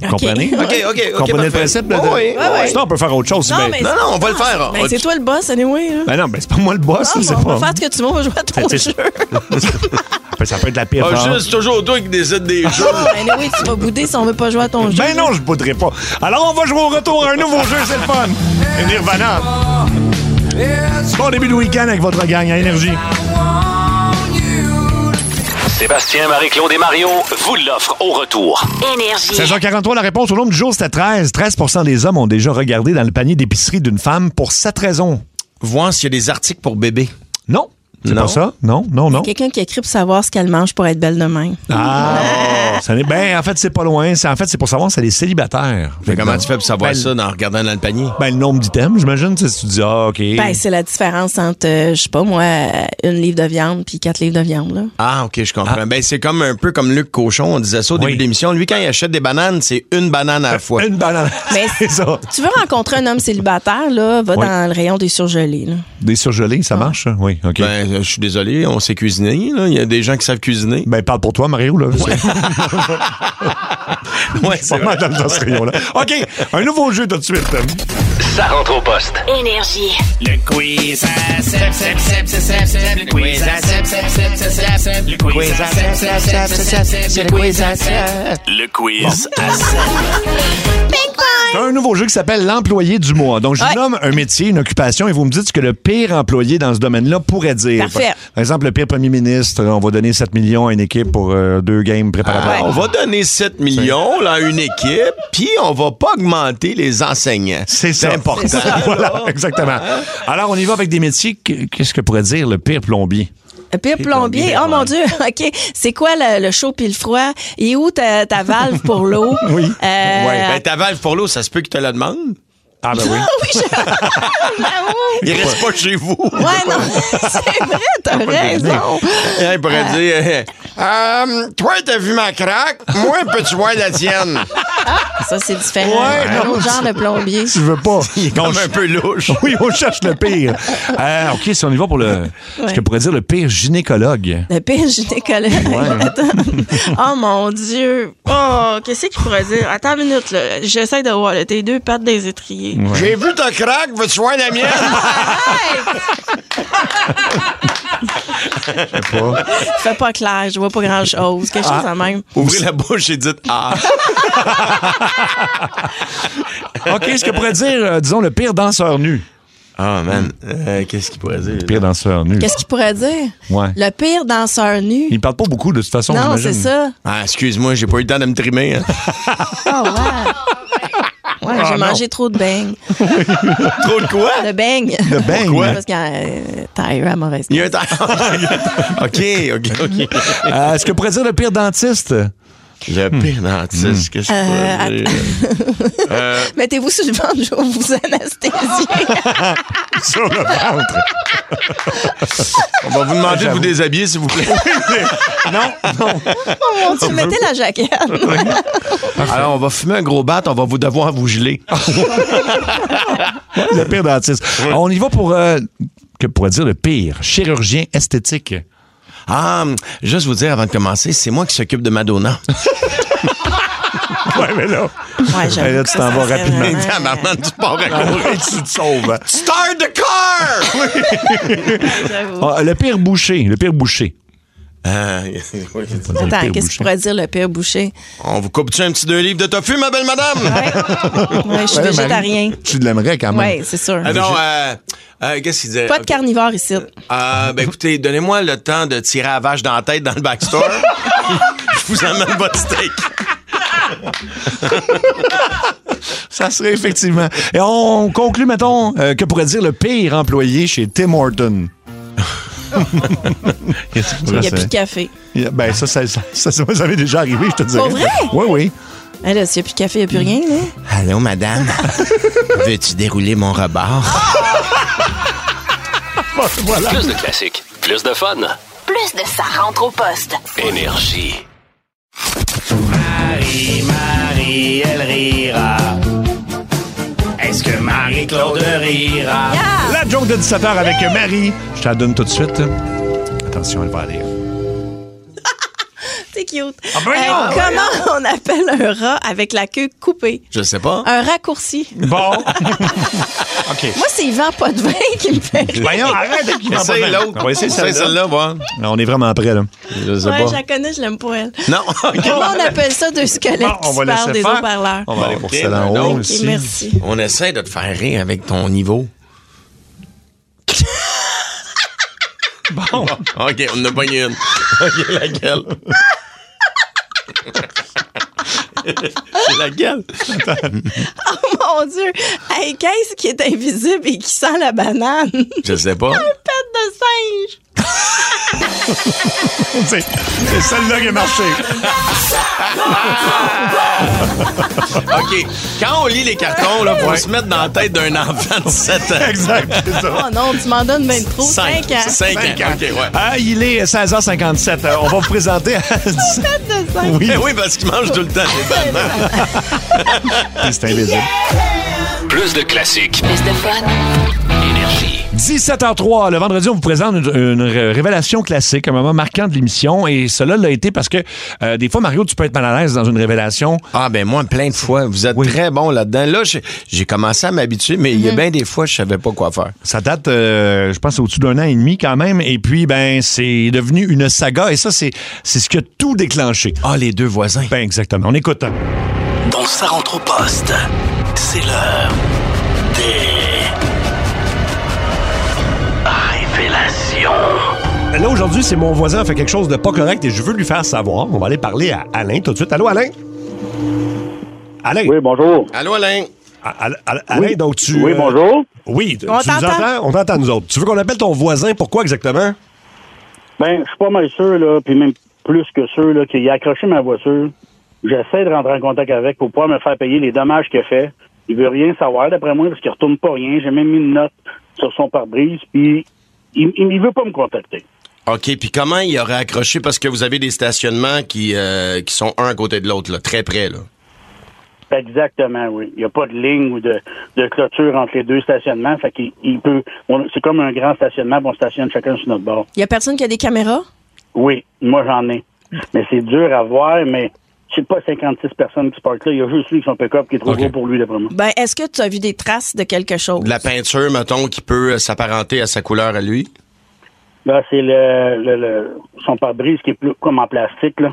Speaker 4: Vous
Speaker 5: Ok.
Speaker 4: comprenez?
Speaker 5: Ok, ok, ok,
Speaker 4: comprenez le
Speaker 5: parfait.
Speaker 4: principe? là, de-
Speaker 5: Ouais, ouais, ouais, ouais.
Speaker 4: Sinon, on peut faire autre chose. mais-
Speaker 5: c'est- Ben,
Speaker 4: On-
Speaker 5: c'est toi le boss, anyway. Là.
Speaker 4: Ben non, ben, c'est pas moi le boss,
Speaker 5: Ah,
Speaker 4: c'est
Speaker 5: bon, on
Speaker 4: pas.
Speaker 5: va faire ce que tu veux, on va jouer à ton
Speaker 4: C'est-
Speaker 5: jeu.
Speaker 4: c'est- Ben, ça peut être la pire.
Speaker 24: Ah,
Speaker 4: part.
Speaker 24: juste, c'est toujours toi qui décides des jeux.
Speaker 5: ben oui, tu vas bouder si on veut pas jouer à ton jeu.
Speaker 4: Ben non, je bouderai pas. Alors, on va jouer au retour à un nouveau jeu, c'est le fun. Et Nirvana. Bon début de week-end avec votre gang à Énergie.
Speaker 2: Sébastien, Marie-Claude et Mario vous l'offrent au retour.
Speaker 8: Énergie.
Speaker 4: 16h43, la réponse au nombre du jour, c'était 13. 13 des hommes ont déjà regardé dans le panier d'épicerie d'une femme pour cette raison.
Speaker 3: Voir s'il y a des articles pour bébé.
Speaker 4: Non. C'est
Speaker 3: Non.
Speaker 4: pas ça? Non, non, non.
Speaker 5: Quelqu'un qui écrit pour savoir ce qu'elle mange pour être belle demain.
Speaker 4: Ah! ça n'est- ben, en fait, c'est pas loin. C'est- En fait, c'est pour savoir si elle est célibataire.
Speaker 3: Mais comment tu fais pour savoir
Speaker 4: Ben,
Speaker 3: ça en regardant dans le panier?
Speaker 4: Ben, le nombre d'items, j'imagine. Tu sais, si tu dis, ah, OK.
Speaker 5: Ben, c'est la différence entre, euh, je sais pas moi, euh, une livre de viande puis quatre livres de viande. Là.
Speaker 3: Ah, OK, je comprends. Ben, c'est comme un peu comme Luc Cochon, on disait ça au début de l'émission. Lui, quand il achète des bananes, c'est une banane à la fois.
Speaker 4: Une banane.
Speaker 5: Mais
Speaker 4: c'est ça.
Speaker 5: Tu veux rencontrer un homme célibataire, là, va
Speaker 3: Oui.
Speaker 5: dans le rayon des surgelés. Là.
Speaker 4: Des surgelés, ça marche? ça? Oui, OK.
Speaker 3: Ben, je suis désolé, on sait cuisiner. là. Il y a des gens qui savent cuisiner.
Speaker 4: Ben, parle pour toi, Mario. Là.
Speaker 3: ouais,
Speaker 4: c'est pas mal dans, dans ce rayon-là. OK, un nouveau jeu tout de suite.
Speaker 2: Ça rentre au poste.
Speaker 8: Énergie.
Speaker 2: Le quiz à
Speaker 16: Sep, sep, sep, sep, sep, sep, le quiz à sep, sep, sep, sep, sep, sep, le quiz à sep, sep, sep, sep, sep, sep, le quiz à sep.
Speaker 2: Le quiz à
Speaker 4: C'est un nouveau jeu qui s'appelle l'employé du mois. Donc, je vous nomme un métier, une occupation, et vous me dites ce que le pire employé dans ce domaine-là pourrait dire.
Speaker 3: Parfait.
Speaker 4: Par, par exemple, le pire premier ministre, on va donner 7 millions à une équipe pour euh, deux games préparatoires.
Speaker 3: Ah, On va donner 7 millions là, à une équipe, puis on va pas augmenter les enseignants.
Speaker 4: C'est ça.
Speaker 3: important. Hein?
Speaker 4: C'est ça. Voilà, exactement. Alors, on y va avec des métiers. que- Qu'est-ce que pourrait dire le pire plombier?
Speaker 5: Le pire plombier, oh mon Dieu, OK. C'est quoi le, le chaud puis le froid? Et où ta, ta valve pour l'eau?
Speaker 3: Oui.
Speaker 5: Euh,
Speaker 3: Ben, ta valve pour l'eau, ça se peut que te la demande.
Speaker 4: Ah, ben oui.
Speaker 3: Il reste pas chez vous.
Speaker 5: Ouais, non, c'est vrai, t'as raison.
Speaker 3: Hein, Il pourrait dire euh, Euh, Toi, t'as vu ma craque, moi, peux-tu voir la tienne?
Speaker 5: Ça, c'est différent.
Speaker 3: Ouais,
Speaker 5: un
Speaker 3: non,
Speaker 5: autre genre de plombier.
Speaker 4: Tu veux pas.
Speaker 3: comme un peu louche.
Speaker 4: Oui, on cherche le pire. Euh, OK, si on y va pour le. Ce que pourrait dire le pire gynécologue.
Speaker 5: Le pire gynécologue.
Speaker 4: Ouais.
Speaker 3: hein.
Speaker 5: Attends. Oh mon Dieu. Oh, qu'est-ce qu'il pourrait dire? Attends une minute, là. J'essaie de voir. là. Tes deux pattes des étriers.
Speaker 3: J'ai vu ta craque, veux-tu voir la mienne?
Speaker 4: sais pas.
Speaker 5: Fais pas clair, je vois pas grand-chose. Quelque chose de même.
Speaker 3: Ouvrez Ah. la bouche et dites Ah.
Speaker 4: OK, ce que pourrait dire, euh, disons, le pire danseur nu.
Speaker 3: Ah, man. Euh, Qu'est-ce qu'il pourrait dire?
Speaker 4: Le pire danseur nu.
Speaker 5: Qu'est-ce qu'il pourrait dire?
Speaker 4: Ouais.
Speaker 5: Le pire danseur nu.
Speaker 4: Il parle pas beaucoup, de toute façon,
Speaker 5: Non,
Speaker 4: j'imagine.
Speaker 5: c'est ça.
Speaker 3: Ah, excuse-moi, j'ai pas eu le temps de me trimer. hein.
Speaker 5: Oh, ouais. Ouais,
Speaker 3: Ah,
Speaker 5: j'ai
Speaker 3: non.
Speaker 5: mangé trop de beignes.
Speaker 3: trop de quoi?
Speaker 5: De beignes.
Speaker 3: De beignes?
Speaker 4: hein?
Speaker 3: Pourquoi?
Speaker 5: Parce que euh, Tyra a mauvaise
Speaker 3: Il y a un temps. OK, OK, OK.
Speaker 4: Euh, Est-ce que pourrait dire le pire dentiste?
Speaker 3: Le
Speaker 4: Hmm.
Speaker 3: pire dentiste, qu'est-ce que je pourrais
Speaker 5: Euh,
Speaker 3: dire? Euh,
Speaker 5: Mettez-vous sur le ventre, je vais vous anesthésier.
Speaker 4: Sur le ventre.
Speaker 3: on va vous demander de vous déshabiller, s'il vous plaît.
Speaker 4: non, non.
Speaker 5: oh mon Dieu, mettez la jaquette.
Speaker 3: Alors, on va fumer un gros bat, on va vous devoir vous geler.
Speaker 4: Le pire dentiste. On y va pour, euh, que pourrait dire le pire? Chirurgien esthétique.
Speaker 3: Ah, juste vous dire avant de commencer, c'est moi qui s'occupe de Madonna.
Speaker 4: ouais, mais là.
Speaker 5: Ouais, j'avoue
Speaker 4: Hey, là, tu
Speaker 5: que Ah, ça,
Speaker 4: t'en
Speaker 5: ça
Speaker 4: vas
Speaker 5: serait
Speaker 4: rapidement.
Speaker 5: vraiment-
Speaker 3: Tabarnak, tu pars à
Speaker 4: Ah
Speaker 3: courir.
Speaker 4: ouais, tu te sauves. hein.
Speaker 3: Start the car!
Speaker 4: Ah, le pire boucher. Le pire boucher.
Speaker 3: Euh,
Speaker 4: Le pire
Speaker 5: Attends, qu'est-ce
Speaker 4: boucher.
Speaker 5: qu'il pourrait dire le pire boucher?
Speaker 3: on vous coupe-tu un petit deux livres de tofu, ma belle madame?
Speaker 5: Ouais, je suis
Speaker 4: Ouais, Marie,
Speaker 5: végétarien.
Speaker 4: Tu l'aimerais quand même.
Speaker 5: Oui, c'est sûr.
Speaker 3: Ah non, euh, euh, qu'est-ce qu'il disait?
Speaker 5: Pas de
Speaker 3: Ok.
Speaker 5: carnivore ici.
Speaker 3: Euh, ben écoutez, donnez-moi le temps de tirer à la vache dans la tête dans le backstore. Je vous amène votre steak.
Speaker 4: Ça serait effectivement. Et on conclut, mettons, euh, que pourrait dire le pire employé chez Tim Horton? Qu'est-ce que tu
Speaker 5: Il
Speaker 4: pourrais
Speaker 5: n'y a plus de
Speaker 4: dire?
Speaker 5: café.
Speaker 4: Il y a- Ben, ça, ça, ça, ça, ça, ça m'est déjà arrivé, je te dirais.
Speaker 5: Pour vrai?
Speaker 4: Oui, oui.
Speaker 5: Eh là, s'il n'y a plus de café, il n'y a plus rien. Là.
Speaker 3: Allô, madame. Veux-tu dérouler mon rebord?
Speaker 4: Voilà.
Speaker 2: Plus de classiques, plus de fun.
Speaker 33: Plus de ça rentre au poste.
Speaker 2: Énergie.
Speaker 1: Marie, Marie, elle rira. Est-ce que Marie-Claude rira?
Speaker 5: Ah.
Speaker 4: La joke de 17h avec Marie. Je te la donne tout de suite. Attention, elle va aller.
Speaker 5: C'est cute.
Speaker 3: Ah,
Speaker 5: Euh,
Speaker 4: ben non!
Speaker 5: comment on appelle un rat avec la queue coupée?
Speaker 3: Je sais
Speaker 4: Hein?
Speaker 3: pas.
Speaker 5: Un raccourci.
Speaker 4: Euh, Bon. OK.
Speaker 5: Moi, c'est Yvan Potvin qui me fait rire.
Speaker 4: Voyons, arrête avec qui
Speaker 3: Essaye l'autre.
Speaker 4: On va essayer
Speaker 3: Essaye
Speaker 4: celle-là.
Speaker 3: celle-là, voir.
Speaker 4: Non, on est vraiment prêt, là.
Speaker 3: Je sais
Speaker 5: Ouais, je
Speaker 3: pas.
Speaker 5: la connais, je l'aime pas elle.
Speaker 3: Non, OK.
Speaker 5: Comment on appelle ça deux squelettes
Speaker 4: Bon, on
Speaker 5: qui
Speaker 4: va
Speaker 5: se
Speaker 4: laisser
Speaker 5: parlent des
Speaker 4: faire.
Speaker 5: haut-parleurs?
Speaker 4: On va aller pour
Speaker 3: Ok,
Speaker 4: celle en
Speaker 3: un
Speaker 4: haut
Speaker 3: autre.
Speaker 5: Ok,
Speaker 4: aussi.
Speaker 5: merci.
Speaker 3: On essaie de te faire rire avec ton niveau.
Speaker 4: Bon.
Speaker 3: OK, on en a pas une. OK, laquelle? C'est laquelle?
Speaker 5: Oh mon Dieu! Hey, qu'est-ce qui est invisible et qui sent la banane? Une
Speaker 3: Je sais pas.
Speaker 5: patte de singe!
Speaker 4: C'est c'est celle-là qui a marché.
Speaker 3: OK. Quand on lit les cartons, là, faut se mettre dans la tête d'un enfant de 7 ans.
Speaker 4: Exact, c'est ça.
Speaker 5: Oh non, tu m'en donnes même trop.
Speaker 3: Cinq.
Speaker 5: Cinq ans.
Speaker 3: Cinq ans. OK, ouais.
Speaker 4: Ah, il est 16h57. Euh, on va vous présenter à 10
Speaker 5: Patte de singe!
Speaker 4: Oui,
Speaker 3: Eh oui, parce qu'il mange tout le temps. les bananes.
Speaker 4: c'est invisible.
Speaker 2: Plus de classiques,
Speaker 33: Plus de fun.
Speaker 2: énergie.
Speaker 4: 17h03, le vendredi, on vous présente une, une ré- révélation classique, un moment marquant de l'émission. Et cela l'a été parce que euh, des fois, Mario, tu peux être mal à l'aise dans une révélation.
Speaker 3: Ah ben moi, plein de fois. Vous êtes très bon là-dedans. Là, j'ai- j'ai commencé à m'habituer, mais il y a bien des fois, je savais pas quoi faire.
Speaker 4: Ça date, euh, je pense, au-dessus d'un an et demi quand même. Et puis, ben, c'est devenu une saga. Et ça, c'est c'est ce qui a tout déclenché.
Speaker 3: Ah, les deux voisins.
Speaker 4: Ben, exactement. On écoute.
Speaker 2: Dans ça rentre au poste, c'est l'heure des révélations.
Speaker 4: Là, aujourd'hui, c'est mon voisin fait quelque chose de pas correct et je veux lui faire savoir. On va aller parler à Alain tout de suite. Allô, Alain? Alain?
Speaker 10: Oui, bonjour.
Speaker 3: Allô, Alain?
Speaker 4: A- Al- Al- Alain, donc tu...
Speaker 10: Oui,
Speaker 4: euh,
Speaker 10: bonjour.
Speaker 4: Oui, tu
Speaker 5: On
Speaker 4: nous
Speaker 5: t'entend.
Speaker 4: entends? On t'entend, nous autres. Tu veux qu'on appelle ton voisin? Pourquoi exactement?
Speaker 10: Ben, je suis pas mal sûr, là, puis même plus que sûr, là, qu'il a accroché ma voiture. J'essaie de rentrer en contact avec pour pouvoir me faire payer les dommages qu'il a fait. Il veut rien savoir, d'après moi, parce qu'il retourne pas rien. J'ai même mis une note sur son pare-brise, puis il, il, il veut pas me contacter.
Speaker 3: OK, puis comment il aurait accroché? Parce que vous avez des stationnements qui, euh, qui sont un à côté de l'autre, là, très près. Là.
Speaker 10: Exactement, oui. Il n'y a pas de ligne ou de, de clôture entre les deux stationnements. Fait qu'il il peut. on- c'est comme un grand stationnement, puis on stationne chacun sur notre bord.
Speaker 5: Il y a personne qui a des caméras?
Speaker 10: Oui, moi j'en ai. Mais c'est dur à voir, mais c'est pas 56 personnes qui se partent là. Il y a juste lui qui son pick-up qui est trop gros pour lui, d'après moi.
Speaker 5: Ben, est-ce que tu as vu des traces de quelque chose?
Speaker 3: De la peinture, mettons, qui peut euh, s'apparenter à sa couleur à lui.
Speaker 10: Là, c'est le, le, le- son pare-brise qui est plus comme en plastique. Là.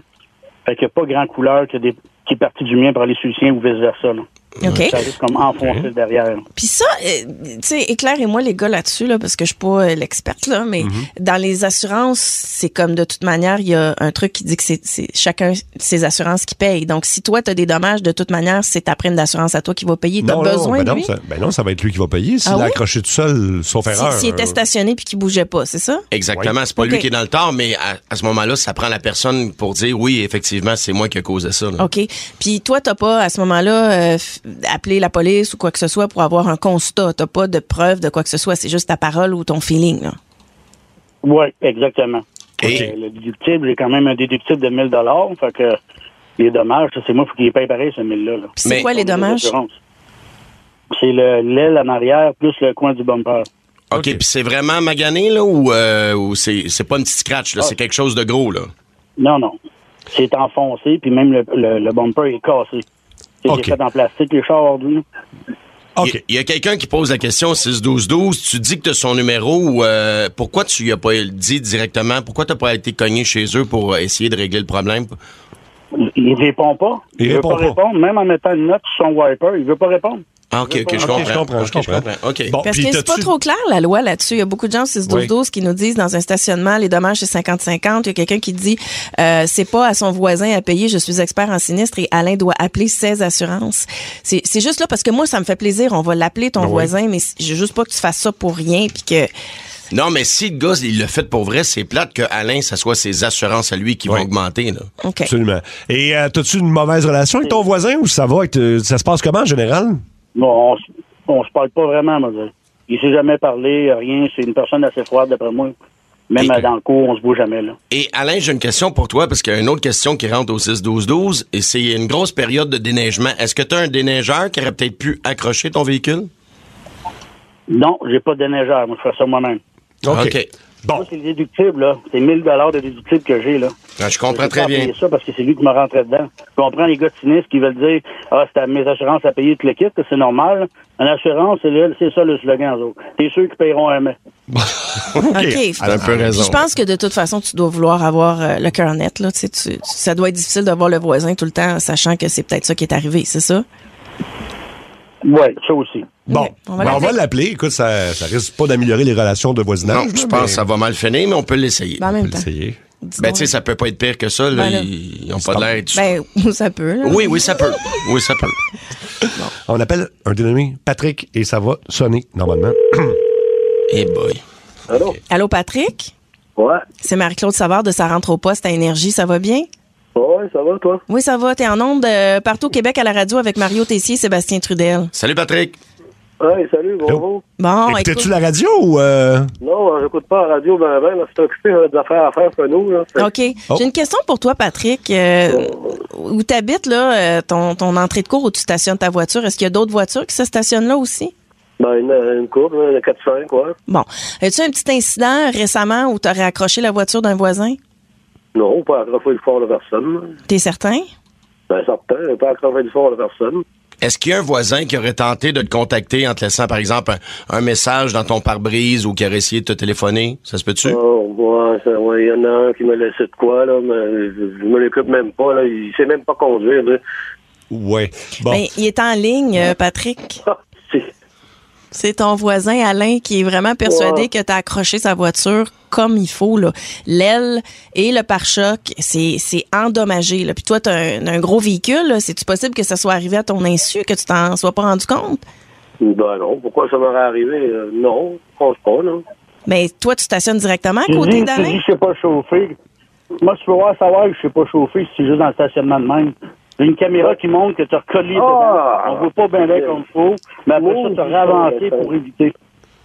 Speaker 10: Fait qu'il n'y a pas grand couleur qui, a des- qui est partie du mien pour aller sur le sien ou vice-versa. là.
Speaker 5: OK.
Speaker 10: Ça risque comme enfoncé derrière.
Speaker 5: Puis ça, euh, tu sais, éclairez-moi les gars là-dessus, là, parce que je suis pas euh, l'experte, là, mais
Speaker 11: Mm-hmm.
Speaker 10: Mhm.
Speaker 5: dans les assurances, c'est comme de toute manière, il y a un truc qui dit que c'est c'est chacun ses assurances qui paye. Donc, si toi, tu as des dommages, de toute manière, c'est ta prime d'assurance à toi qui va payer. Tu as
Speaker 11: Non,
Speaker 5: besoin
Speaker 11: non, ben
Speaker 5: de
Speaker 11: non,
Speaker 5: lui.
Speaker 11: ça, ben non, ça va être lui qui va payer s'il
Speaker 5: Ah
Speaker 11: l'a
Speaker 5: oui?
Speaker 11: accroché tout seul, sauf
Speaker 5: Si-
Speaker 11: erreur.
Speaker 5: S'il était stationné puis qu'il bougeait pas, c'est ça?
Speaker 3: Exactement, c'est pas
Speaker 5: Ok.
Speaker 3: lui qui est dans le tort, mais à, à ce moment-là, ça prend la personne pour dire oui, effectivement, c'est moi qui ai causé ça. là.
Speaker 5: OK. Puis toi, t'as pas à ce moment-là euh, f- appelé la police ou quoi que ce soit pour avoir un constat. T'as pas de preuve de quoi que ce soit. C'est juste ta parole ou ton feeling. là.
Speaker 10: Oui, exactement. Euh, Le déductible, j'ai quand même un déductible de 1000 Fait que les dommages, ça, c'est moi, il faut qu'il paye pareil ce 1000-là. là.
Speaker 5: c'est Mais- quoi les
Speaker 10: Pour
Speaker 5: dommages?
Speaker 10: assurances. C'est le- l'aile en arrière plus le coin du bumper.
Speaker 3: OK, puis c'est vraiment magané, là, ou, euh, ou c'est c'est pas une petite scratch, là, c'est quelque chose de gros, là.
Speaker 10: Non, non. C'est enfoncé, puis même le, le- le bumper est cassé. C'est
Speaker 3: OK.
Speaker 10: fait en plastique, les chars ordinaires.
Speaker 3: Il y a quelqu'un qui pose la question 6-12-12, tu dis que tu son numéro, ou, euh, pourquoi tu lui as pas dit directement, pourquoi t'as pas été cogné chez eux pour euh, essayer de régler le problème?
Speaker 10: Il- Il répond pas.
Speaker 3: Il
Speaker 10: veut
Speaker 3: répond
Speaker 10: pas
Speaker 3: pas.
Speaker 10: répondre. Même en mettant une note sur son wiper, il veut pas répondre.
Speaker 3: Ah, OK, OK, je
Speaker 10: Ok,
Speaker 3: comprends.
Speaker 10: je comprends,
Speaker 3: Ok,
Speaker 10: je comprends.
Speaker 3: OK.
Speaker 5: Parce que c'est pas trop clair, la loi là-dessus. Il y a beaucoup de gens au 6-12-12 qui nous disent dans un stationnement, les dommages, c'est 50-50. Il y a quelqu'un qui dit, euh, c'est pas à son voisin à payer, je suis expert en sinistre et Alain doit appeler ses assurances. C'est c'est juste là parce que moi, ça me fait plaisir. On va l'appeler ton
Speaker 3: Ben oui.
Speaker 5: voisin, mais c- je veux juste pas que tu fasses ça pour rien puis que.
Speaker 3: Non, mais si le gars, il l'a fait pour vrai, c'est plate que Alain, ça soit ses assurances à lui qui vont augmenter, là.
Speaker 5: OK.
Speaker 11: Absolument. Et euh, t'as-tu une mauvaise relation avec ton voisin ou ça va? avec, euh, Ça se passe comment en général?
Speaker 10: Bon, on, s- on se parle pas vraiment, moi. je- Il s'est jamais parlé, rien. C'est une personne assez froide, d'après moi. Même
Speaker 3: Et-
Speaker 10: dans le cours, on se bouge jamais, là.
Speaker 3: Et Alain, j'ai une question pour toi, parce qu'il y a une autre question qui rentre au 6-12-12, et c'est une grosse période de déneigement. Est-ce que tu as un déneigeur qui aurait peut-être pu accrocher ton véhicule?
Speaker 10: Non, j'ai pas de déneigeur. Moi, je fais ça moi-même.
Speaker 3: OK.
Speaker 10: Bon. c'est le déductible, là. C'est 1000 de déductible que j'ai, là.
Speaker 3: Ah, je comprends
Speaker 10: Je
Speaker 3: très
Speaker 10: peux pas
Speaker 3: bien.
Speaker 10: payer ça parce que c'est lui qui me rentrait dedans. Je comprends les gars de sinistres qui veulent dire Ah, c'est à mes assurances à payer tout le kit, que c'est normal. Une assurance, c'est le- c'est ça le slogan, eux autres. T'es sûr qu'ils paieront un mai.
Speaker 5: OK. Puis Je pense que de toute façon, tu dois vouloir avoir euh, le cœur net. Là, tu sais, tu- tu- ça doit être difficile d'avoir le voisin tout le temps, sachant que c'est peut-être ça qui est arrivé, c'est ça?
Speaker 10: Oui, ça aussi.
Speaker 11: Bon,
Speaker 5: on
Speaker 11: Ben,
Speaker 5: va
Speaker 11: on
Speaker 5: l'appeler.
Speaker 11: va l'appeler. Écoute, ça, ça risque pas d'améliorer les relations de voisinage.
Speaker 3: Non, je pense que ça va mal finir, mais on peut l'essayer.
Speaker 5: Ben, en même temps.
Speaker 11: Essayer.
Speaker 3: Ben, tu sais, ça peut pas être pire que ça, là.
Speaker 5: Ben, là.
Speaker 3: Ils ils ont pas de l'air. du-
Speaker 5: Ben, ça peut. là.
Speaker 3: Oui, oui, ça peut. Oui, ça peut.
Speaker 11: On appelle un dénommé Patrick et ça va sonner normalement.
Speaker 3: Eh boy.
Speaker 10: Allô?
Speaker 5: Allô, Patrick?
Speaker 10: Ouais.
Speaker 5: C'est Marie-Claude Savard de Ça rentre au poste à Énergie. Ça va bien?
Speaker 10: Ouais, ça va, toi?
Speaker 5: Oui, ça va. T'es en onde euh, partout au Québec à la radio avec Mario Tessier et Sébastien Trudel.
Speaker 3: Salut, Patrick.
Speaker 10: Ouais, salut, bonjour.
Speaker 5: Bon,
Speaker 11: Écoutais-tu
Speaker 5: écoute.
Speaker 11: la radio ou. euh,
Speaker 10: Non, j'écoute pas la radio, ben, ben, là, c'est occupé, on a des affaires à faire que nous, là.
Speaker 5: OK.
Speaker 4: Oh.
Speaker 11: Oh.
Speaker 5: J'ai une question pour toi, Patrick. Euh, où t'habites, là, euh, ton, ton entrée de cours où tu stationnes ta voiture, est-ce qu'il y a d'autres voitures qui se stationnent là aussi?
Speaker 10: Ben, une, une courbe, là, une 4-5, quoi.
Speaker 5: Bon. As-tu un petit incident récemment où t'aurais accroché la voiture d'un voisin?
Speaker 10: Non, pas accrocher le fort de personne.
Speaker 5: T'es certain?
Speaker 10: Ben, certain, pas accrocher le fort de personne.
Speaker 3: Est-ce qu'il y a un voisin qui aurait tenté de te contacter en te laissant, par exemple, un, un message dans ton pare-brise ou qui aurait essayé de te téléphoner? Ça se peut-tu?
Speaker 10: Oh, ouais, ça, ouais, il y en a un qui me laissait de quoi, là, mais je, je me l'occupe même pas, là, il sait même pas conduire, là.
Speaker 11: Ouais.
Speaker 5: Ben, il est en ligne, euh, Patrick. C'est ton voisin Alain qui est vraiment persuadé
Speaker 10: Ouais.
Speaker 5: que tu as accroché sa voiture comme il faut. là. L'aile et le pare-choc, c'est c'est endommagé. Là. Puis toi, tu as un, un gros véhicule. là. C'est-tu possible que ça soit arrivé à ton insu, que tu t'en sois pas rendu compte?
Speaker 10: Ben non, pourquoi ça m'aurait arrivé? Euh, non, je pense pas, non.
Speaker 5: Mais Ben, toi, tu stationnes directement à
Speaker 10: Tu
Speaker 5: Hein, côté
Speaker 10: dis- tu dis
Speaker 5: d'Alain?
Speaker 10: que je sais pas chauffer. Moi, tu peux voir savoir que je sais pas chauffer si c'est juste dans le stationnement de même. J'ai une caméra qui montre que tu as recollé
Speaker 12: Ah!
Speaker 10: dedans. Ah, On voit pas bien là comme il faut. Mais après Oh, ça, tu
Speaker 12: Oh,
Speaker 10: as réavancé pour éviter.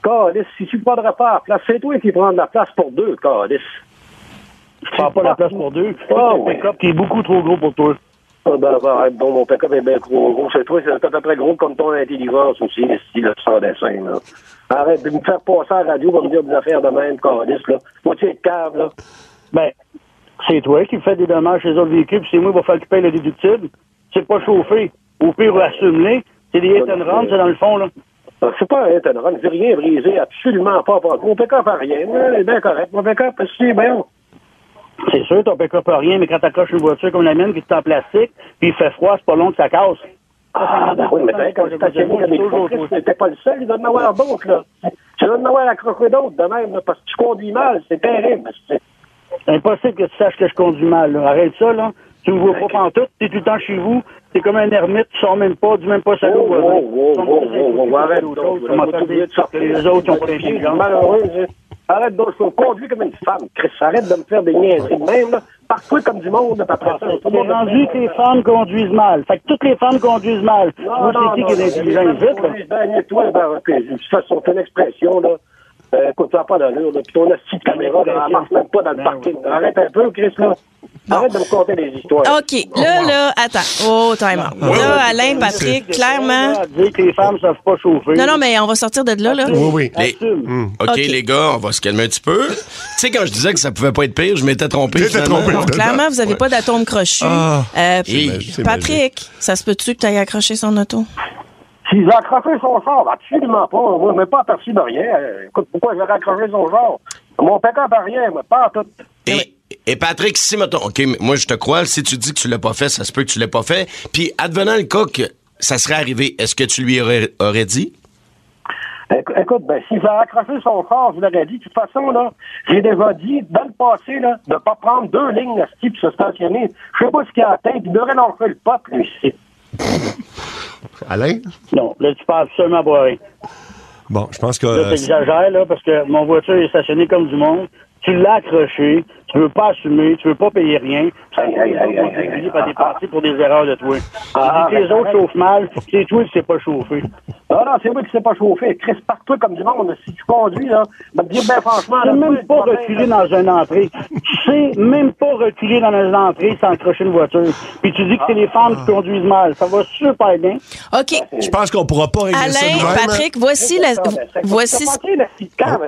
Speaker 10: Calice, si tu prends de rapport, place, c'est toi qui prends de la place pour deux, Calice. Je prends pas la place pour deux. Oh, mon pick-up qui est beaucoup trop gros pour toi. ben, arrête donc, mon pick-up est bien trop gros. C'est toi, c'est à peu près gros comme ton intelligence aussi, le style sans dessin, là. Arrête de me faire passer à la radio pour me dire des affaires de même, Calice, là. Moi, tu es cave, là. Ben, c'est toi qui fais des dommages chez les autres véhicules, puis c'est moi qui va faire que tu payes le déductible. C'est pas chauffé. Au pire, assume-les. C'est des hit and run, c'est dans le fond, là.
Speaker 12: Alors, Ah, c'est pas étonnant. Je veux rien briser, absolument pas. pas. Mon pick-up à rien. C'est bien correct. Mon pick-up, si, ben,
Speaker 10: C'est sûr, ton pick-up à rien, mais quand t'accroches une voiture comme la mienne qui est en plastique, puis il fait froid, c'est pas long que ça casse.
Speaker 12: Ah, ben oui, mais t'as quand je stationné à des c'était pas le seul, il doit en avoir d'autres, là. Tu dois en avoir accroché d'autres de même, là, parce que tu conduis mal, c'est terrible. c'est-
Speaker 10: C'est impossible que tu saches que je conduis mal. là. Arrête ça, là. Tu me vois pas pantoute, t'es tout le temps chez vous, t'es comme un ermite, tu sors même pas, tu dis même pas salut.
Speaker 12: Oh, oh, oh, oh, oh, oh, arrête donc, là, t'es obligé de sortir.
Speaker 10: Les autres ils ont pas les pieds, là.
Speaker 12: Malheureux, je- Arrête donc, je me conduis comme une femme, Chris. Arrête de me faire des niaiseries de même, là. Parcours comme du monde, pas après ça.
Speaker 10: T'es rendu que les femmes conduisent mal. Fait que toutes les femmes conduisent mal.
Speaker 12: Non,
Speaker 10: Moi,
Speaker 12: non,
Speaker 10: c'est qui
Speaker 12: non,
Speaker 10: qui est
Speaker 12: non,
Speaker 10: intelligent?
Speaker 12: non,
Speaker 10: Vite, là.
Speaker 12: non, ben, et toi, ben, ok, de toute façon, ton expression, là, euh, écoute, ça n'a pas d'allure, là, puis ton assis de caméra, là, elle marche même pas dans le parking. Ben Arrête un peu, Chris, là. Arrête de me conter des histoires.
Speaker 5: OK, là, là, attends. Oh, time out. Là, Alain, Patrick, clairement.
Speaker 10: Dire que les femmes savent pas chauffer.
Speaker 5: Non, non, mais on va sortir de là, là.
Speaker 3: Les- Hmm. OK,
Speaker 5: OK.
Speaker 3: les gars, on va se calmer un petit peu. tu sais, quand je disais que ça pouvait pas être pire, je m'étais trompé. finalement.
Speaker 5: Non, clairement, vous n'avez pas d'atome crochu.
Speaker 3: Ah,
Speaker 5: Euh,
Speaker 3: c'est magique, c'est
Speaker 5: Patrick, ça se peut-tu que tu ailles accrocher son auto?
Speaker 12: S'ils ont accroché son genre, absolument pas. Moi, je m'ai pas aperçu de rien. Euh, Écoute, pourquoi j'aurais accroché son genre? Mon pécan par rien, mais pas en tout.
Speaker 3: Et, et Patrick, si mettons, OK, mais moi je te crois, si tu dis que tu l'as pas fait, ça se peut que tu l'as pas fait. Puis advenant le cas que ça serait arrivé, est-ce que tu lui aurais, aurais dit?
Speaker 12: Éc- Écoute, ben, s'ils ont accroché son corps, je leur ai dit, de toute façon, là, j'ai déjà dit, dans le passé, là, de pas prendre deux lignes de ski pour se stationner. Je sais pas ce qu'il a atteint, puis il devrait lancer le pop, lui, ici.
Speaker 10: Alain? Non, là, tu parles absolument pas rien.
Speaker 4: Bon, je pense que.
Speaker 10: Là,
Speaker 4: euh,
Speaker 10: t'exagères, là, parce que mon voiture est stationnée comme du monde. Tu l'as accroché, tu veux pas assumer, tu veux pas payer rien. Ça les autres vont te payer par des parties pour des erreurs de toi.
Speaker 12: Ah,
Speaker 10: Tu dis que les
Speaker 12: ben,
Speaker 10: autres
Speaker 12: correct.
Speaker 10: chauffent mal, c'est toi qui sais pas chauffer.
Speaker 12: Ah non, c'est moi qui sais pas chauffer. Chris, parle-toi comme du monde. Si tu conduis, là, ben, te dire, ben, franchement,
Speaker 10: Tu
Speaker 12: là,
Speaker 10: sais même pas
Speaker 12: toi, le
Speaker 10: reculer dans une entrée. Tu sais même pas reculer dans une entrée sans accrocher une voiture. Puis tu dis que c'est les femmes qui conduisent mal. Ça va super bien.
Speaker 5: OK.
Speaker 4: Je pense qu'on pourra pas régler ça
Speaker 5: Alain,
Speaker 4: nous-mêmes.
Speaker 5: Patrick, voici la. Voici.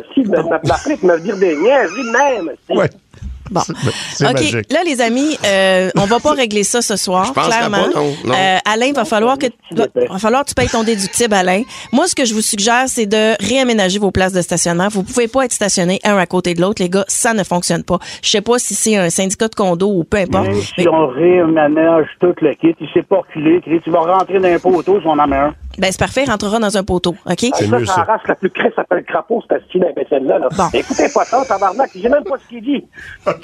Speaker 12: Si, ben, ben, Patrick me dire des niaiseries de même. si.
Speaker 5: Bon.
Speaker 12: C'est
Speaker 5: OK,
Speaker 12: magique.
Speaker 5: là, les amis, euh, on va pas régler ça ce soir,
Speaker 12: Je penserais
Speaker 5: clairement.
Speaker 12: pas, non, non.
Speaker 5: Euh, Alain, il va falloir que va falloir que tu payes ton déductible, Alain. Moi, ce que je vous suggère, c'est de réaménager vos places de stationnement. Vous pouvez pas être stationné un à côté de l'autre, les gars. Ça ne fonctionne pas. Je sais pas si c'est un syndicat de condo ou peu importe.
Speaker 10: Même
Speaker 5: mais-
Speaker 10: si on réaménage tout le kit, il sait pas reculer, Chris. Tu vas rentrer dans un poteau si on en met un.
Speaker 5: Ben, c'est parfait, il rentrera dans un poteau, OK?
Speaker 12: Ah, ça, ça, arrache la plus crisse après le crapaud, cette astuce d'imbécile-là. Là. Écoutez pas ça, tabarnak, j'ai même pas ce qu'il dit.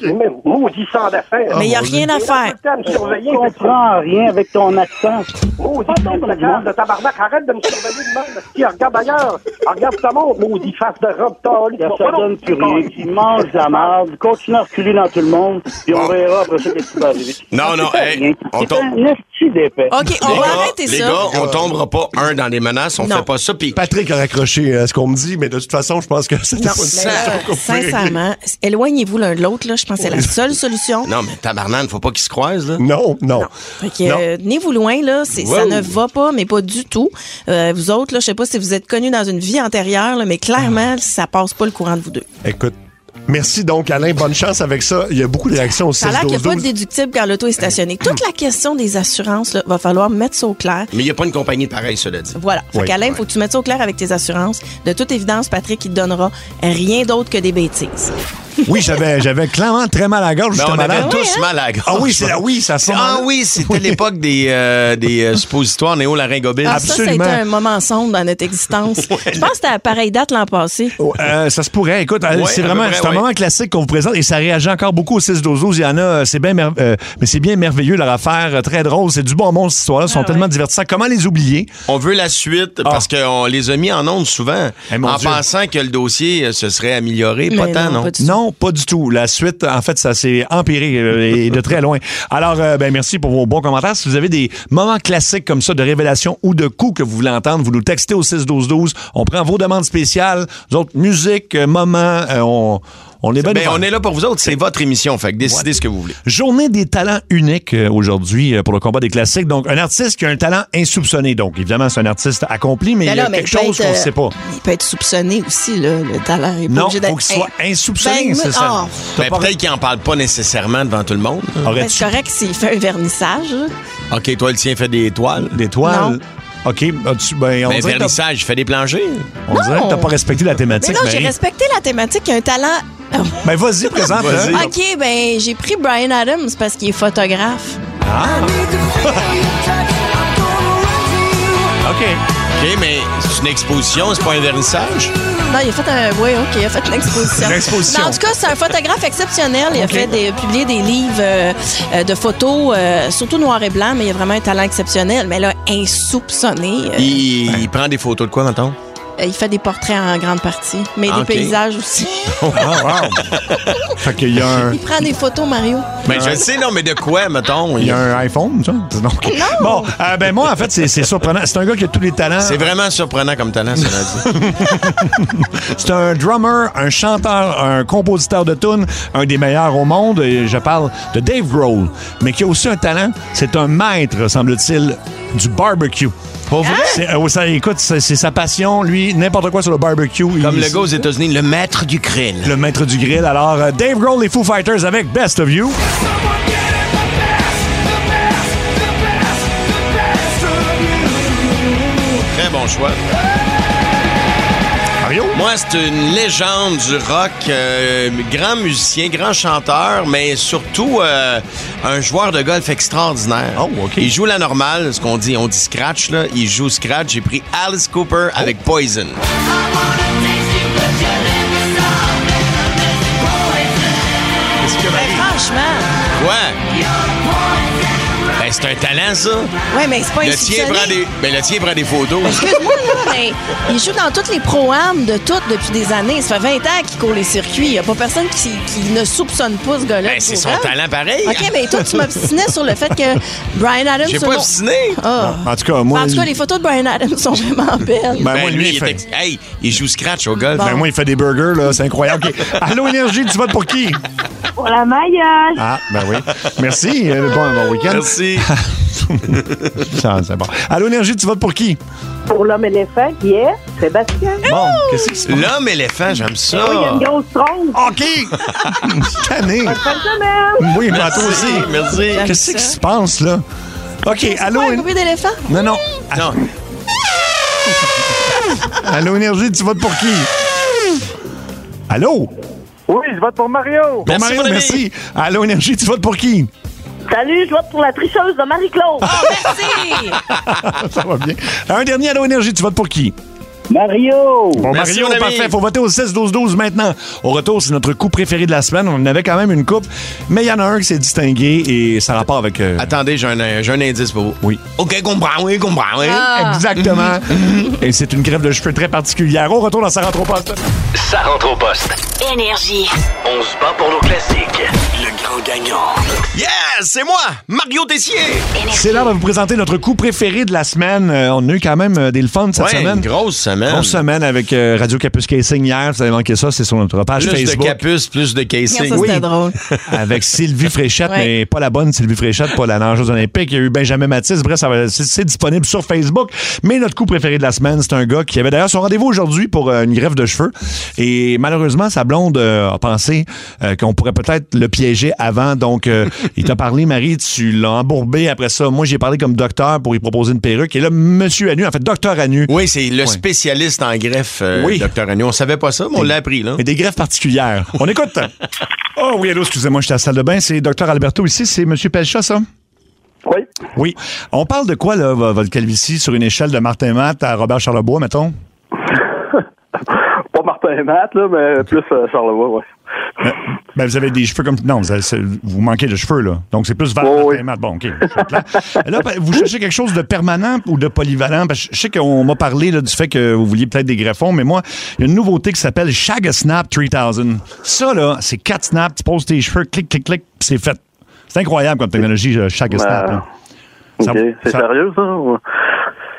Speaker 12: Même maudit sans d'affaires.
Speaker 10: Mais y a rien à faire.
Speaker 12: Il a tout le temps de me surveiller.
Speaker 10: Je comprends rien avec ton accent.
Speaker 12: Maudit face de cave de tabarnak, arrête de me surveiller de même. Si, regarde ailleurs, regarde ta montre, maudit face de robe tâle.
Speaker 10: Ça ne donne plus rien. Tu manges de la merde, continue à reculer dans tout le monde, puis on verra après ça qu'est-ce qui va arriver.
Speaker 3: Non, non,
Speaker 10: C'est
Speaker 3: hey,
Speaker 10: rien.
Speaker 3: on
Speaker 10: C'est
Speaker 3: tombe-
Speaker 10: un esti d'épais.
Speaker 5: OK,
Speaker 3: les gars, les gars, on tombera pas un dans les menaces, on
Speaker 5: Non.
Speaker 3: fait pas ça. Puis
Speaker 4: Patrick a raccroché à ce qu'on me dit, mais de toute façon, je pense que c'était
Speaker 5: Non,
Speaker 4: pas une
Speaker 5: mais
Speaker 4: situation
Speaker 5: là,
Speaker 4: qu'on pouvait régler.
Speaker 5: sincèrement, éloignez-vous l'un de l'autre, là. Je pense que c'est la seule solution.
Speaker 3: Non, mais tabarnane, faut pas qu'ils se croisent, là.
Speaker 4: Non, non.
Speaker 5: Fait que, euh, tenez-vous loin, là. C'est- Ça
Speaker 3: Wow.
Speaker 5: ne va pas, mais pas du tout. Euh, vous autres, là, je sais pas si vous êtes connus dans une vie antérieure, là, mais clairement,
Speaker 4: Ah.
Speaker 5: ça passe pas le courant de vous deux.
Speaker 4: Écoute, merci donc, Alain. Bonne chance avec ça. Il y a beaucoup de réactions au
Speaker 5: Ça a l'air qu'il n'y a
Speaker 4: 6
Speaker 5: pas de déductible quand l'auto est stationnée. Toute la question des assurances, là, va falloir mettre ça au clair.
Speaker 3: Mais il n'y a pas une compagnie pareille, cela dit.
Speaker 5: Voilà. Fait
Speaker 3: Oui.
Speaker 5: qu'Alain, faut que tu mettes ça au clair avec tes assurances. De toute évidence, Patrick, il te donnera rien d'autre que des bêtises.
Speaker 4: Oui, j'avais, j'avais clairement très mal à la gorge.
Speaker 3: Ben,
Speaker 4: j'étais
Speaker 3: on avait
Speaker 4: malade.
Speaker 5: hein?
Speaker 3: tous mal à la gorge.
Speaker 4: Ah oui, c'est, ah oui ça sent.
Speaker 3: Ah oui, c'était l'époque des, euh, des euh, suppositoires néo-laryngobiles.
Speaker 5: Ah, ça, ça a été un moment sombre dans notre existence. Je pense que c'était à pareille date l'an passé.
Speaker 4: Euh, ça se pourrait. Écoute, euh,
Speaker 5: Ouais,
Speaker 4: c'est
Speaker 5: à peu
Speaker 4: vraiment
Speaker 5: près,
Speaker 4: c'est un
Speaker 5: ouais.
Speaker 4: moment classique qu'on vous présente et ça réagit encore beaucoup au 6 12 12 Il y en a, euh, c'est bien mer- euh, mais c'est bien merveilleux leur affaire, euh, très drôle. C'est du bon monde cette histoire-là. Ils
Speaker 5: Ah
Speaker 4: sont tellement divertissants. Comment les oublier
Speaker 3: On veut la suite parce qu'on les a mis en ondes souvent en
Speaker 4: Ah. Eh, Dieu.
Speaker 3: pensant que le dossier euh, se serait amélioré. Pas
Speaker 4: Mais
Speaker 3: tant, non?
Speaker 4: Non, pas du tout. La suite, en fait, ça s'est empiré euh, et de très loin. Alors, euh, ben, merci pour vos bons commentaires. Si vous avez des moments classiques comme ça de révélation ou de coups que vous voulez entendre, vous nous textez au 6-12-12. On prend vos demandes spéciales. Nous autres, musique, euh, moments, euh, on, on est bien
Speaker 3: Ben, on est là pour vous autres, c'est votre émission, fait que décidez ce que vous voulez.
Speaker 4: Journée des talents uniques euh, aujourd'hui euh, pour le combat des classiques. Donc, un artiste qui a un talent insoupçonné. Donc, évidemment, c'est un artiste accompli, mais
Speaker 5: Ben
Speaker 4: il y a
Speaker 5: là, mais
Speaker 4: quelque
Speaker 5: il peut
Speaker 4: chose
Speaker 5: être,
Speaker 4: qu'on ne
Speaker 5: euh,
Speaker 4: sait pas.
Speaker 5: Il peut être soupçonné aussi, là, le talent. est pas
Speaker 4: Non,
Speaker 5: obligé
Speaker 4: faut
Speaker 5: d'être-
Speaker 4: qu'il soit
Speaker 5: Hey.
Speaker 4: insoupçonné,
Speaker 5: Ben,
Speaker 4: c'est ça.
Speaker 5: oh.
Speaker 3: Ben, peut-être qu'ils en parlent pas nécessairement devant tout le monde.
Speaker 4: Ah,
Speaker 5: Ben, C'est correct s'il fait un vernissage. là.
Speaker 3: OK, toi, le tien fait des toiles.
Speaker 4: Des toiles?
Speaker 5: Non.
Speaker 4: OK. as-tu- ben, on dirait
Speaker 3: Mais
Speaker 4: que t'as-
Speaker 3: vernissage, je fais des planchers.
Speaker 4: on dirait que t'as pas respecté la
Speaker 5: Mais
Speaker 4: thématique.
Speaker 5: non, j'ai
Speaker 4: Marie.
Speaker 5: respecté la thématique. Il y a un talent. Ah,
Speaker 4: Ben, vas-y, présente
Speaker 5: OK, ben, j'ai pris Brian Adams parce qu'il est photographe.
Speaker 4: Ah,
Speaker 3: OK. OK, mais c'est une exposition, c'est pas un vernissage.
Speaker 5: Non, il a fait un. Oui, OK, il a fait l'exposition.
Speaker 3: L'exposition.
Speaker 5: Mais En tout cas, c'est un photographe exceptionnel. Il a
Speaker 3: OK.
Speaker 5: fait des, publié des livres euh, euh, de photos, euh, surtout noir et blanc, mais il a vraiment un talent exceptionnel. Mais là, insoupçonné. euh,
Speaker 3: Il, il prend des photos de quoi, maintenant?
Speaker 5: il fait des portraits en grande partie, mais
Speaker 3: Ah,
Speaker 5: des
Speaker 3: OK.
Speaker 5: paysages aussi.
Speaker 3: wow,
Speaker 4: Oh, fait qu'il y a un...
Speaker 5: Il prend des photos, Mario.
Speaker 3: Mais Ben, je le sais, non, mais de quoi, mettons?
Speaker 4: Il y a un iPhone, ça? Non.
Speaker 5: Ah,
Speaker 4: Bon, euh, ben moi, en fait, c'est c'est surprenant. C'est un gars qui a tous les talents.
Speaker 3: C'est vraiment surprenant comme talent, cela dit.
Speaker 4: C'est un drummer, un chanteur, un compositeur de tunes, un des meilleurs au monde. Et je parle de Dave Grohl, mais qui a aussi un talent. C'est un maître, semble-t-il, du barbecue. Pour vrai? ça, écoute, c'est c'est sa passion, lui, n'importe quoi sur le barbecue.
Speaker 3: Comme
Speaker 4: il-
Speaker 3: le gars aux États-Unis, le maître du grill.
Speaker 4: Le maître du grill. Alors, euh, Dave Grohl, les Foo Fighters avec Best of You.
Speaker 3: Très bon choix.
Speaker 4: Mario?
Speaker 3: Moi, c'est une légende du rock, euh, grand musicien, grand chanteur, mais surtout euh, un joueur de golf extraordinaire.
Speaker 4: Oh,
Speaker 3: Il joue la normale, ce qu'on dit, on dit scratch, là. Il joue scratch. J'ai pris Alice Cooper
Speaker 4: Oh.
Speaker 3: avec Poison.
Speaker 5: Mais franchement,
Speaker 3: Ouais. Ben, c'est un talent, ça.
Speaker 5: ouais, mais c'est pas
Speaker 3: le tien,
Speaker 5: insoupçonné.
Speaker 3: prend des... ben, le tien prend des photos.
Speaker 5: Excuse-moi, là, mais il joue dans toutes les pro-ams de toutes depuis des années. Ça fait 20 ans qu'il court les circuits. Il n'y a pas personne qui, qui ne soupçonne pas ce gars-là.
Speaker 3: Ben, c'est
Speaker 5: pour
Speaker 3: son
Speaker 5: vrai.
Speaker 3: talent pareil.
Speaker 5: OK, mais toi, tu m'obstinais sur le fait que Brian Adams...
Speaker 3: J'ai
Speaker 5: sur
Speaker 3: pas
Speaker 5: mon-
Speaker 3: obstiné.
Speaker 5: Ah.
Speaker 4: En tout cas, moi.
Speaker 5: en tout cas, les photos de Brian Adams sont vraiment belles.
Speaker 4: Ben, moi, lui,
Speaker 3: il,
Speaker 4: il fait-
Speaker 3: est ex- hey, il joue scratch au golf.
Speaker 4: Ben, moi, il fait des burgers, là. C'est incroyable. OK. Allô, Énergie, tu votes pour qui?
Speaker 21: Pour la maillage.
Speaker 4: Ah, ben oui. Merci. euh, Bon, bon week-end.
Speaker 3: Merci.
Speaker 4: Ça, c'est bon. Allô, Énergie, tu votes pour qui?
Speaker 6: Pour l'homme éléphant qui est Sébastien.
Speaker 4: Bon, qu'est-ce qui se passe?
Speaker 3: L'homme éléphant, j'aime ça.
Speaker 6: Oui, Oh, il y a une grosse trompe.
Speaker 4: OK. Tanné.
Speaker 6: Bonne fin de semaine.
Speaker 4: Oui, mais à toi aussi.
Speaker 3: Merci.
Speaker 4: Qu'est-ce qui se passe, là? OK, allô.
Speaker 5: Un
Speaker 4: Éner-
Speaker 5: bruit d'éléphant?
Speaker 4: Non, non.
Speaker 3: Non.
Speaker 4: Allô, Énergie, tu votes pour qui? Allô?
Speaker 25: Oui, je vote pour Mario.
Speaker 4: Bon, Mario, merci. Allô, Énergie, tu votes pour qui?
Speaker 6: Salut, je vote pour la tricheuse de Marie-Claude. Ah,
Speaker 5: merci.
Speaker 4: Ça va bien. Un dernier, Allô, Énergie, tu votes pour qui?
Speaker 6: Mario.
Speaker 4: Bon,
Speaker 6: Merci,
Speaker 4: Mario,
Speaker 6: mon ami.
Speaker 4: parfait. Faut voter au 6-12-12 maintenant. Au retour, c'est notre coup préféré de la semaine. On en avait quand même une coupe, mais il y en a un qui s'est distingué et ça a rapport avec. euh,
Speaker 3: Attendez, j'ai un, j'ai un indice pour vous.
Speaker 4: Oui.
Speaker 3: OK, comprends, oui, comprends, oui.
Speaker 4: Exactement. Et c'est une grève de cheveux très particulière. Au retour dans sa rentre au poste.
Speaker 2: Ça rentre au poste.
Speaker 8: Énergie.
Speaker 2: On se bat pour nos classiques. Le grand gagnant.
Speaker 3: Yes, c'est moi, Mario Tessier.
Speaker 4: C'est l'heure de vous présenter notre coup préféré de la semaine. Euh, on a eu quand même euh, des le fun cette
Speaker 3: Ouais,
Speaker 4: semaine.
Speaker 3: une grosse semaine.
Speaker 4: Grosse semaine avec euh, Radio Capus Casing hier. Vous avez manqué ça, c'est sur notre page
Speaker 3: Plus
Speaker 4: Facebook.
Speaker 3: de capus, plus de casing.
Speaker 5: Regarde, ça, c'était drôle.
Speaker 4: avec Sylvie Fréchette,
Speaker 5: Ouais.
Speaker 4: mais pas la bonne Sylvie Fréchette, pas la nageuse olympique. Il y a eu Benjamin Matisse. Bref, ça va- c'est c'est disponible sur Facebook. Mais notre coup préféré de la semaine, c'est un gars qui avait d'ailleurs son rendez-vous aujourd'hui pour euh, une greffe de cheveux. Et malheureusement, sa blonde euh, a pensé euh, qu'on pourrait peut-être le piéger avant. Donc, euh, il t'a parlé, Marie, tu l'as embourbé après ça. Moi, j'ai parlé comme docteur pour lui proposer une perruque. Et là, monsieur Anu, en fait, docteur Anu.
Speaker 3: Oui, c'est le spécialiste en greffe, euh,
Speaker 4: Oui.
Speaker 3: Dr. Agnew. On savait pas ça, mais on l'a appris, là.
Speaker 4: Mais des greffes particulières. On écoute. Oh oui, allô, excusez-moi, j'étais à la salle de bain. C'est docteur Alberto ici. C'est monsieur Pelcha, ça?
Speaker 25: Oui.
Speaker 4: Oui. On parle de quoi, là, vo- votre calvitie, sur une échelle de Martin Matt à Robert Charlebois, mettons?
Speaker 25: Pas Martin et Matt, là, mais plus euh, Charlevoix, ouais.
Speaker 4: Euh, ben, vous avez des cheveux comme... Non, vous, avez- c'est- vous manquez de cheveux, là. Donc, c'est plus vers
Speaker 22: Oh
Speaker 4: Martin Matt. Bon, OK. je suis clair. là, ben, vous cherchez quelque chose de permanent ou de polyvalent? Parce que je sais qu'on m'a parlé là, du fait que vous vouliez peut-être des greffons, mais moi, il y a une nouveauté qui s'appelle Shag Snap 3000. Ça, là, c'est quatre snaps, tu poses tes cheveux, clic, clic, clic, puis c'est fait. C'est incroyable comme technologie, euh, Shag
Speaker 19: Ben, Bah,
Speaker 4: Snap. là. Ça-
Speaker 25: OK. C'est
Speaker 4: ça-
Speaker 25: sérieux, ça? ou-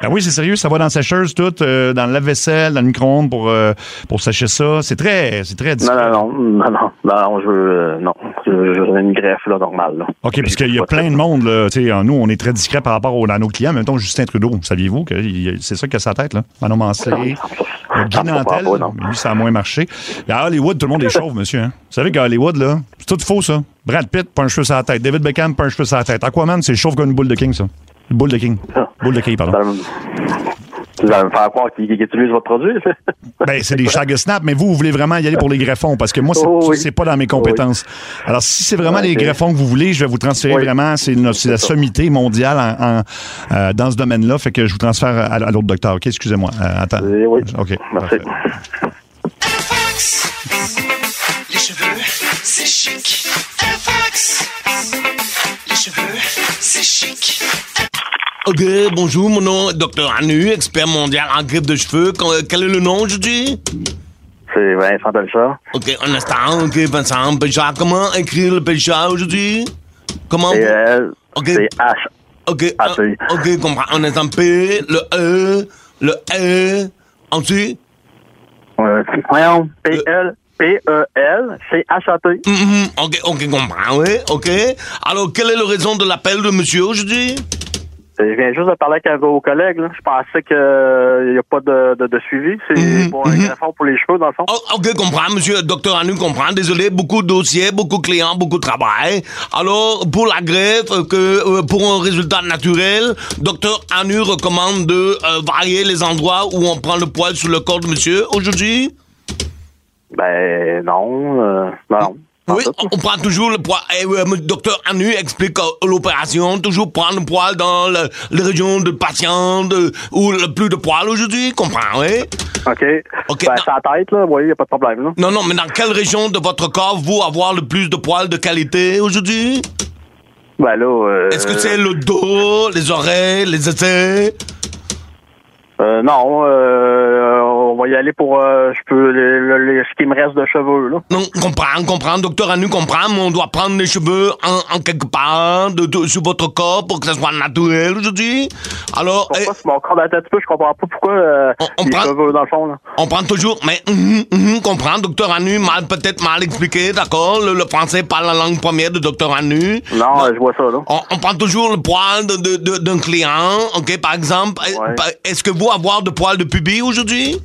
Speaker 4: Ben oui, c'est sérieux, ça va dans la sécheuse tout, euh, dans le lave-vaisselle, dans le micro-ondes pour, euh, pour sécher ça. C'est très, c'est très
Speaker 25: Non,
Speaker 4: difficile.
Speaker 25: non, non, non, non, non,
Speaker 19: Bah,
Speaker 25: non, je veux, euh, non, je veux je veux une greffe, là, normale, là.
Speaker 4: OK, parce qu'il y a plein de monde, là. Tu sais, euh, nous, on est très discret par rapport aux, à nos clients. En Même temps, Justin Trudeau, saviez-vous que il- c'est ça qui a sa tête, là? Manon Mancé, euh, Guy Nantel, lui, ça a moins marché. Et à Hollywood, tout le monde est chauve, monsieur. hein. Vous savez qu'à Hollywood, là, c'est tout faux, ça. Brad Pitt, pas un cheveu sur la tête. David Beckham, pas un cheveu sur la tête. Aquaman, c'est chauve comme une boule de king, ça. Boule de King. Boule de King, pardon.
Speaker 19: Vous allez me faire croire qu'ils utilisent votre produit.
Speaker 4: ben, c'est des shags snap, mais vous, vous voulez vraiment y aller pour les greffons parce que moi, c'est
Speaker 19: Oh oui.
Speaker 4: c'est pas dans mes compétences. Alors, si c'est vraiment
Speaker 19: Ouais,
Speaker 4: les
Speaker 19: ok.
Speaker 4: greffons que vous voulez, je vais vous transférer vraiment. C'est une- c'est la sommité mondiale en- en, euh, dans ce domaine-là. Fait que je vous transfère à, à l'autre docteur. OK, excusez-moi. Euh, attends.
Speaker 19: Eh Oui.
Speaker 4: OK.
Speaker 19: Merci.
Speaker 1: Les cheveux, c'est chic. FX. Les cheveux, c'est chic.
Speaker 25: OK, oh, bonjour, mon nom est Dr. Anu, expert mondial en grippe de cheveux. Qu- euh, Quel est le nom, je dis?
Speaker 19: C'est Vincent Belchard.
Speaker 25: OK, un instant, OK, Vincent Péchard. Comment écrire le Péchard aujourd'hui? Comment?
Speaker 19: C'est L,
Speaker 25: OK.
Speaker 19: c'est H. Ah,
Speaker 25: OK, un- OK, comprends. Un instant, P, le E, le E, ensuite?
Speaker 19: Euh, Voyons, P-L, E, P-E-L, c'est H-A-T.
Speaker 25: Mm-hmm. OK, OK, comprends, oui, OK. Alors, quelle est la raison de l'appel de monsieur aujourd'hui?
Speaker 19: Je viens juste de parler avec un de vos collègues. Là. Je pensais qu'il n'y a pas de, de, de suivi. C'est pour un greffon pour les cheveux, dans le fond.
Speaker 25: Oh, OK, comprends, monsieur. Docteur Anu comprend. Désolé, beaucoup de dossiers, beaucoup de clients, beaucoup de travail. Alors, pour la greffe, euh, que, euh, pour un résultat naturel, docteur Anu recommande de euh, varier les endroits où on prend le poil sur le corps de monsieur aujourd'hui.
Speaker 19: Ben non, euh, non.
Speaker 25: Oui, on- on prend toujours le poil. Et, euh, le docteur Anu explique euh, l'opération, toujours prendre le poil dans le- les régions de patient de- où le plus de poil aujourd'hui, comprends, oui?
Speaker 19: OK.
Speaker 25: OK.
Speaker 19: Ben, c'est la tête, là. Oui, il n'y a pas de problème, là.
Speaker 25: Non, non, mais dans quelle région de votre corps vous avoir le plus de poils de qualité aujourd'hui?
Speaker 19: Ben là... euh,
Speaker 25: Est-ce que c'est le dos, les oreilles, les aisselles?
Speaker 19: euh, non, euh, on va y aller pour euh, je peux les- les- les- ce qui me reste de cheveux, là.
Speaker 25: Non, comprends, comprends. Docteur Anu comprend, mais on doit prendre les cheveux en, en quelque part de, de- sur votre corps pour que ça soit naturel aujourd'hui. Alors, eh,
Speaker 19: C'est mon corps d'attente un petit peu, je comprends pas pourquoi euh, les cheveux, dans le fond, là.
Speaker 25: on prend toujours, mais hum, hum, hum, comprends, docteur Anu, mal peut-être mal expliqué, d'accord? Le, le français parle la langue première de docteur Anu.
Speaker 19: Non, je vois ça, là.
Speaker 25: On, on prend toujours le poil de- de- de- d'un client, ok? Par exemple, eh,
Speaker 19: Ouais.
Speaker 25: par- est-ce que vous avoir de poils de pubis aujourd'hui?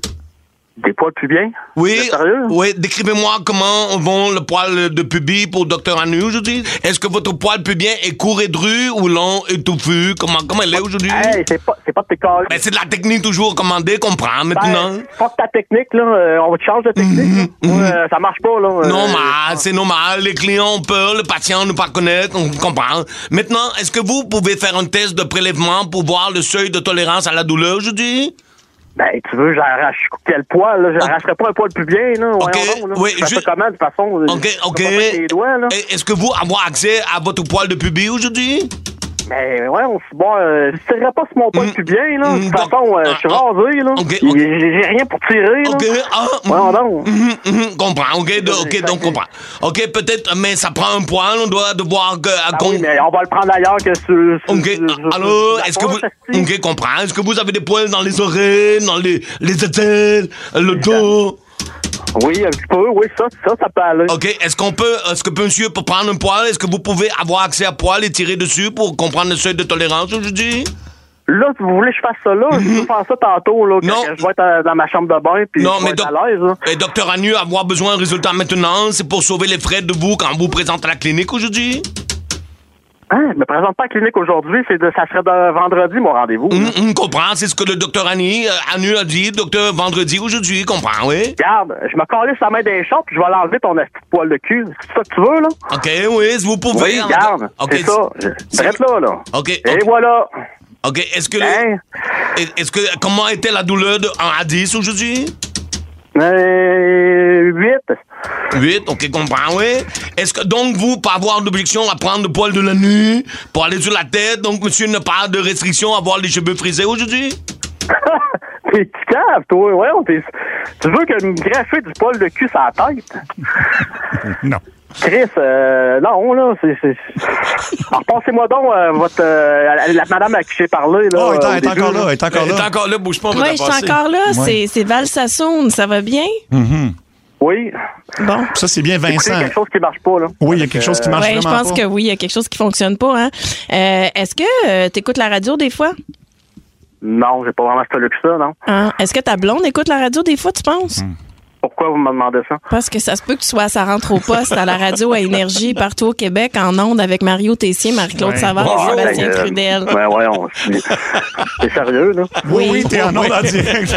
Speaker 19: Des poils pubiens?
Speaker 25: Oui, oui, décrivez-moi comment vont le poil de pubis pour Docteur Anu aujourd'hui. Est-ce que votre poil pubien est court et dru ou long et touffu? Comment, comment elle est aujourd'hui?
Speaker 19: c'est pas, c'est pas de tes calls.
Speaker 25: Mais c'est de la technique toujours commandée, comprends maintenant.
Speaker 19: Ben, fuck ta technique, là. euh, on te change de
Speaker 25: Mm,
Speaker 19: technique. là. Moi, euh, ça marche pas, là. Euh,
Speaker 25: Normal, c'est normal. Les clients ont peur, le patient ne pas connaître, on comprend. Maintenant, est-ce que vous pouvez faire un test de prélèvement pour voir le seuil de tolérance à la douleur aujourd'hui?
Speaker 19: Ben, tu veux, j'arrache quel poil, là? J'arracherais pas un poil pubien, là. voyons donc, là.
Speaker 25: Ah. oui,
Speaker 19: Je fais ça
Speaker 25: juste-
Speaker 19: comment, de toute façon? euh,
Speaker 25: Ok,
Speaker 19: je peux
Speaker 25: ok.
Speaker 19: pas mettre les doigts, là.
Speaker 25: Et Est-ce que vous avoir accès à votre poil de pubis aujourd'hui?
Speaker 19: Ben, ouais, on se bon, euh, je tirerais pas sur mon poil
Speaker 25: Mm,
Speaker 19: pubien, là. De toute façon, euh, je
Speaker 25: Ah,
Speaker 19: suis rasé, là. J'ai j'ai rien pour tirer, là.
Speaker 25: Ok, ah, mm,
Speaker 19: Voyons donc.
Speaker 25: mhm, mhm, comprends, ok, de- ok, donc comprends. Ok, peut-être, mais ça prend un poil, on doit devoir... que- à con-
Speaker 19: Ah Mais on va le prendre ailleurs que sur... sur-
Speaker 25: Ok,
Speaker 19: sur- sur-
Speaker 25: alors,
Speaker 19: sur-
Speaker 25: est-ce que vous... Ok, comprends, est-ce que vous avez des poils dans les oreilles, dans les, les aisselles, le dos
Speaker 19: Oui, un petit peu, oui, ça, ça, ça peut aller.
Speaker 25: Ok, est-ce qu'on peut, est-ce que monsieur peut prendre un poil, est-ce que vous pouvez avoir accès à poil et tirer dessus pour comprendre le seuil de tolérance aujourd'hui
Speaker 19: Là, si vous voulez que je fasse ça là, je
Speaker 4: Mhm.
Speaker 19: vais faire ça tantôt, là, quand je vais être à- dans ma chambre de bain, puis
Speaker 25: Non,
Speaker 19: je vais
Speaker 25: mais
Speaker 19: être
Speaker 25: doc-
Speaker 19: à l'aise, hein. là.
Speaker 25: Et docteur Anu, avoir besoin d'un résultat maintenant, c'est pour sauver les frais de vous quand on vous présente à la clinique aujourd'hui
Speaker 19: Hein, je me présente pas à la clinique aujourd'hui, c'est de, ça serait de vendredi, mon rendez-vous.
Speaker 4: Mhm.
Speaker 19: là.
Speaker 25: On comprend, c'est ce que le docteur Annie, euh, Anu a dit, docteur vendredi aujourd'hui, comprend, oui.
Speaker 19: Regarde, je me calisse la main des champs, puis je vais l'enlever ton petit poil de cul. C'est ça que tu veux, là?
Speaker 25: Ok, oui, si vous pouvez.
Speaker 19: Oui, regarde,
Speaker 25: Ok,
Speaker 19: c'est ça. Je- Arrête là, là.
Speaker 25: Ok.
Speaker 19: Et voilà. Hein?
Speaker 25: Ok, est-ce que, le- est- est-ce que comment était la douleur de 1 à 10 aujourd'hui?
Speaker 19: Euh, 8.
Speaker 25: 8, ok, comprend, oui. Est-ce que donc vous, pas avoir d'objection à prendre le poil de la nuit pour aller sur la tête, donc monsieur n'a pas de restriction à avoir les cheveux frisés aujourd'hui?
Speaker 19: T'es petit cave, toi, ouais, Tu veux que me greffer du poil de cul sur la tête?
Speaker 4: Non.
Speaker 19: Chris, euh, non, là, c'est... c'est- Alors, passez-moi donc euh, votre... euh, la, la madame à qui j'ai parlé, là.
Speaker 4: Oh, elle est-
Speaker 19: euh, au
Speaker 4: elle est
Speaker 19: début,
Speaker 4: encore là, elle est encore là.
Speaker 25: encore là, bouge pas,
Speaker 5: Oui, je suis encore là. C'est- C'est Val Sassoon. Ça va bien?
Speaker 4: Mhm.
Speaker 19: Oui.
Speaker 5: Bon.
Speaker 4: Ça, c'est bien
Speaker 19: Écoutez,
Speaker 4: Vincent.
Speaker 19: quelque chose qui marche pas, là.
Speaker 4: Oui, il y a quelque chose qui marche
Speaker 5: Ouais, je
Speaker 4: vraiment
Speaker 5: pense
Speaker 4: pas.
Speaker 5: que oui, il y a quelque chose qui fonctionne pas. Hein? Euh, Est-ce que tu écoutes la radio des fois?
Speaker 19: Non, j'ai pas vraiment ce luxe-là, non.
Speaker 5: Hein? Est-ce que ta blonde écoute la radio des fois, tu penses?
Speaker 25: Pourquoi vous me demandez ça?
Speaker 5: Parce que ça se peut que tu sois à Ça rentre au poste, à la radio, à Énergie, partout au Québec, en ondes avec Mario Tessier, Marie-Claude Savard et Sébastien
Speaker 19: euh,
Speaker 5: Trudel.
Speaker 25: Ben voyons, t'es sérieux, là?
Speaker 4: Oui, oui, t'es en ondes en direct,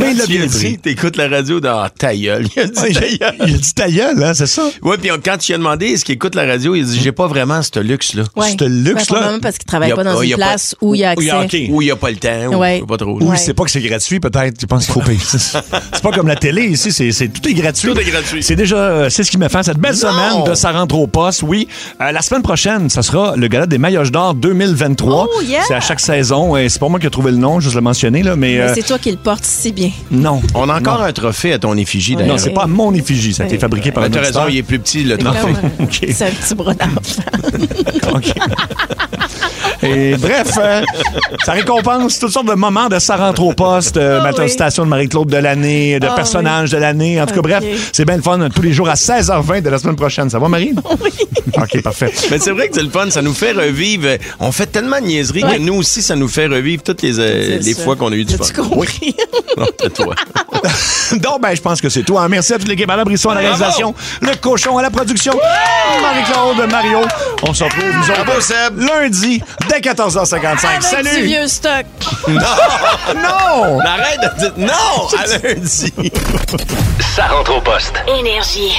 Speaker 3: Mais il a bien dit, t'écoutes la radio dans ta gueule. Il a dit ta gueule.
Speaker 4: Il a dit ta gueule, hein, c'est ça?
Speaker 3: Oui, puis quand tu lui as demandé, est-ce qu'il écoute la radio, il a dit, j'ai pas vraiment ce luxe-là.
Speaker 5: Ouais.
Speaker 4: Ce luxe-là.
Speaker 5: parce qu'il travaille pas dans une place où il y a accès.
Speaker 3: Où il n'y a pas le temps,
Speaker 5: Ouais.
Speaker 3: pas trop.
Speaker 4: Ou il sait pas que c'est gratuit, peut-être. Tu penses qu'il faut payer. C'est pas comme la télé ici, c'est, c'est- tout est gratuit.
Speaker 3: Tout est gratuit.
Speaker 4: C'est déjà, euh, c'est ce qui me fait cette belle
Speaker 3: Non!
Speaker 4: semaine de Ça rentre au poste, oui. Euh, la semaine prochaine, ça sera le gala des Maillots d'or 2023.
Speaker 5: Oh, yeah!
Speaker 4: C'est à chaque saison. et c'est pas moi qui ai trouvé le nom, juste le mentionner, là, mais, euh,
Speaker 5: Mais c'est toi qui le portes si bien.
Speaker 4: non.
Speaker 3: On a encore
Speaker 4: Non.
Speaker 3: un trophée à ton effigie, d'ailleurs.
Speaker 4: Non, c'est pas à mon effigie, ça a été
Speaker 5: Ouais.
Speaker 4: fabriqué par
Speaker 3: Ben,
Speaker 4: un
Speaker 3: T'as raison,
Speaker 4: auditeur.
Speaker 3: il est plus petit, le
Speaker 5: C'est
Speaker 3: temps.
Speaker 5: comme, euh,
Speaker 4: OK.
Speaker 5: c'est un petit bras d'enfant.
Speaker 4: OK. Et bref, euh, ça récompense toutes sortes de moments de ça rentre au poste, euh,
Speaker 5: Ah
Speaker 4: Matin
Speaker 5: oui.
Speaker 4: Station de Marie-Claude de l'année, de
Speaker 5: Ah
Speaker 4: personnages de l'année. En tout cas,
Speaker 5: Ok.
Speaker 4: bref, c'est bien le fun tous les jours à 16h20 de la semaine prochaine. Ça va, Marie?
Speaker 5: Oui.
Speaker 4: OK, parfait.
Speaker 3: Mais c'est vrai que c'est le fun, ça nous fait revivre. On fait tellement de niaiseries
Speaker 5: Ouais.
Speaker 3: que nous aussi, ça nous fait revivre toutes les, euh,
Speaker 5: C'est
Speaker 3: les
Speaker 5: ça.
Speaker 3: fois qu'on a eu du fun.
Speaker 5: As-tu compris?
Speaker 3: Non, tais-toi.
Speaker 4: Donc, ben, je pense que c'est tout. hein. Merci à toute l'équipe à la Brisson, à la réalisation, le cochon à la production, Marie-Claude, Mario. On se retrouve, nous autres,
Speaker 3: Bravo, Seb!
Speaker 4: lundi dès 14h55.
Speaker 5: Avec du
Speaker 4: Salut!
Speaker 5: vieux stock.
Speaker 4: Non!
Speaker 3: Arrête de dire non à lundi!
Speaker 2: Ça rentre au poste.
Speaker 8: Énergie.